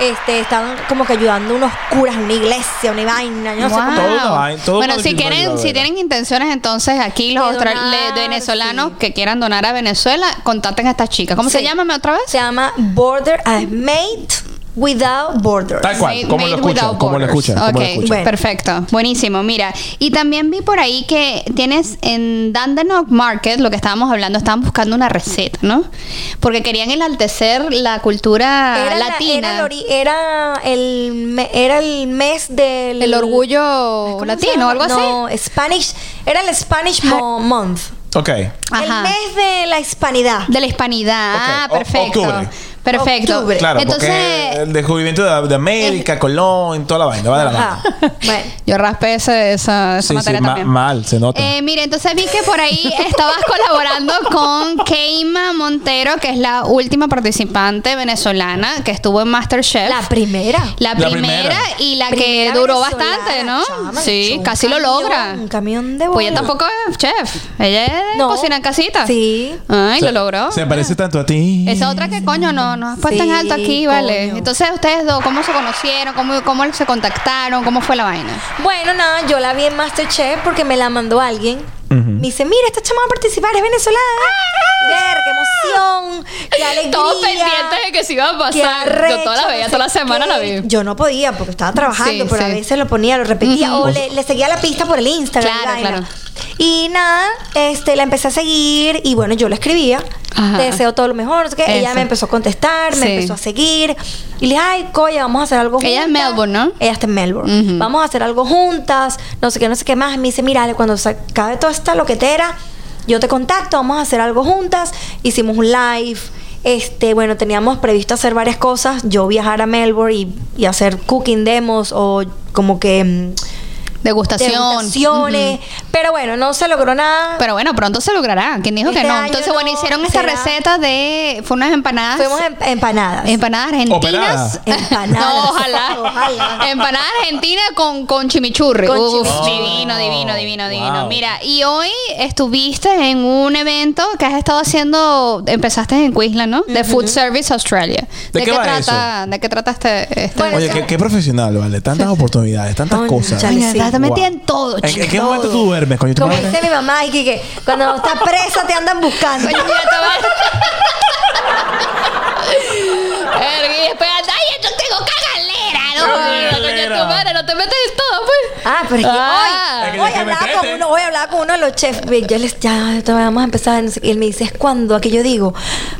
Este, están como que ayudando a unos curas, una iglesia, una vaina, yo no sé Wow. cómo. Todo una vaina- todo bueno, una si ayuda, quieren, ayuda, si ¿verdad? tienen intenciones, entonces aquí los De austra- donar, le- venezolanos sí. que quieran donar a Venezuela, contacten a estas chicas. ¿Cómo se Sí. llaman otra vez? Se llama Border, ah, es Made Without Borders. Tal cual, Made- como Made lo escuchan, Without como lo Borders. escuchan, como lo Ok, escuchan. Bueno. perfecto, buenísimo, mira. Y también vi por ahí que tienes en Dandenong Market, lo que estábamos hablando, estaban buscando una receta, ¿no? Porque querían enaltecer la cultura Era, la- Ah, latina. era el ori- era, el, me- era el mes del... el orgullo ¿cómo se latino llama? o algo así. No, Spanish. Era el Spanish Mo- Month. Ok. Ajá. El mes de la hispanidad. De la hispanidad. Ah, Ok, o- perfecto. octubre. Perfecto. Octubre. Claro, Entonces, Eh. porque el descubrimiento de, de América, Colón, toda la vaina, va de la mano. Ajá. Ah, Bueno. Yo raspé ese- esa, esa Sí, sí, materia ma- también. mal, se nota. Eh, mire, entonces vi que por ahí estabas colaborando con Keima Montero, que es la última participante venezolana que estuvo en Masterchef. La primera. La La primera primera. y la Primera que duró venezolana, bastante, ¿no? chama, sí, un casi lo camión, logra. Un camión de Pues ella bola. tampoco es chef. Ella es de No. cocina en casita. Sí. Ay, Se- lo logró. Ah. Se parece tanto a ti. Esa otra que coño no, no has puesto en Sí, alto aquí, vale. coño. Entonces ustedes dos, ¿cómo se conocieron? ¿Cómo, ¿Cómo se contactaron? ¿Cómo fue la vaina? Bueno, nada, yo la vi en Masterchef porque me la mandó alguien. Me dice, mira, esta chama va a participar, es venezolana. Ver, qué emoción, qué alegría. Todos pendientes de que se iba a qué pasar. Yo toda arrecho, la veía, no toda la sé semana la qué. vi. Yo no podía porque estaba trabajando, Sí, pero a sí. veces lo ponía, lo repetía. Ujú. O le, le seguía la pista por el Instagram. y Claro, vaina. claro. Y nada, este, la empecé a seguir y bueno, yo la escribía. Ajá. Te deseo todo lo mejor. no sé qué. Ella Eso. me empezó a contestar, Sí. me empezó a seguir. Y le dije, ay, coya, vamos a hacer algo Ella es juntas". Melbourne, ¿no? Ella está en Melbourne. Ujú. Vamos a hacer algo juntas, no sé qué, no sé qué más. Y me dice, mira, Ale, cuando se acabe toda esta loquetera, yo te contacto, vamos a hacer algo juntas. Hicimos un live. Este, bueno, teníamos previsto hacer varias cosas. Yo viajar a Melbourne y, y hacer cooking demos o como que mm, Degustación. degustaciones. Pero bueno, no se logró nada. Pero bueno, pronto se logrará. ¿Quién dijo que Este no? año Entonces, bueno, no hicieron esta será. receta de. Fue unas empanadas. Fuimos em- empanadas. ah, Empanadas argentinas. Operadas. Empanadas. No, ojalá. Ojalá. Empanadas argentinas con, con chimichurri. Con Uf, chimichurri. divino, divino, divino, Oh, Wow. divino. Mira, y hoy estuviste en un evento que has estado haciendo, empezaste en Queensland, ¿no? De Food Service Australia. ¿De qué va trata, ¿De qué trata este? este- Bueno, Oye, eso- qué, qué profesional, ¿vale? Tantas oportunidades, tantas Ay, no, cosas. chale, Ay, sí. está metida en Wow. todo, ¿En, chica. en qué momento tú duermes, coño? ¿Tu Como madre? dice mi mamá, y que, que cuando estás presa te andan buscando. Coño, ya te va. Verga, y después anda, ay, yo tengo cagalera, no, Cagalera. coño, tu madre, no te metes en todo, pues. Ah, pero es que Ah. hoy, hoy, Es que me hablaba con mete. uno, hoy hablaba con uno de los chefs. ve, Yo les, ya, te- vamos a empezar. no sé qué, Y él me dice, ¿es cuando? Aquí yo digo,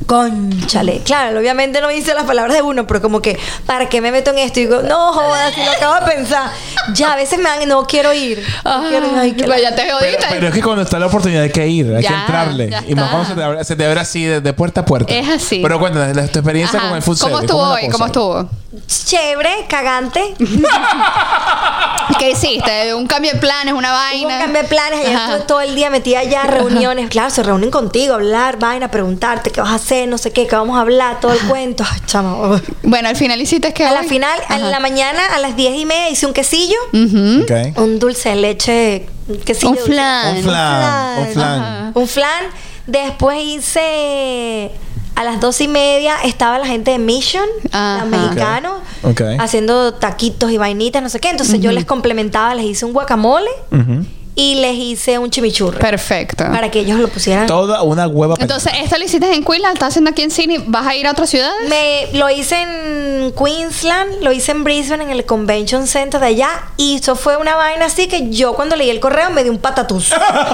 conchale. Claro, obviamente no me dice las palabras de uno, pero como que, ¿para qué me meto en esto? Y digo, no, jodas, si lo acabo de pensar. Ya, a veces me dan, no quiero ir. No quiero ir. Ay, Ay, qué Ah, pero la- ya te Pero, jodiste. pero es que cuando está la oportunidad hay que ir, hay que Ya, entrarle. ya Y más está. cuando se te abre, se te abre así de, de puerta a puerta. Es así. Pero cuéntanos, la- tu experiencia Ajá. con el food ¿Cómo service, estuvo es la hoy? cosa? ¿Cómo estuvo? Chévere, cagante. ¿Qué hiciste? ¿Un cambio de planes? ¿Una Hubo vaina? un cambio de planes. Ayer Ajá. estuve todo el día metida allá, reuniones. Claro, se reúnen contigo, hablar, vaina, preguntarte qué vas a hacer, no sé qué, qué vamos a hablar, todo el cuento. Ay, chama. uy. Bueno, al final hiciste que. A la final, en la mañana, a las diez y media, hice un quesillo, Ok. un dulce de leche, un quesillo. Un dulce. flan. Un flan. flan. Ah, Un flan. Ajá. Un flan. Después hice. A las dos y media estaba la gente de Mission, Ajá. los mexicanos, Ok. haciendo taquitos y vainitas, no sé qué. Entonces yo les complementaba, les hice un guacamole Ujú. y les hice un chimichurri. Perfecto. para que ellos lo pusieran. Toda una hueva. pelada. Entonces, esto lo hiciste en Queens, lo estás haciendo aquí en Cine. ¿Vas a ir a otra ciudad? Me lo hice en Queensland, lo hice en Brisbane, en el Convention Center de allá, y eso fue una vaina así que yo cuando leí el correo me di un patatús.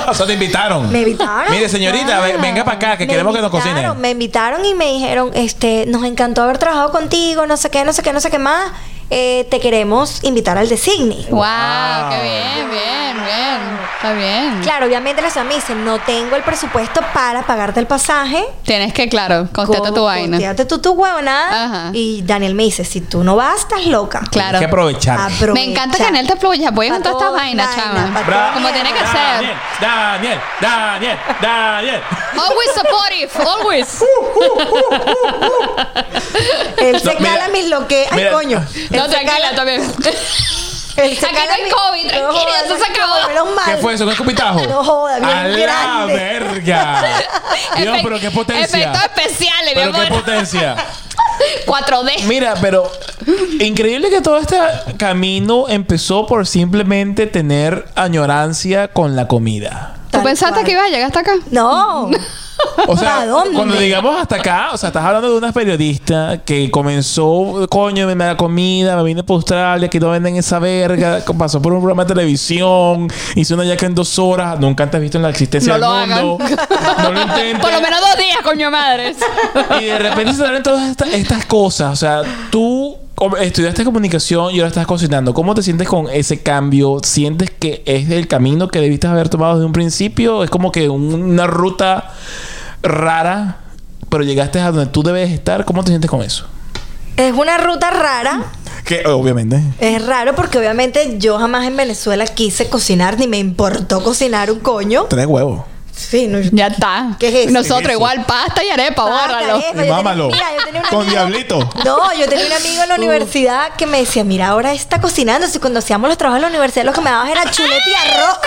o sea, te invitaron. Me invitaron. Mire, señorita, ve- venga para acá, que Me queremos que nos invitaron, cocinen. Me invitaron y me dijeron, este, nos encantó haber trabajado contigo, no sé qué, no sé qué, no sé qué más. Eh, te queremos invitar al de Sydney. Wow, qué bien, bien, bien. Está bien. Claro, obviamente la señora me dice, no tengo el presupuesto para pagarte el pasaje. Tienes que, claro, constata tu Co- vaina. costeate tú tu huevonada. Ajá. Y Daniel me dice, si tú no vas, estás loca. Claro. Hay que aprovechar. Aprovecha. Me encanta que en él te apoya. Voy a Pa' juntar esta todas vaina, vainas, chama. pa' todas Como tiene que mierdas. ser. Daniel, Daniel, Daniel. Always supportive, always. Él se No, mira, cala mis lo que. Ay, mira. coño. Él No, se tranquila cala- también. él se Aquí no cala hay mis- COVID, tranquila, jodas, eso se no, acabó. Menos mal. ¿Qué fue eso? ¿Un escupitajo? No joda, bien ¡A la grande. verga! Dios, Efe- pero qué potencia. Efectos especiales, mi Pero qué amor. potencia. 4D. Mira, pero increíble que todo este camino empezó por simplemente tener añorancia con la comida. ¿Tú Tal pensaste cual. que iba a llegar hasta acá? No. O sea, ¿A dónde? cuando digamos hasta acá, o sea, estás hablando de una periodista que comenzó, coño, me me da comida, me vine para Australia, aquí no venden esa verga, pasó por un programa de televisión, hizo una yaca en dos horas, nunca antes visto en la existencia No lo del mundo. hagan. No lo intenten. Por lo menos dos días, coño madres. Y de repente se salen todas esta- estas cosas. O sea, tú com- estudiaste comunicación y ahora estás cocinando. ¿Cómo te sientes con ese cambio? ¿Sientes que es el camino que debiste haber tomado desde un principio? ¿Es como que un- una ruta rara, pero llegaste a donde tú debes estar? ¿Cómo te sientes con eso? Es una ruta rara. Que obviamente. Es raro porque obviamente yo jamás en Venezuela quise cocinar ni me importó cocinar un coño. Tres huevos. Sí, no. Ya está. ¿Qué es eso? Nosotros ¿Qué es eso? igual, pasta y arepa, Basta, bórralo. Eva, yo tenía- mira, yo tenía un amigo- No, yo tenía un amigo en la universidad que me decía, mira, ahora está cocinando. Si cuando hacíamos los trabajos en la universidad, lo que me dabas era chuleta y arroz.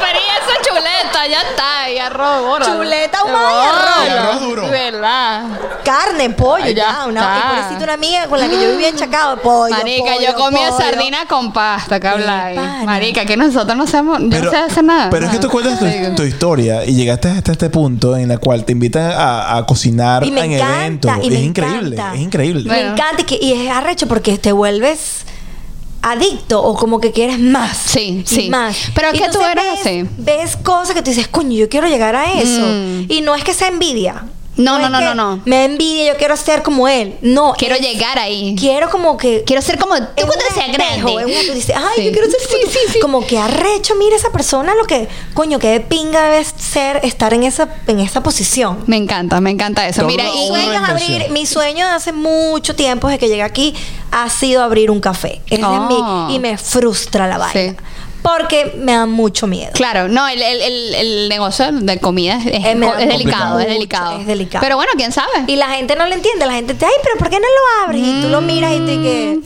Pero y esa chuleta, ya está. Y arroz, bórralo. Chuleta ahumada y arroz. Bórralo. Y arroz duro. ¿Verdad? Carne, pollo, Ay, ya ya. Una, y está. pobrecito, una amiga con la que yo vivía en Chacao, pollo. Marica, pollo, yo comía pollo. sardina con pasta, que habláis. pana. Marica, que nosotros no sabemos, yo no sé hacer nada. pero es que tú nada. cuentas tu, tu historia y llegaste hasta este punto en la cual te invitan a, a cocinar Y me en encanta, eventos. y Es me increíble, encanta. es increíble. Me Bueno. encanta y, que, y es arrecho porque te vuelves adicto o como que quieres más. Sí, y sí. Más. Pero Y que tú entonces eres ves- así. Ves cosas que tú dices, coño, yo quiero llegar a eso. Mm. Y no es que sea envidia. No, no, es no, que no, no. Me envidia, yo quiero ser como él. No. Quiero es- llegar ahí. Quiero como que. Quiero ser como tú en cuando un seas espejo, grande. en un- tú dices, ay, Sí. yo quiero ser Sí, como tú". sí, sí. Como que arrecho, mira esa persona lo que, coño, qué de pinga debe ser estar en esa, en esa posición. Me encanta, me encanta eso. Todo Mira, lo- y- Mi una sueño, es reinvención. abrir, mi sueño de hace mucho tiempo, desde que llegué aquí, ha sido abrir un café. Ese Ah. es mi, y me frustra la vaina. Sí. Porque me da mucho miedo. Claro, no, el, el, el, el negocio de comida es, es- Es medio es delicado, complicado. es delicado. Es delicado. Pero bueno, quién sabe. Y la gente no lo entiende. La gente te ay, pero ¿por qué no lo abres? Y tú lo miras y Mm. te que...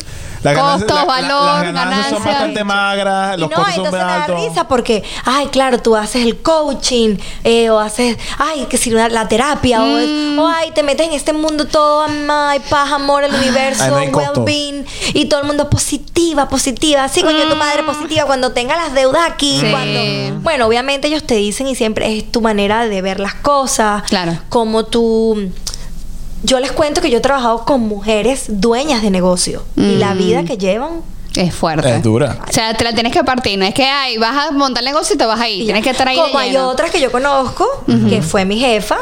Las Costo, ganancias- valor, las ganancias son ganancia. bastante magras, Y los no, costos son entonces me da altos. risa porque, ay, claro, tú haces el coaching eh, o haces, ay, que si una- la terapia o, es- o, ay, te metes en este mundo todo, ay, paz, amor, el Mm. Ay, universo, no hay costo. well-being y todo el mundo positiva, positiva, sí, coño, tu madre Mm. positiva cuando tenga las deudas aquí, Sí. cuando, bueno, obviamente ellos te dicen y siempre es tu manera de ver las cosas, Claro. como tú Mm. yo les cuento que yo he trabajado con mujeres dueñas de negocio y la vida que llevan Es fuerte. Es dura. O sea, te la tienes que partir. No es que, ay, vas a montar el negocio y te vas ahí. Y ya. Tienes que estar ahí. de Como hay lleno. otras que yo conozco, que fue mi jefa.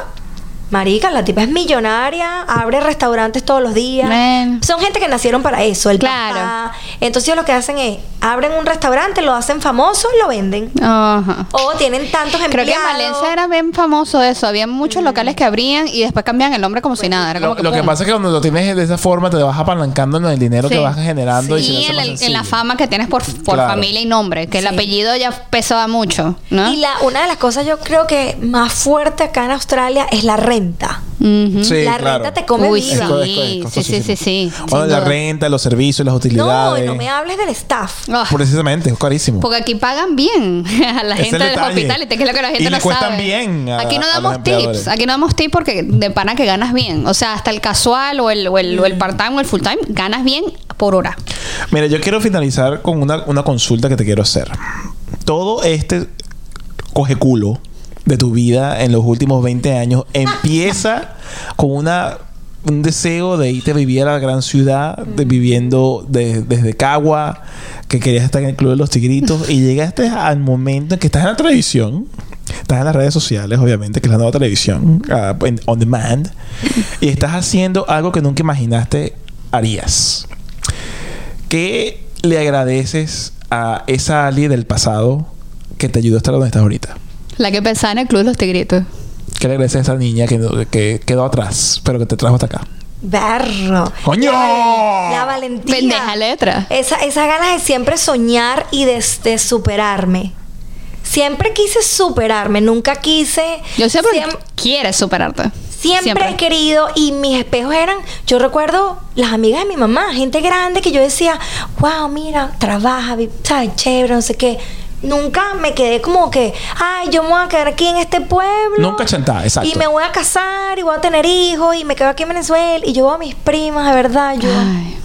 Marica, la tipa es millonaria, abre restaurantes todos los días. Man. Son gente que nacieron para eso, el Claro. papá. Entonces lo que hacen es, abren un restaurante, lo hacen famoso y lo venden. Ajá. O tienen tantos empleados. Creo que en Valencia era bien famoso eso. Había muchos locales que abrían y después cambiaban el nombre como si nada. Era como Lo, lo que pum. pasa es que cuando lo tienes de esa forma te vas apalancando en el dinero Sí. que vas generando y se te y hace en, más el- en sencillo. la fama que tienes por, por Claro. familia y nombre, que el Sí. apellido ya pesaba mucho, ¿no? Y la, una de las cosas yo creo que más fuerte acá en Australia es la renta. Ujú. Sí, la claro. renta te come Uy, viva. sí. co- co- sí, sí, sí, sí, Bueno, sin duda. la renta, los servicios, las No, utilidades. y no me hables del staff. Ah, Precisamente, es carísimo. Oh, porque aquí pagan bien a la Ese gente es el de los detalle. hospitales, que es lo que la gente Y le no cuestan sabe. bien a- aquí no a los damos empleadores. tips, aquí no damos tips porque de pana que ganas bien. O sea, hasta el casual o el, o el, o el part-time o el full-time, ganas bien por hora. Mira, yo quiero finalizar con una, una consulta que te quiero hacer. Todo este coge culo de tu vida en los últimos 20 años empieza con una un deseo de irte a vivir a la gran ciudad, de viviendo de- desde Cagua, que querías estar en el Club de los Tigritos, y llegaste al momento en que estás en la televisión, estás en las redes sociales, obviamente, que es la nueva televisión, ah, en- on demand, y estás haciendo algo que nunca imaginaste harías. ¿Qué le agradeces a esa Ali del pasado que te ayudó a estar donde estás ahorita? La que pensaba en el club de los tigritos. ¿Qué le agradeces a esa niña que, que quedó atrás, pero que te trajo hasta acá? Berro. ¡Coño! La valentía. Pendeja letra. Esa, esas ganas de siempre soñar y de, de superarme. Siempre quise superarme, nunca quise. Yo siempre siem- quieres superarte. siempre, he querido y mis espejos eran. Yo recuerdo las amigas de mi mamá, gente grande que yo decía, wow, mira, trabaja, vi- sabes, chévere, no sé qué. Nunca me quedé como que, ay, yo me voy a quedar aquí en este pueblo. Nunca chantada, exacto. Y me voy a casar y voy a tener hijos y me quedo aquí en Venezuela y yo veo a mis primas, de verdad. Yo, Ay,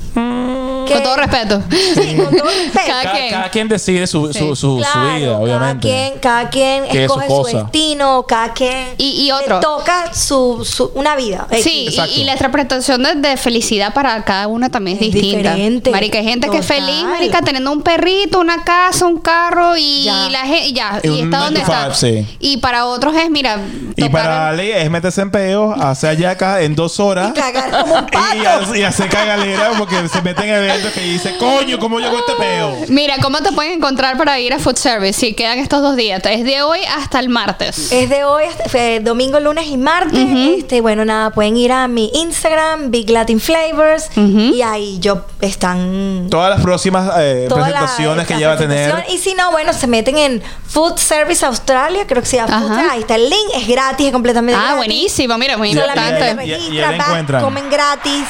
que- Con todo respeto. Sí, con todo respeto. Cada Cada, quien. cada quien decide su, Sí. su, su- su Claro, vida, obviamente. Cada quien, cada quien Que es su escoge su, cosa. destino, cada quien Y- y le otro. toca su, su- una vida. Sí, Exacto. y, y la interpretación de, de felicidad para cada una también es, Es distinta. diferente. Marica, hay gente que es Total. feliz, marica, teniendo un perrito, una casa, un carro y Ya. la gente ya y Y un está donde 9 to está. 5, sí. Y para otros es, mira, Y tocar- para Ali es meterse en peos, hacer ayacas en dos horas. Y cagar como un y, pato. hace- y hacer cagalera porque se meten en eventos que dice, coño, ¿cómo llegó este peo? Mira, ¿cómo te pueden encontrar para ir a Food Service? Si quedan estos dos días, es de hoy hasta el martes. Es de hoy, hasta- fue domingo, lunes y martes. este, bueno, nada, pueden ir a mi Instagram, Big Latin Flavors, Ujú. y ahí yo están Todas las próximas eh, todas las- presentaciones que las ella va a tener. presentaciones. Y si no, bueno, se meten en Food Service Australia, creo que se llama Food Ajá. Service. Ahí está el link, es gratis, es completamente Ah, gratis. buenísimo, mira, muy Solamente importante. te Y- y- y ahí registras, la vas, encuentran. comen gratis.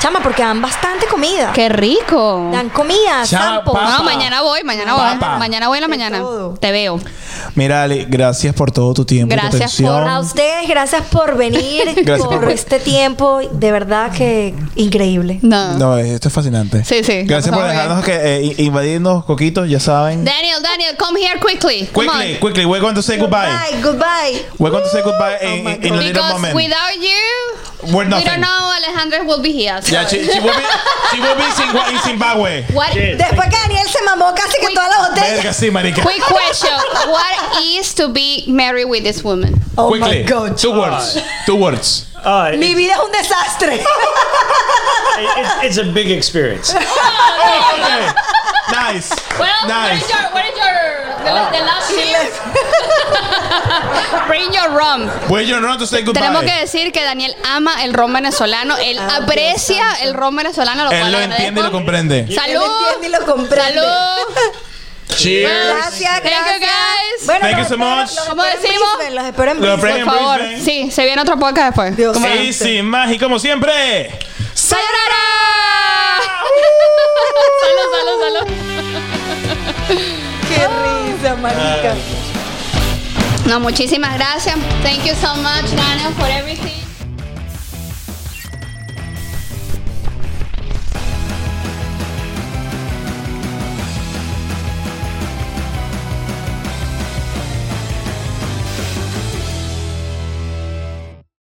Chama, porque dan bastante comida. Qué rico. Dan comida, Chama, sampos. pa- No, Papa. mañana voy, mañana voy. Papa. Mañana voy en la mañana. todo. Te veo. Mira, Ale, gracias por todo tu tiempo y tu Gracias por- atención. A ustedes, gracias por venir, Gracias por por- este tiempo. De verdad que increíble. No. No, esto es fascinante. Ah. Sí, sí, Gracias la por pasamos dejarnos que, eh, invadirnos, coquitos, ya saben. Daniel, Daniel, come here quickly. Come on. Quickly, quickly, we're going to say goodbye. Goodbye. We're going to say goodbye Oh in, my in a God. little Because moment. without you, We're we don't nothing. know Alejandra will be here. so- Yeah, she, she will be, she will be Zimba- in Zimbabwe. What? Shit. Después que Daniel se mamó casi que Uy. todas las botellas. Verga, sí, marica. Quick question. What is to be married with this woman? Oh quickly. my God. Two words. Two words. Uh, it- Mi vida es un desastre. it- it's a big experience. Okay. Nice. nice. your, what is your the, la- the last sip? Bring your rum. We're your round to say goodbye. Tenemos que decir que Daniel ama el ron venezolano. Él aprecia el ron venezolano. Lo Él cual lo agradezco. entiende y lo comprende. Él entiende y lo Salud. comprende. Salud. Cheers. Gracias, Thank you, gracias. guys. Bueno, Thank los you so espero- much. los espero ¿Cómo en decimos? Brisbane, Los espero en Lo Brisbane. Por favor. Sí, se viene otro podcast después. Dios mío. Easy, más y como siempre. ¡Sayonara! salud, salud, salud. Qué risa, marica. No, muchísimas gracias. Thank you so much, Daniel, for everything.